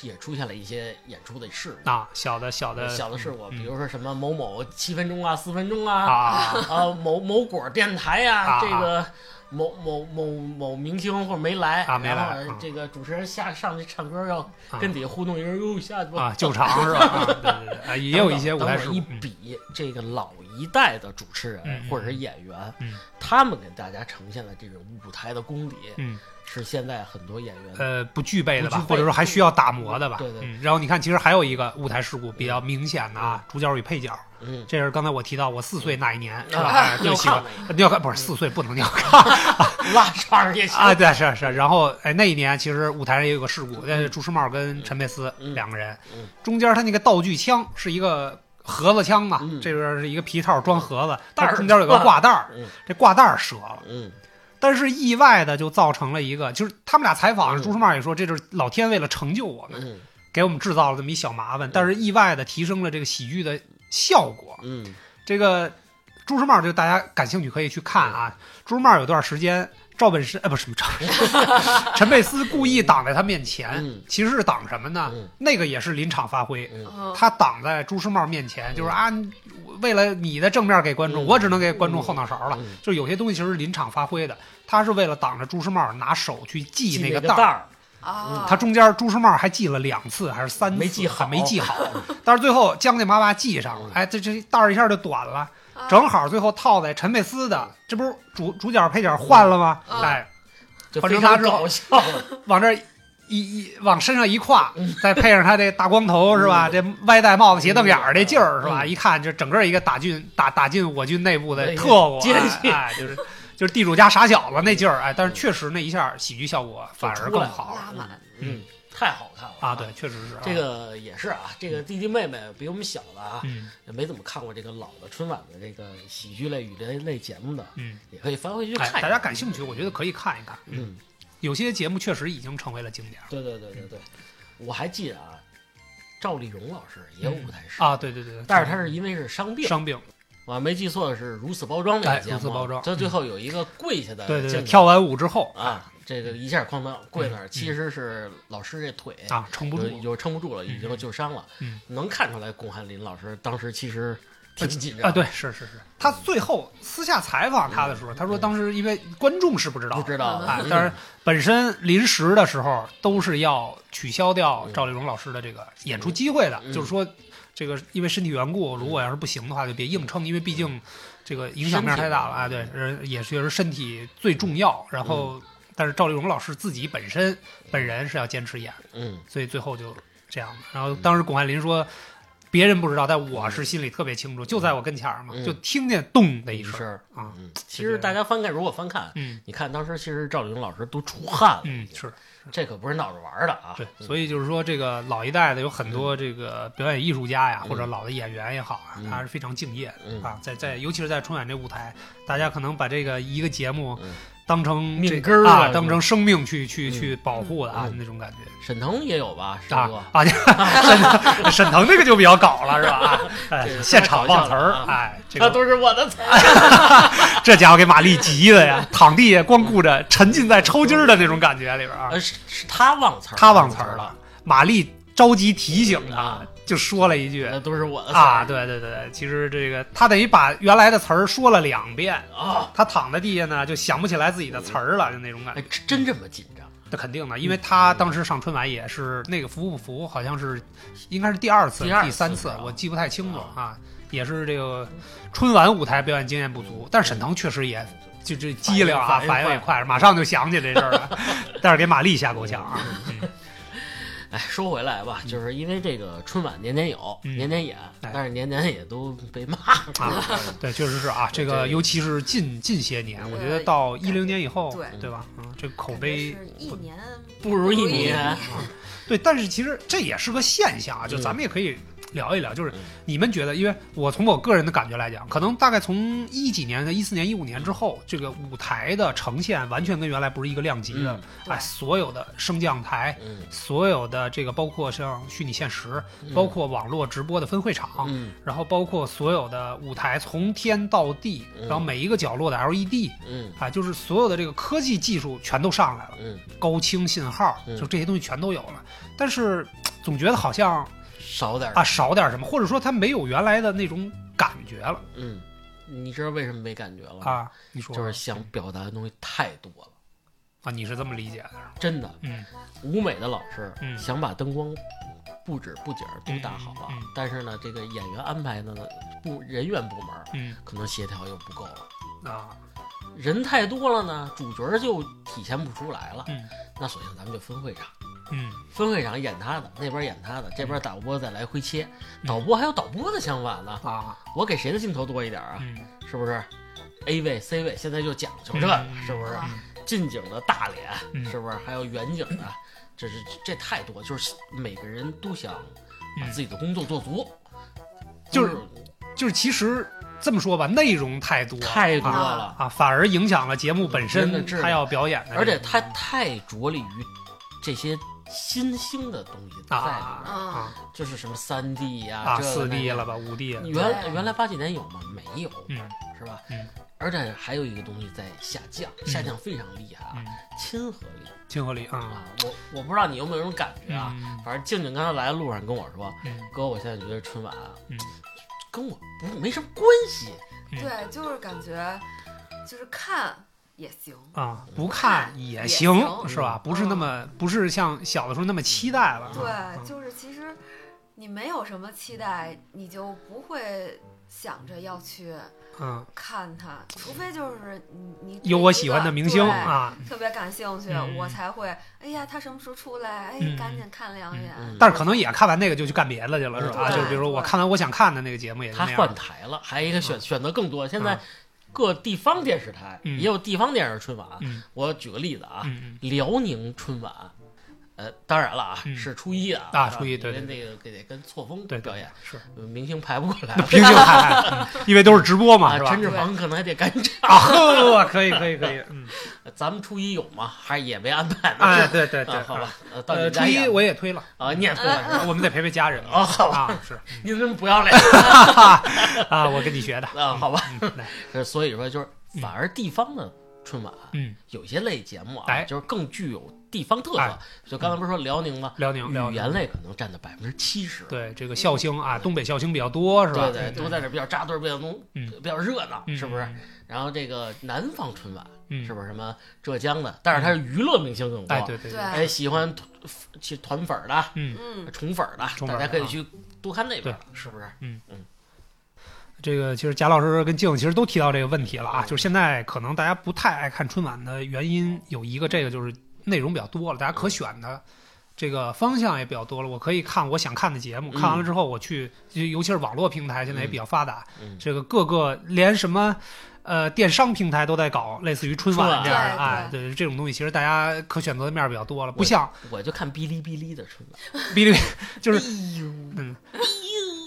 [SPEAKER 3] 也出现了一些演出的事
[SPEAKER 2] 嗯啊，小的小
[SPEAKER 3] 故，
[SPEAKER 2] 的
[SPEAKER 3] 小的事故，
[SPEAKER 2] 嗯
[SPEAKER 3] 比如说什么某某七分钟啊、四分钟啊，
[SPEAKER 2] 啊，
[SPEAKER 3] 啊某某果电台呀、
[SPEAKER 2] 啊
[SPEAKER 3] 这个某某某某明星或者没来，
[SPEAKER 2] 啊没来
[SPEAKER 3] 然后
[SPEAKER 2] 啊
[SPEAKER 3] 这个主持人下上去唱歌要跟底下互动一人，哟下去吧
[SPEAKER 2] 啊，救场是吧？啊对对对，啊，也有一些舞
[SPEAKER 3] 等
[SPEAKER 2] 台
[SPEAKER 3] 会
[SPEAKER 2] 事
[SPEAKER 3] 儿
[SPEAKER 2] 故
[SPEAKER 3] 一
[SPEAKER 2] 嗯
[SPEAKER 3] 比，这个老一代的主持人
[SPEAKER 2] 嗯
[SPEAKER 3] 或者是演员
[SPEAKER 2] 嗯，
[SPEAKER 3] 他们给大家呈现的这种舞台的功底，
[SPEAKER 2] 嗯，
[SPEAKER 3] 是现在很多演员
[SPEAKER 2] 呃，不具备的吧
[SPEAKER 3] 嗯不具，备
[SPEAKER 2] 或者说还需要打磨的吧。
[SPEAKER 3] 对对对
[SPEAKER 2] 嗯。然后你看，其实还有一个舞台事故比较明显的啊，主角与配角，
[SPEAKER 3] 嗯，
[SPEAKER 2] 这是刚才我提到我四岁那一年，是吧？
[SPEAKER 3] 啊
[SPEAKER 2] 哎
[SPEAKER 3] 尿
[SPEAKER 2] 对，喜
[SPEAKER 3] 炕
[SPEAKER 2] 欢
[SPEAKER 3] 了
[SPEAKER 2] 尿炕不是四岁不能尿炕
[SPEAKER 3] 拉串儿也行
[SPEAKER 2] 啊，对，是是。然后哎，那一年其实舞台上也有个事故，呃，朱时茂跟陈佩斯
[SPEAKER 3] 嗯
[SPEAKER 2] 两个人
[SPEAKER 3] 嗯，
[SPEAKER 2] 中间他那个道具枪是一个。盒子枪嘛，
[SPEAKER 3] 嗯
[SPEAKER 2] 这边是一个皮套装盒子，
[SPEAKER 3] 袋儿
[SPEAKER 2] 中间有个挂袋儿，
[SPEAKER 3] 嗯
[SPEAKER 2] 这挂袋儿折了。
[SPEAKER 3] 嗯，
[SPEAKER 2] 但是意外的就造成了一个，就是他们俩采访，
[SPEAKER 3] 嗯
[SPEAKER 2] 朱时茂也说，这就是老天为了成就我们，
[SPEAKER 3] 嗯
[SPEAKER 2] 给我们制造了这么一小麻烦，但是意外的提升了这个喜剧的效果。
[SPEAKER 3] 嗯
[SPEAKER 2] 这个朱时茂就大家感兴趣可以去看啊。朱时茂有段时间，赵本山呃不是什么赵本山， 陈佩斯故意挡在他面前
[SPEAKER 3] 嗯，
[SPEAKER 2] 其实是挡什么呢
[SPEAKER 3] 嗯？
[SPEAKER 2] 那个也是临场发挥。
[SPEAKER 3] 嗯
[SPEAKER 1] 嗯
[SPEAKER 2] 他挡在朱时茂面前，就是啊，你我为了你的正面给观众，
[SPEAKER 3] 嗯
[SPEAKER 2] 我只能给观众后脑勺了。
[SPEAKER 3] 嗯
[SPEAKER 2] 就有些东西其实是临场发挥的，他是为了挡着朱时茂拿手去系
[SPEAKER 3] 系
[SPEAKER 2] 那
[SPEAKER 3] 那
[SPEAKER 2] 袋
[SPEAKER 3] 袋。儿，
[SPEAKER 1] 啊，
[SPEAKER 2] 嗯他中间朱时茂还系了两次还是三次，
[SPEAKER 3] 没系好
[SPEAKER 2] 没 系好。但是最后将将麻麻系上了
[SPEAKER 3] 嗯，
[SPEAKER 2] 哎，这这袋儿一下就短了，
[SPEAKER 1] 啊
[SPEAKER 2] 正好最后套在陈佩斯的，这不是主主角配角换了吗？
[SPEAKER 1] 嗯
[SPEAKER 2] 哎，
[SPEAKER 3] 就
[SPEAKER 2] 反
[SPEAKER 3] 非
[SPEAKER 2] 正
[SPEAKER 3] 常
[SPEAKER 2] 他之后
[SPEAKER 3] 搞笑了。
[SPEAKER 2] 往这儿一一往身上一挎，
[SPEAKER 3] 嗯
[SPEAKER 2] 再配上他这大光 头是吧？这歪戴帽子斜瞪眼儿这劲儿是吧？
[SPEAKER 3] 嗯
[SPEAKER 2] 一看就整个一个打进打打进我军内部的
[SPEAKER 3] 哎
[SPEAKER 2] 特务，
[SPEAKER 3] 奸
[SPEAKER 2] 哎
[SPEAKER 3] 细
[SPEAKER 2] 哎，就是就是地主家傻小子那劲儿，哎，但是确实那一下喜剧效果反而更好
[SPEAKER 1] 拉满，
[SPEAKER 3] 嗯，太好看了
[SPEAKER 2] 啊！对，，确实是啊
[SPEAKER 3] 这，个也是啊，这个弟弟妹妹比我们小的啊，
[SPEAKER 2] 嗯
[SPEAKER 3] 也没怎么看过这个老的春晚的这个喜剧类、语言类节目的，
[SPEAKER 2] 嗯，
[SPEAKER 3] 也可以翻回去看
[SPEAKER 2] 哎，
[SPEAKER 3] 一看。
[SPEAKER 2] 大家感兴趣，我觉得可以看一看。
[SPEAKER 3] 嗯，
[SPEAKER 2] 有些节目确实已经成为了经典了
[SPEAKER 3] 对对对对对，我还记得啊，赵丽蓉老师也有舞台剧，
[SPEAKER 2] 啊！对对对，对
[SPEAKER 3] 但是她是因为是伤病，
[SPEAKER 2] 伤病，
[SPEAKER 3] 我啊没记错是《如此包装》那
[SPEAKER 2] 哎
[SPEAKER 3] 个节目，
[SPEAKER 2] 如此包装
[SPEAKER 3] 她最后有一个跪下的
[SPEAKER 2] 对对对，
[SPEAKER 3] 镜头
[SPEAKER 2] 跳完舞之后
[SPEAKER 3] 啊，这个一下哐当跪那儿，其实是老师这腿
[SPEAKER 2] 啊，撑不
[SPEAKER 3] 有
[SPEAKER 2] 住
[SPEAKER 3] 有撑不住了，已经就伤了
[SPEAKER 2] 嗯，
[SPEAKER 3] 能看出来龚汉林老师当时其实挺紧张
[SPEAKER 2] 啊，对，是是是，他最后私下采访他的时候，他说当时因为观众是不知道
[SPEAKER 3] 不
[SPEAKER 2] 的，
[SPEAKER 3] 知道
[SPEAKER 2] 啊
[SPEAKER 3] 嗯，
[SPEAKER 2] 当然本身临时的时候都是要取消掉赵丽蓉老师的这个演出机会的，
[SPEAKER 3] 嗯
[SPEAKER 2] 就是说这个因为身体缘故，如果要是不行的话，就别硬撑，因为毕竟这个影响面太大了啊，
[SPEAKER 3] 身体
[SPEAKER 2] 对，人也是也是身体最重要，然后。但是赵丽蓉老师自己本身本人是要坚持演，
[SPEAKER 3] 嗯，
[SPEAKER 2] 所以最后就这样。然后当时巩汉林说，别人不知道，但我是心里特别清楚，就在我跟前儿嘛，
[SPEAKER 3] 嗯
[SPEAKER 2] 就听见咚的一
[SPEAKER 3] 一
[SPEAKER 2] 声
[SPEAKER 3] 声，
[SPEAKER 2] 啊，
[SPEAKER 3] 嗯，其实大家翻看，如果翻看，
[SPEAKER 2] 嗯
[SPEAKER 3] 你看当时其实赵丽蓉老师都出汗了，
[SPEAKER 2] 嗯，是
[SPEAKER 3] 这可不是闹着玩儿的啊，
[SPEAKER 2] 对，
[SPEAKER 3] 嗯
[SPEAKER 2] 所以就是说，这个老一代的有很多这个表演艺术家呀，
[SPEAKER 3] 嗯
[SPEAKER 2] 或者老的演员也好啊，
[SPEAKER 3] 嗯
[SPEAKER 2] 他是非常敬业的
[SPEAKER 3] 嗯
[SPEAKER 2] 啊，在在尤其是在春晚这舞台，大家可能把这个一个节目
[SPEAKER 3] 嗯
[SPEAKER 2] 当成这
[SPEAKER 3] 命根儿
[SPEAKER 2] 啊，
[SPEAKER 3] 了
[SPEAKER 2] 当成生命去去
[SPEAKER 3] 嗯
[SPEAKER 2] 去保护的啊，
[SPEAKER 3] 嗯
[SPEAKER 2] 那种感觉。
[SPEAKER 3] 沈腾也有吧，师
[SPEAKER 2] 啊
[SPEAKER 3] 傅，
[SPEAKER 2] 啊！ 沈沈腾这个就比较搞了，是吧？啊，哎
[SPEAKER 3] 这，个
[SPEAKER 2] 现场忘词
[SPEAKER 3] 太搞
[SPEAKER 2] 儿
[SPEAKER 3] 笑，了啊
[SPEAKER 2] 哎，这
[SPEAKER 3] 那
[SPEAKER 2] 个啊
[SPEAKER 3] 都是我的菜，
[SPEAKER 2] 这家伙给玛丽急的呀， 躺地下光顾着沉浸在抽筋儿的那种感觉里边儿啊，
[SPEAKER 3] 呃是是他忘词儿，
[SPEAKER 2] 他忘词儿了，，玛丽着急提醒他
[SPEAKER 3] 啊，
[SPEAKER 2] 就说了一句
[SPEAKER 3] 那都是我的
[SPEAKER 2] 啊，
[SPEAKER 3] 菜
[SPEAKER 2] 对对对，其实这个他等于把原来的词儿说了两遍，
[SPEAKER 3] 啊，
[SPEAKER 2] 他躺在地下呢就想不起来自己的词儿了，就那种感觉
[SPEAKER 3] 哎，。真真这么紧张，
[SPEAKER 2] 那肯定的，
[SPEAKER 3] 嗯
[SPEAKER 2] 因为他当时上春晚也是那个服不服，好像是应该是第二次、
[SPEAKER 3] 第二次
[SPEAKER 2] 三次
[SPEAKER 3] 是吧，
[SPEAKER 2] 我记不太清楚
[SPEAKER 3] 啊
[SPEAKER 2] 啊。也是这个春晚舞台表演经验不足，但是沈腾确实也就这机灵啊，
[SPEAKER 3] 反应快
[SPEAKER 2] 反
[SPEAKER 3] 嗯
[SPEAKER 2] 应也快，马上就想起这事儿了，但是给马丽吓够呛啊。
[SPEAKER 3] 哎，说回来吧，就是因为这个春晚年年有，
[SPEAKER 2] 嗯
[SPEAKER 3] 年年演，
[SPEAKER 2] 哎
[SPEAKER 3] 但是年年也都被骂
[SPEAKER 2] 啊
[SPEAKER 3] 了。
[SPEAKER 2] 对，确实是啊，这
[SPEAKER 3] 这
[SPEAKER 2] 个
[SPEAKER 3] 个
[SPEAKER 2] 尤其是近近些年，我觉得
[SPEAKER 1] 对
[SPEAKER 2] 到一零年以后，
[SPEAKER 1] 对
[SPEAKER 2] 对吧？嗯，这个口
[SPEAKER 1] 感觉
[SPEAKER 2] 碑
[SPEAKER 1] 是一年
[SPEAKER 3] 不如一年
[SPEAKER 1] 年，
[SPEAKER 2] 对，但是其实这也是个现象啊，就
[SPEAKER 3] 嗯
[SPEAKER 2] 咱们也可以聊一聊，就是
[SPEAKER 3] 嗯
[SPEAKER 2] 你们觉得，因为我从我个人的感觉来讲，可能大概从一几年的一四年、一五年之后，这个舞台的呈现完全跟原来不是一个量级的，
[SPEAKER 1] 对
[SPEAKER 2] 哎，所有的升降台。
[SPEAKER 3] 嗯
[SPEAKER 2] 所有的这个包括像虚拟现实，
[SPEAKER 3] 嗯
[SPEAKER 2] 包括啊网络直播的分会场，
[SPEAKER 3] 嗯
[SPEAKER 2] 然后包括所有的舞台从天到地，
[SPEAKER 3] 嗯
[SPEAKER 2] 然后每一个角落的 LED
[SPEAKER 3] 嗯
[SPEAKER 2] 啊，就是所有的这个科技技术全都上来了，
[SPEAKER 3] 嗯，
[SPEAKER 2] 高清信号，
[SPEAKER 3] 嗯
[SPEAKER 2] 就这些东西全都有了。但是总觉得好像
[SPEAKER 3] 少点儿
[SPEAKER 2] 啊少点什么，或者说它没有原来的那种感觉了
[SPEAKER 3] 嗯，你知道为什么没感觉了吗？
[SPEAKER 2] 啊。你说
[SPEAKER 3] 就是想表达的东西太多了，
[SPEAKER 2] 啊，你是这么理解的？
[SPEAKER 3] 真的。
[SPEAKER 2] 嗯
[SPEAKER 3] 舞美的老师
[SPEAKER 2] 嗯
[SPEAKER 3] 想把灯光布置布景儿都打好了
[SPEAKER 2] 嗯嗯嗯，
[SPEAKER 3] 但是呢，这个演员安排的呢，部人员部门儿
[SPEAKER 2] 嗯
[SPEAKER 3] 可能协调又不够了。
[SPEAKER 2] 啊
[SPEAKER 3] 人太多了呢，主角就体现不出来了。
[SPEAKER 2] 嗯
[SPEAKER 3] 那索性咱们就分会场，
[SPEAKER 2] 嗯
[SPEAKER 3] 分会场演他的，那边演他的，这边导播再来回切。
[SPEAKER 2] 嗯
[SPEAKER 3] 导播还有导播的想法呢，
[SPEAKER 2] 啊
[SPEAKER 3] 我给谁的镜头多一点啊？
[SPEAKER 2] 嗯
[SPEAKER 3] 是不是？A 位、C 位现在就讲究这个
[SPEAKER 2] 嗯，
[SPEAKER 3] 是不是
[SPEAKER 1] 啊？
[SPEAKER 3] 近景的大脸，
[SPEAKER 2] 嗯
[SPEAKER 3] 是不是？还有远景的，这是这太多，就是每个人都想把自己的工作做足，
[SPEAKER 2] 嗯就是就是其实这么说吧，内容太多
[SPEAKER 3] 太多
[SPEAKER 2] 啊
[SPEAKER 3] 了，
[SPEAKER 2] 啊，反而影响了节目本
[SPEAKER 3] 人的
[SPEAKER 2] 身
[SPEAKER 3] 质量
[SPEAKER 2] 他要表演的这个，啊
[SPEAKER 3] 而且他太着力于这些新兴的东西在
[SPEAKER 2] 啊
[SPEAKER 3] 里面，
[SPEAKER 2] 啊啊
[SPEAKER 3] 就是什么三 D 呀、
[SPEAKER 2] 啊
[SPEAKER 3] 这个
[SPEAKER 2] 四
[SPEAKER 3] 那
[SPEAKER 2] D
[SPEAKER 3] 个
[SPEAKER 2] 了吧，五 D 了
[SPEAKER 3] 你原
[SPEAKER 1] 对
[SPEAKER 3] 原来啊八几年有吗？没有，
[SPEAKER 2] 嗯
[SPEAKER 3] 是吧？
[SPEAKER 2] 嗯
[SPEAKER 3] 而且还有一个东西在下降，下降非常厉害啊
[SPEAKER 2] 嗯，，
[SPEAKER 3] 亲和力
[SPEAKER 2] 亲和力啊
[SPEAKER 3] 啊！我我不知道你有没有这种感觉啊，
[SPEAKER 2] 嗯
[SPEAKER 3] 反正静静刚才来的路上跟我说，
[SPEAKER 2] 嗯
[SPEAKER 3] 哥，我现在觉得春晚啊
[SPEAKER 2] 嗯
[SPEAKER 3] 跟我不没什么关系，
[SPEAKER 1] 对，就是感觉就是看也行，
[SPEAKER 2] 啊，
[SPEAKER 3] 嗯
[SPEAKER 2] 不看也
[SPEAKER 1] 也
[SPEAKER 2] 行，
[SPEAKER 1] 行嗯
[SPEAKER 2] 是吧？不是那么，不是像小的时候那么期待了。啊
[SPEAKER 1] 对，就是其实你没有什么期待，你就不会想着要去
[SPEAKER 2] 嗯，
[SPEAKER 1] 看它，除非就是你你
[SPEAKER 2] 有我喜欢的明星
[SPEAKER 1] 对。
[SPEAKER 2] 啊，
[SPEAKER 1] 特别感兴趣，
[SPEAKER 2] 嗯
[SPEAKER 1] 我才会。哎呀，他什么时候出来？哎，
[SPEAKER 2] 嗯
[SPEAKER 1] 赶紧看两眼。
[SPEAKER 3] 嗯嗯
[SPEAKER 2] 但是可能也看完那个就去干别的去了，是吧？
[SPEAKER 1] 对
[SPEAKER 2] 就比如说我
[SPEAKER 1] 对
[SPEAKER 2] 看完我想看的那个节目也是
[SPEAKER 3] 他
[SPEAKER 2] 那
[SPEAKER 3] 换
[SPEAKER 2] 样。
[SPEAKER 3] 台了，还有一个选选择更多。现在
[SPEAKER 2] 嗯
[SPEAKER 3] 各地方电视台
[SPEAKER 2] 嗯
[SPEAKER 3] 也有地方电视春晚。啊
[SPEAKER 2] 嗯
[SPEAKER 3] 我举个例子啊，
[SPEAKER 2] 嗯
[SPEAKER 3] 辽宁春晚，呃，当然了啊，
[SPEAKER 2] 嗯
[SPEAKER 3] 是初一啊，
[SPEAKER 2] 啊
[SPEAKER 3] 是吧
[SPEAKER 2] 初一对
[SPEAKER 3] 跟那个给得跟错峰
[SPEAKER 2] 对
[SPEAKER 3] 表演，
[SPEAKER 2] 是
[SPEAKER 3] 呃明星排不过来
[SPEAKER 2] 嗯，平行看，因为都是直播嘛，是
[SPEAKER 3] 啊，陈
[SPEAKER 2] 吧？
[SPEAKER 3] 志朋可能还得干场。
[SPEAKER 2] 啊，呵，可以可以可以，嗯，
[SPEAKER 3] 咱们初一有吗？还也没安排呢。
[SPEAKER 2] 哎，对对对
[SPEAKER 3] 啊啊，，好吧，呃，到你
[SPEAKER 2] 呃，初
[SPEAKER 3] 家
[SPEAKER 2] 一
[SPEAKER 3] 演
[SPEAKER 2] 我也 推了，
[SPEAKER 3] 啊，念出来
[SPEAKER 2] 我们得陪陪家人
[SPEAKER 3] 啊，好吧，
[SPEAKER 2] 啊，是
[SPEAKER 3] 您真不
[SPEAKER 2] 哎
[SPEAKER 3] 要脸
[SPEAKER 2] 啊，我跟你学的，
[SPEAKER 3] 啊，好吧。
[SPEAKER 2] 嗯，来
[SPEAKER 3] 呃所以说就是反而地方的春晚，
[SPEAKER 2] 嗯，
[SPEAKER 3] 有些类节目啊，
[SPEAKER 2] 哎
[SPEAKER 3] 就是更具有地方特色
[SPEAKER 2] 哎。
[SPEAKER 3] 就刚才不是说辽宁吗？
[SPEAKER 2] 辽宁辽
[SPEAKER 3] 语言
[SPEAKER 2] 宁，
[SPEAKER 3] 类可能占到百分之七十，
[SPEAKER 2] 对这个孝兴啊，东北孝兴比较多，是吧？
[SPEAKER 1] 对
[SPEAKER 3] 对都在这比较扎堆儿，比较浓，
[SPEAKER 2] 嗯
[SPEAKER 3] 比较热闹，
[SPEAKER 2] 嗯
[SPEAKER 3] 是不是？？然后这个南方春晚
[SPEAKER 2] 嗯，
[SPEAKER 3] 是不是什么浙江的？但是它是娱乐明星更多，
[SPEAKER 2] 哎，对对
[SPEAKER 1] 对啊
[SPEAKER 3] 哎，喜欢团去团粉儿的、
[SPEAKER 2] 嗯，
[SPEAKER 1] 嗯，
[SPEAKER 3] 宠粉儿的，
[SPEAKER 2] 宠粉
[SPEAKER 3] 大
[SPEAKER 2] 儿的
[SPEAKER 3] 家可以去多看那边
[SPEAKER 2] 对
[SPEAKER 3] 儿，是不是？
[SPEAKER 2] 这个其实贾老师跟静其实都提到这个问题了啊，
[SPEAKER 3] 嗯
[SPEAKER 2] 就是现在可能大家不太爱看春晚的原因有一个，这个就是内容比较多了，大家
[SPEAKER 3] 嗯
[SPEAKER 2] 可选的这个方向也比较多了。我可以看我想看的节目，
[SPEAKER 3] 嗯
[SPEAKER 2] 看完了之后我去，尤尤其是网络平台现在也比较发达，
[SPEAKER 3] 嗯
[SPEAKER 2] 这个各个连什么。呃，电商平台都在搞类似于春
[SPEAKER 3] 春
[SPEAKER 2] 晚
[SPEAKER 3] 晚
[SPEAKER 2] 这样
[SPEAKER 1] 对
[SPEAKER 2] 的，哎，对这种东西，其实大家可选择的面儿比较多了，不像
[SPEAKER 3] 我就看哔哩哔哩的春晚，
[SPEAKER 2] 哔哩，就是嗯，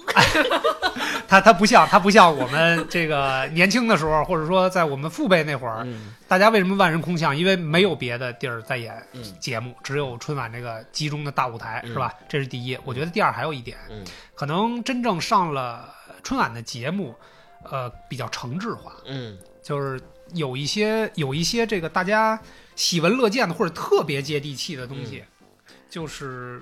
[SPEAKER 2] 它它不像它不像我们这个年轻的时候，或者说在我们父辈那会儿，
[SPEAKER 3] 嗯
[SPEAKER 2] 大家为什么万人空巷？因为没有别的地儿在演
[SPEAKER 3] 嗯
[SPEAKER 2] 节目，只有春晚这个集中的大舞台，
[SPEAKER 3] 嗯
[SPEAKER 2] 是吧？这是第一。我觉得第二还有一点，
[SPEAKER 3] 嗯
[SPEAKER 2] 可能真正上了春晚的节目，呃，比较诚挚化，
[SPEAKER 3] 嗯
[SPEAKER 2] 就是有一些有一些这个大家喜闻乐见的或者特别接地气的东西，
[SPEAKER 3] 嗯
[SPEAKER 2] 就是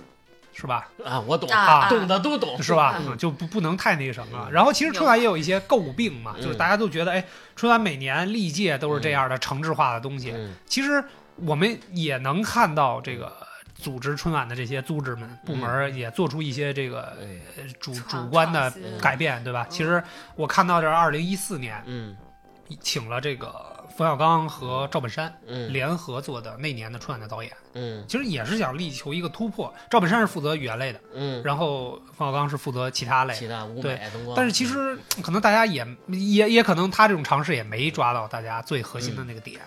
[SPEAKER 2] 是吧？
[SPEAKER 3] 啊，我懂，
[SPEAKER 1] 啊
[SPEAKER 3] 懂的都 懂，
[SPEAKER 2] 是吧？
[SPEAKER 3] 嗯
[SPEAKER 2] 就不不能太那个什么了。
[SPEAKER 3] 嗯
[SPEAKER 2] 然后其实春晚也有一些诟病嘛，
[SPEAKER 3] 嗯
[SPEAKER 2] 就是大家都觉得，哎，春晚每年历届都是这样的城市化的东西。
[SPEAKER 3] 嗯
[SPEAKER 2] 其实我们也能看到这个。组织春晚的这些组织们部门
[SPEAKER 3] 嗯
[SPEAKER 2] 儿也做出一些这个
[SPEAKER 3] 哎
[SPEAKER 2] 呃主
[SPEAKER 1] 创
[SPEAKER 2] 主观的
[SPEAKER 1] 创新
[SPEAKER 2] 改变，对吧？
[SPEAKER 1] 嗯
[SPEAKER 2] 其实我看到这二零一四年
[SPEAKER 3] 嗯
[SPEAKER 2] 请了这个冯小刚和赵本山
[SPEAKER 3] 嗯
[SPEAKER 2] 联合做的那年的春晚的导演，
[SPEAKER 3] 嗯
[SPEAKER 2] 其实也是想力求一个突破。赵本山是负责语言类的，
[SPEAKER 3] 嗯，
[SPEAKER 2] 然后冯小刚是负责其他类的
[SPEAKER 3] 其。他舞
[SPEAKER 2] 对
[SPEAKER 3] 美灯光，
[SPEAKER 2] 但是其实 可能大家也也也可能他这种尝试也没抓到大家最核心的那个点。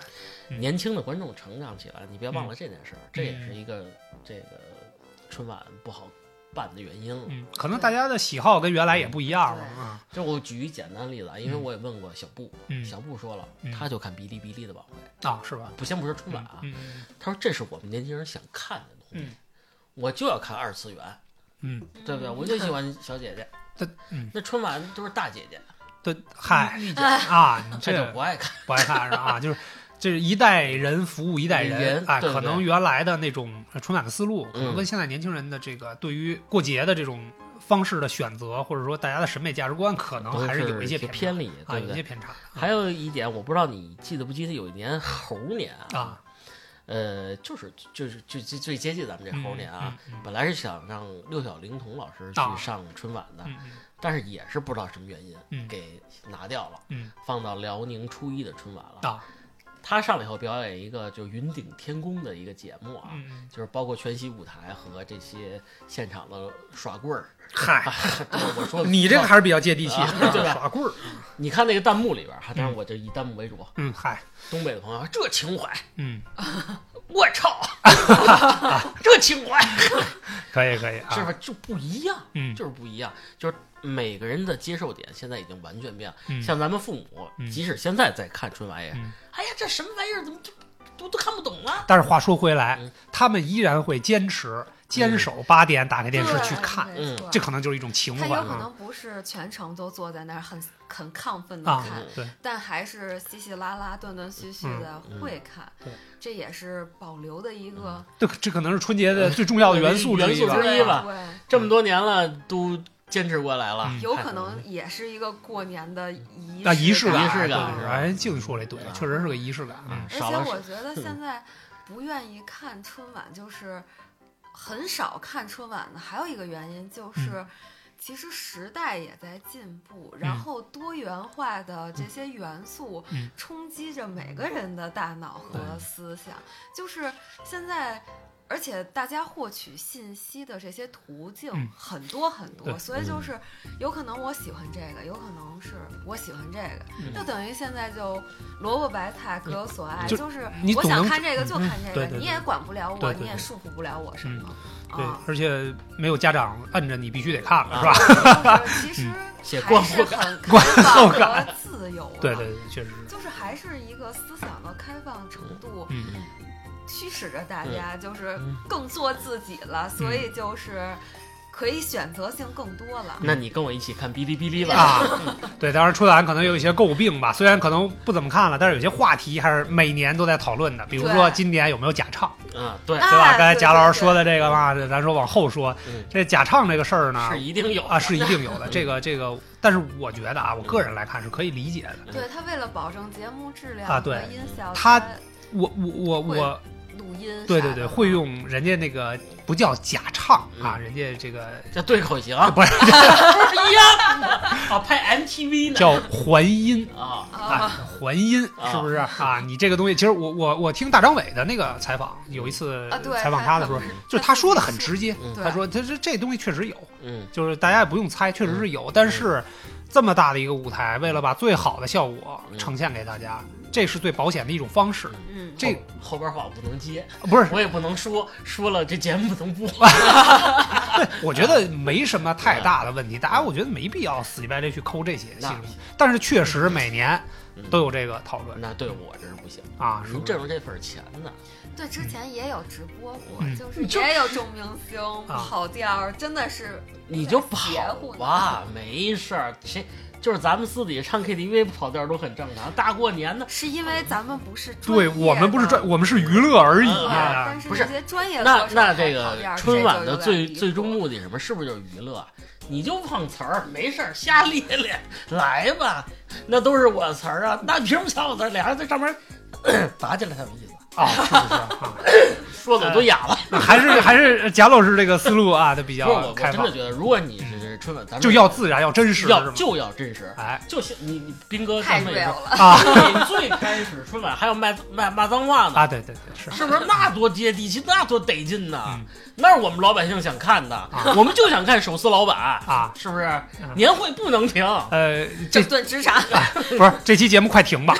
[SPEAKER 3] 年轻的观众成长起来，你别忘了这件事儿，这也是一个这个春晚不好办的原因了。
[SPEAKER 2] 嗯，可能大家的喜好跟原来也不一样了
[SPEAKER 1] 对
[SPEAKER 2] 啊。
[SPEAKER 3] 这我举一简单例子啊，因为
[SPEAKER 2] 嗯
[SPEAKER 3] 我也问过小布，
[SPEAKER 2] 嗯
[SPEAKER 3] 小布说了
[SPEAKER 2] 嗯，
[SPEAKER 3] 他就看哔哩哔哩的晚会，
[SPEAKER 2] 啊，是吧？
[SPEAKER 3] 不先不说春晚啊，
[SPEAKER 2] 嗯嗯
[SPEAKER 3] 他说这是我们年轻人想看的东西
[SPEAKER 2] 嗯，
[SPEAKER 3] 我就要看二次元，
[SPEAKER 2] 嗯，嗯
[SPEAKER 3] 对不对？我就喜欢小 姐姐，
[SPEAKER 2] 这嗯
[SPEAKER 3] 那春晚都是大姐姐，
[SPEAKER 2] 对，嗨
[SPEAKER 3] 御姐
[SPEAKER 2] 啊， 你
[SPEAKER 3] 她
[SPEAKER 2] 这
[SPEAKER 3] 就
[SPEAKER 2] 个
[SPEAKER 3] 不爱看，
[SPEAKER 2] 不爱看是吧？啊， 就是就是一代人服务一代人
[SPEAKER 3] 人
[SPEAKER 2] 啊，
[SPEAKER 3] 对不
[SPEAKER 2] 可
[SPEAKER 3] 对
[SPEAKER 2] 能原来的那种呃春晚的思路，可能
[SPEAKER 3] 嗯
[SPEAKER 2] 跟现在年轻人的这个对于过节的这种方式的选择，或者说大家的审美价值观，可能
[SPEAKER 3] 都
[SPEAKER 2] 还
[SPEAKER 3] 是
[SPEAKER 2] 有一些
[SPEAKER 3] 些
[SPEAKER 2] 差
[SPEAKER 3] 偏离，
[SPEAKER 2] 啊，
[SPEAKER 3] 对
[SPEAKER 2] 有
[SPEAKER 3] 不
[SPEAKER 2] 一些
[SPEAKER 3] 对？
[SPEAKER 2] 偏差
[SPEAKER 3] 还有一点，我不知道你记得不记得，有一年猴年
[SPEAKER 2] 啊。
[SPEAKER 3] 呃，就是就是就最最接近咱们这猴年啊，
[SPEAKER 2] 嗯嗯嗯
[SPEAKER 3] 本来是想让六小龄童老师
[SPEAKER 2] 啊
[SPEAKER 3] 去上春晚的，
[SPEAKER 2] 嗯
[SPEAKER 3] 但是也是不知道什么原因、
[SPEAKER 2] 嗯
[SPEAKER 3] 给拿掉了，
[SPEAKER 2] 嗯
[SPEAKER 3] 放到辽宁初一的春晚了。
[SPEAKER 2] 嗯啊
[SPEAKER 3] 他上来以后表演一个就云顶天宫的一个节目啊，
[SPEAKER 2] 嗯嗯
[SPEAKER 3] 就是包括全息舞台和这些现场的耍棍儿。
[SPEAKER 2] 嗨，
[SPEAKER 3] 我说
[SPEAKER 2] 你这个还是比较接地气，
[SPEAKER 3] 啊对吧
[SPEAKER 2] 耍棍儿。
[SPEAKER 3] 你看那个弹幕里边儿，哈当然我就以弹幕为主。
[SPEAKER 2] 嗯，嗨，
[SPEAKER 3] 东北的朋友说，这情怀，
[SPEAKER 2] 嗯，
[SPEAKER 3] 我 操，这情怀
[SPEAKER 2] 可以可以啊，
[SPEAKER 3] 是不是就不一样？
[SPEAKER 2] 嗯
[SPEAKER 3] 就是不一样，就是每个人的接受点现在已经完全变了。
[SPEAKER 2] 嗯
[SPEAKER 3] 像咱们父母，
[SPEAKER 2] 嗯
[SPEAKER 3] 即使现在在看春晚也，
[SPEAKER 2] 嗯
[SPEAKER 3] 哎呀，这什么玩意儿，怎么就都都看不懂啊？
[SPEAKER 2] 但是话说回来，
[SPEAKER 3] 嗯
[SPEAKER 2] 他们依然会坚持坚守八点打开电视
[SPEAKER 1] 对
[SPEAKER 2] 去看，
[SPEAKER 1] 没
[SPEAKER 3] 嗯
[SPEAKER 1] 错
[SPEAKER 2] 这可能就是一种情
[SPEAKER 1] 他
[SPEAKER 2] 怀
[SPEAKER 1] 有可
[SPEAKER 2] 啊
[SPEAKER 1] 能不是全程都坐在那儿很很亢奋的
[SPEAKER 2] 啊
[SPEAKER 1] 看，，
[SPEAKER 2] 对，
[SPEAKER 1] 但还是稀稀拉拉、断断续续的
[SPEAKER 3] 嗯
[SPEAKER 1] 会看
[SPEAKER 2] 对，
[SPEAKER 1] 这也是保留的一个
[SPEAKER 2] 这这可能是春节的最重要的元素
[SPEAKER 3] 元
[SPEAKER 2] 一
[SPEAKER 3] 素
[SPEAKER 2] 吧
[SPEAKER 3] 之。一吧
[SPEAKER 1] 对，
[SPEAKER 3] 这么多年了，都坚持过来了，
[SPEAKER 2] 嗯
[SPEAKER 1] 有可能也是一个过年的仪
[SPEAKER 2] 啊，仪
[SPEAKER 1] 式
[SPEAKER 2] 式感，
[SPEAKER 3] 仪式感
[SPEAKER 2] 对
[SPEAKER 3] 是吧
[SPEAKER 2] 哎，静说这对
[SPEAKER 3] 啊，
[SPEAKER 2] 确实是个仪式感。
[SPEAKER 3] 嗯
[SPEAKER 2] 嗯
[SPEAKER 1] 而
[SPEAKER 3] 少
[SPEAKER 1] 且
[SPEAKER 3] 了
[SPEAKER 1] 我觉得现在不愿意看春晚，就是很少看春晚的。还有一个原因
[SPEAKER 3] 嗯
[SPEAKER 1] 就是，其实时代也在进步，然后多元化的这些元素
[SPEAKER 2] 嗯
[SPEAKER 1] 冲击着每个人的大脑和
[SPEAKER 3] 对
[SPEAKER 1] 思想。就是现在。而且大家获取信息的这些途径
[SPEAKER 2] 嗯
[SPEAKER 1] 很多很多，
[SPEAKER 2] 对
[SPEAKER 1] 所以
[SPEAKER 3] 嗯
[SPEAKER 1] 就是有可能我喜欢这个，有可能是我喜欢这个，就等于现在就萝卜白菜各有所爱，
[SPEAKER 2] 就
[SPEAKER 1] 就是
[SPEAKER 2] 你
[SPEAKER 1] 我
[SPEAKER 2] 总
[SPEAKER 1] 想
[SPEAKER 2] 能嗯
[SPEAKER 1] 看这个就看这
[SPEAKER 2] 对
[SPEAKER 1] 个，
[SPEAKER 2] 对对
[SPEAKER 1] 你也管不了
[SPEAKER 2] 对
[SPEAKER 1] 我，
[SPEAKER 2] 对
[SPEAKER 1] 你也
[SPEAKER 2] 对嗯
[SPEAKER 1] 束缚不了我什么
[SPEAKER 2] 对
[SPEAKER 1] 啊，。
[SPEAKER 2] 而且没有家长摁着你必须得看
[SPEAKER 3] 啊
[SPEAKER 2] 了，是吧？
[SPEAKER 1] 就是其
[SPEAKER 2] 嗯
[SPEAKER 1] 实
[SPEAKER 3] 写
[SPEAKER 1] 还
[SPEAKER 3] 过
[SPEAKER 1] 是
[SPEAKER 3] 不
[SPEAKER 1] 很开放和自由的，
[SPEAKER 2] 对对，对，确实。
[SPEAKER 1] 就是还是一个思想的开放程度
[SPEAKER 2] 嗯，
[SPEAKER 1] 驱使着大家就是
[SPEAKER 3] 嗯
[SPEAKER 1] 更做自己了，所
[SPEAKER 2] 嗯
[SPEAKER 1] 以就是可以选择性更多了。
[SPEAKER 3] 那你跟我一起看哔哩哔 哩吧。
[SPEAKER 2] 啊，对，当然春晚可能有一些诟病吧，虽然可能不怎么看了，但是有些话题还是每年都在讨论的，比如说
[SPEAKER 1] 对
[SPEAKER 2] 今年有没有假唱，
[SPEAKER 3] 嗯，对，
[SPEAKER 1] 啊
[SPEAKER 2] 对吧？
[SPEAKER 1] 对
[SPEAKER 2] 刚才贾老
[SPEAKER 1] 对
[SPEAKER 2] 师说的这个嘛，这咱说往后说
[SPEAKER 3] 嗯，
[SPEAKER 2] 这假唱这个事儿呢
[SPEAKER 3] 是，一定有
[SPEAKER 2] 啊，是一定 有的。这个这个，但是我觉得啊，我个人来看是可以理解的。
[SPEAKER 1] 对他为了保证节目质量
[SPEAKER 2] 嗯啊
[SPEAKER 1] 和
[SPEAKER 2] 对
[SPEAKER 1] 音效，
[SPEAKER 2] 他我我我我，
[SPEAKER 1] 录音
[SPEAKER 2] 对
[SPEAKER 1] 啥
[SPEAKER 2] 对
[SPEAKER 1] 的嗯
[SPEAKER 2] 对，会用人家那个不叫假唱啊，
[SPEAKER 3] 嗯
[SPEAKER 2] 人家这个
[SPEAKER 3] 这对口型
[SPEAKER 2] 啊不是
[SPEAKER 3] 一样的 啊，拍 MTV 呢
[SPEAKER 2] 叫还音。
[SPEAKER 3] 啊，
[SPEAKER 2] 啊
[SPEAKER 1] 啊，，
[SPEAKER 2] 还音
[SPEAKER 3] 啊
[SPEAKER 2] 是不是啊？你这个东西，其实我我我听大张伟的那个采访，有一次
[SPEAKER 1] 啊对
[SPEAKER 2] 采访他的时候
[SPEAKER 1] 他他，
[SPEAKER 2] 就是他说的很直接，
[SPEAKER 3] 嗯
[SPEAKER 1] 对
[SPEAKER 2] 他说他这这东西确实有，
[SPEAKER 3] 嗯
[SPEAKER 2] 就是大家也不用猜，确实是有，但是这么大的一个舞台，为了把最好的效果
[SPEAKER 3] 嗯
[SPEAKER 2] 呈现给大家，这是最保险的一种方式。
[SPEAKER 1] 嗯，
[SPEAKER 2] 这
[SPEAKER 3] 哦后边话我不能接，
[SPEAKER 2] 不是，
[SPEAKER 3] 我也不能说，说了这节目不能 播。
[SPEAKER 2] 我觉得没什么太大的问题，大家我觉得没必要死乞白赖去抠这些细
[SPEAKER 3] 那
[SPEAKER 2] 节，但是确实每年
[SPEAKER 3] 嗯
[SPEAKER 2] 都有这个讨论
[SPEAKER 3] 那对我这是不行，
[SPEAKER 2] 啊，是
[SPEAKER 3] 您
[SPEAKER 2] 不
[SPEAKER 3] 挣
[SPEAKER 2] 是？
[SPEAKER 3] 着这份钱呢，
[SPEAKER 1] 对，之前也有直播过，
[SPEAKER 2] 嗯
[SPEAKER 1] 就是也有众明星
[SPEAKER 2] 啊
[SPEAKER 1] 跑调儿，真的是
[SPEAKER 3] 你就
[SPEAKER 1] 邪
[SPEAKER 3] 跑
[SPEAKER 1] 乎
[SPEAKER 3] 吧，没事儿。谁就是咱们私底下唱 KTV 跑调都很正常，大过年的。
[SPEAKER 1] 是因为咱们不是专
[SPEAKER 2] 对
[SPEAKER 1] 业
[SPEAKER 2] 我们不是
[SPEAKER 1] 的
[SPEAKER 2] 专，我们是娱乐而已
[SPEAKER 1] 对
[SPEAKER 3] 嗯
[SPEAKER 2] 啊
[SPEAKER 1] 但。是
[SPEAKER 3] 不是
[SPEAKER 1] 这些专业
[SPEAKER 3] 那
[SPEAKER 1] 歌手
[SPEAKER 3] 那
[SPEAKER 1] 太
[SPEAKER 3] 这
[SPEAKER 1] 跑调
[SPEAKER 3] 个
[SPEAKER 1] 儿
[SPEAKER 3] 春晚
[SPEAKER 1] 这就有
[SPEAKER 3] 的最
[SPEAKER 1] 点离
[SPEAKER 3] 最
[SPEAKER 1] 谱
[SPEAKER 3] 终目的是什么？是不是就是娱乐？你就碰瓷儿，没事儿瞎咧咧，来吧，那都是我词儿啊，那凭什么抢我词儿？俩人在上面咳打起来才有意思。
[SPEAKER 2] 啊，是不是啊？
[SPEAKER 3] 说的我都哑了。
[SPEAKER 2] 还是还是贾老师这个思路啊，他比
[SPEAKER 3] 不是我，
[SPEAKER 2] 较
[SPEAKER 3] 我
[SPEAKER 2] 开
[SPEAKER 3] 真
[SPEAKER 2] 放
[SPEAKER 3] 的，觉得，如果你是是春晚，咱们
[SPEAKER 2] 就要自然，要真实，是
[SPEAKER 3] 要
[SPEAKER 2] 吗？
[SPEAKER 3] 就要真实，
[SPEAKER 2] 哎
[SPEAKER 3] 就像你你斌哥
[SPEAKER 1] 太
[SPEAKER 3] 咱们也说
[SPEAKER 1] real 了。
[SPEAKER 2] 啊
[SPEAKER 3] 最最开始春晚还要卖卖骂脏话呢，
[SPEAKER 2] 啊，对对对，是
[SPEAKER 3] 是不是？那多接地气，那多得劲呐
[SPEAKER 2] 嗯！
[SPEAKER 3] 那是我们老百姓想看的，我们就想看手撕老板，
[SPEAKER 2] 啊，
[SPEAKER 3] 是不是？年会不能停，
[SPEAKER 2] 呃，这
[SPEAKER 1] 整顿职场，
[SPEAKER 2] 不是这期节目快停吧，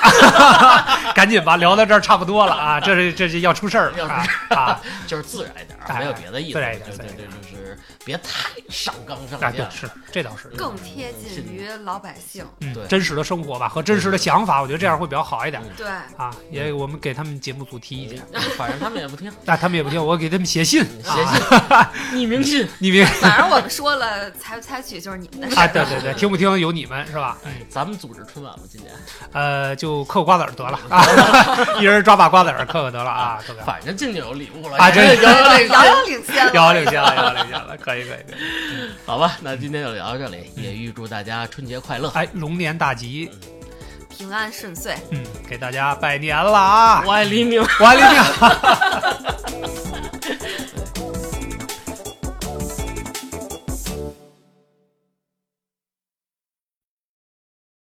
[SPEAKER 2] 赶紧吧，聊到这儿差不多了啊，这是这是要出事儿了啊啊
[SPEAKER 3] 就是自然一点啊，
[SPEAKER 2] 哎
[SPEAKER 3] 没有别的意思，
[SPEAKER 2] 自然一
[SPEAKER 3] 对
[SPEAKER 2] 点
[SPEAKER 3] 对
[SPEAKER 2] 自然一
[SPEAKER 3] 对，
[SPEAKER 2] 点
[SPEAKER 3] 就是别太上纲上
[SPEAKER 2] 啊！
[SPEAKER 3] 线
[SPEAKER 2] 对，。是这倒是，
[SPEAKER 1] 更贴近于老百姓。
[SPEAKER 2] 嗯
[SPEAKER 3] 对，
[SPEAKER 2] 真实的生活吧和真实的想法，我觉得这样会比较好一点
[SPEAKER 3] 嗯
[SPEAKER 1] 对，
[SPEAKER 2] 啊。也我们给他们节目组提意见，
[SPEAKER 3] 反正他们也 不听，
[SPEAKER 2] 那他们也不听，我给他们写信，
[SPEAKER 3] 写
[SPEAKER 2] 啊，
[SPEAKER 3] 信，匿名信。
[SPEAKER 2] 你明
[SPEAKER 1] 反正我们说了，采不采取就是你们的事
[SPEAKER 2] 啊？
[SPEAKER 1] 儿。
[SPEAKER 2] 对对对，听不听由你们是吧？
[SPEAKER 3] 咱们组织春晚吧，今年，
[SPEAKER 2] 呃，就嗑瓜子儿 得了啊，一人抓把瓜子儿嗑嗑得了啊， 嗑嗑。
[SPEAKER 3] 反正静静有礼物了
[SPEAKER 2] 啊这
[SPEAKER 3] 有有
[SPEAKER 1] 遥遥领先了，
[SPEAKER 2] 幺零零幺零零了，可以可以可以。
[SPEAKER 3] 好吧，那今天就聊到这里，也预祝大家春节快乐。
[SPEAKER 2] 哎，龙年大吉，
[SPEAKER 1] 平安顺遂。
[SPEAKER 2] 嗯，给大家拜年了啊！
[SPEAKER 3] 我爱黎明。
[SPEAKER 2] 我还领奖。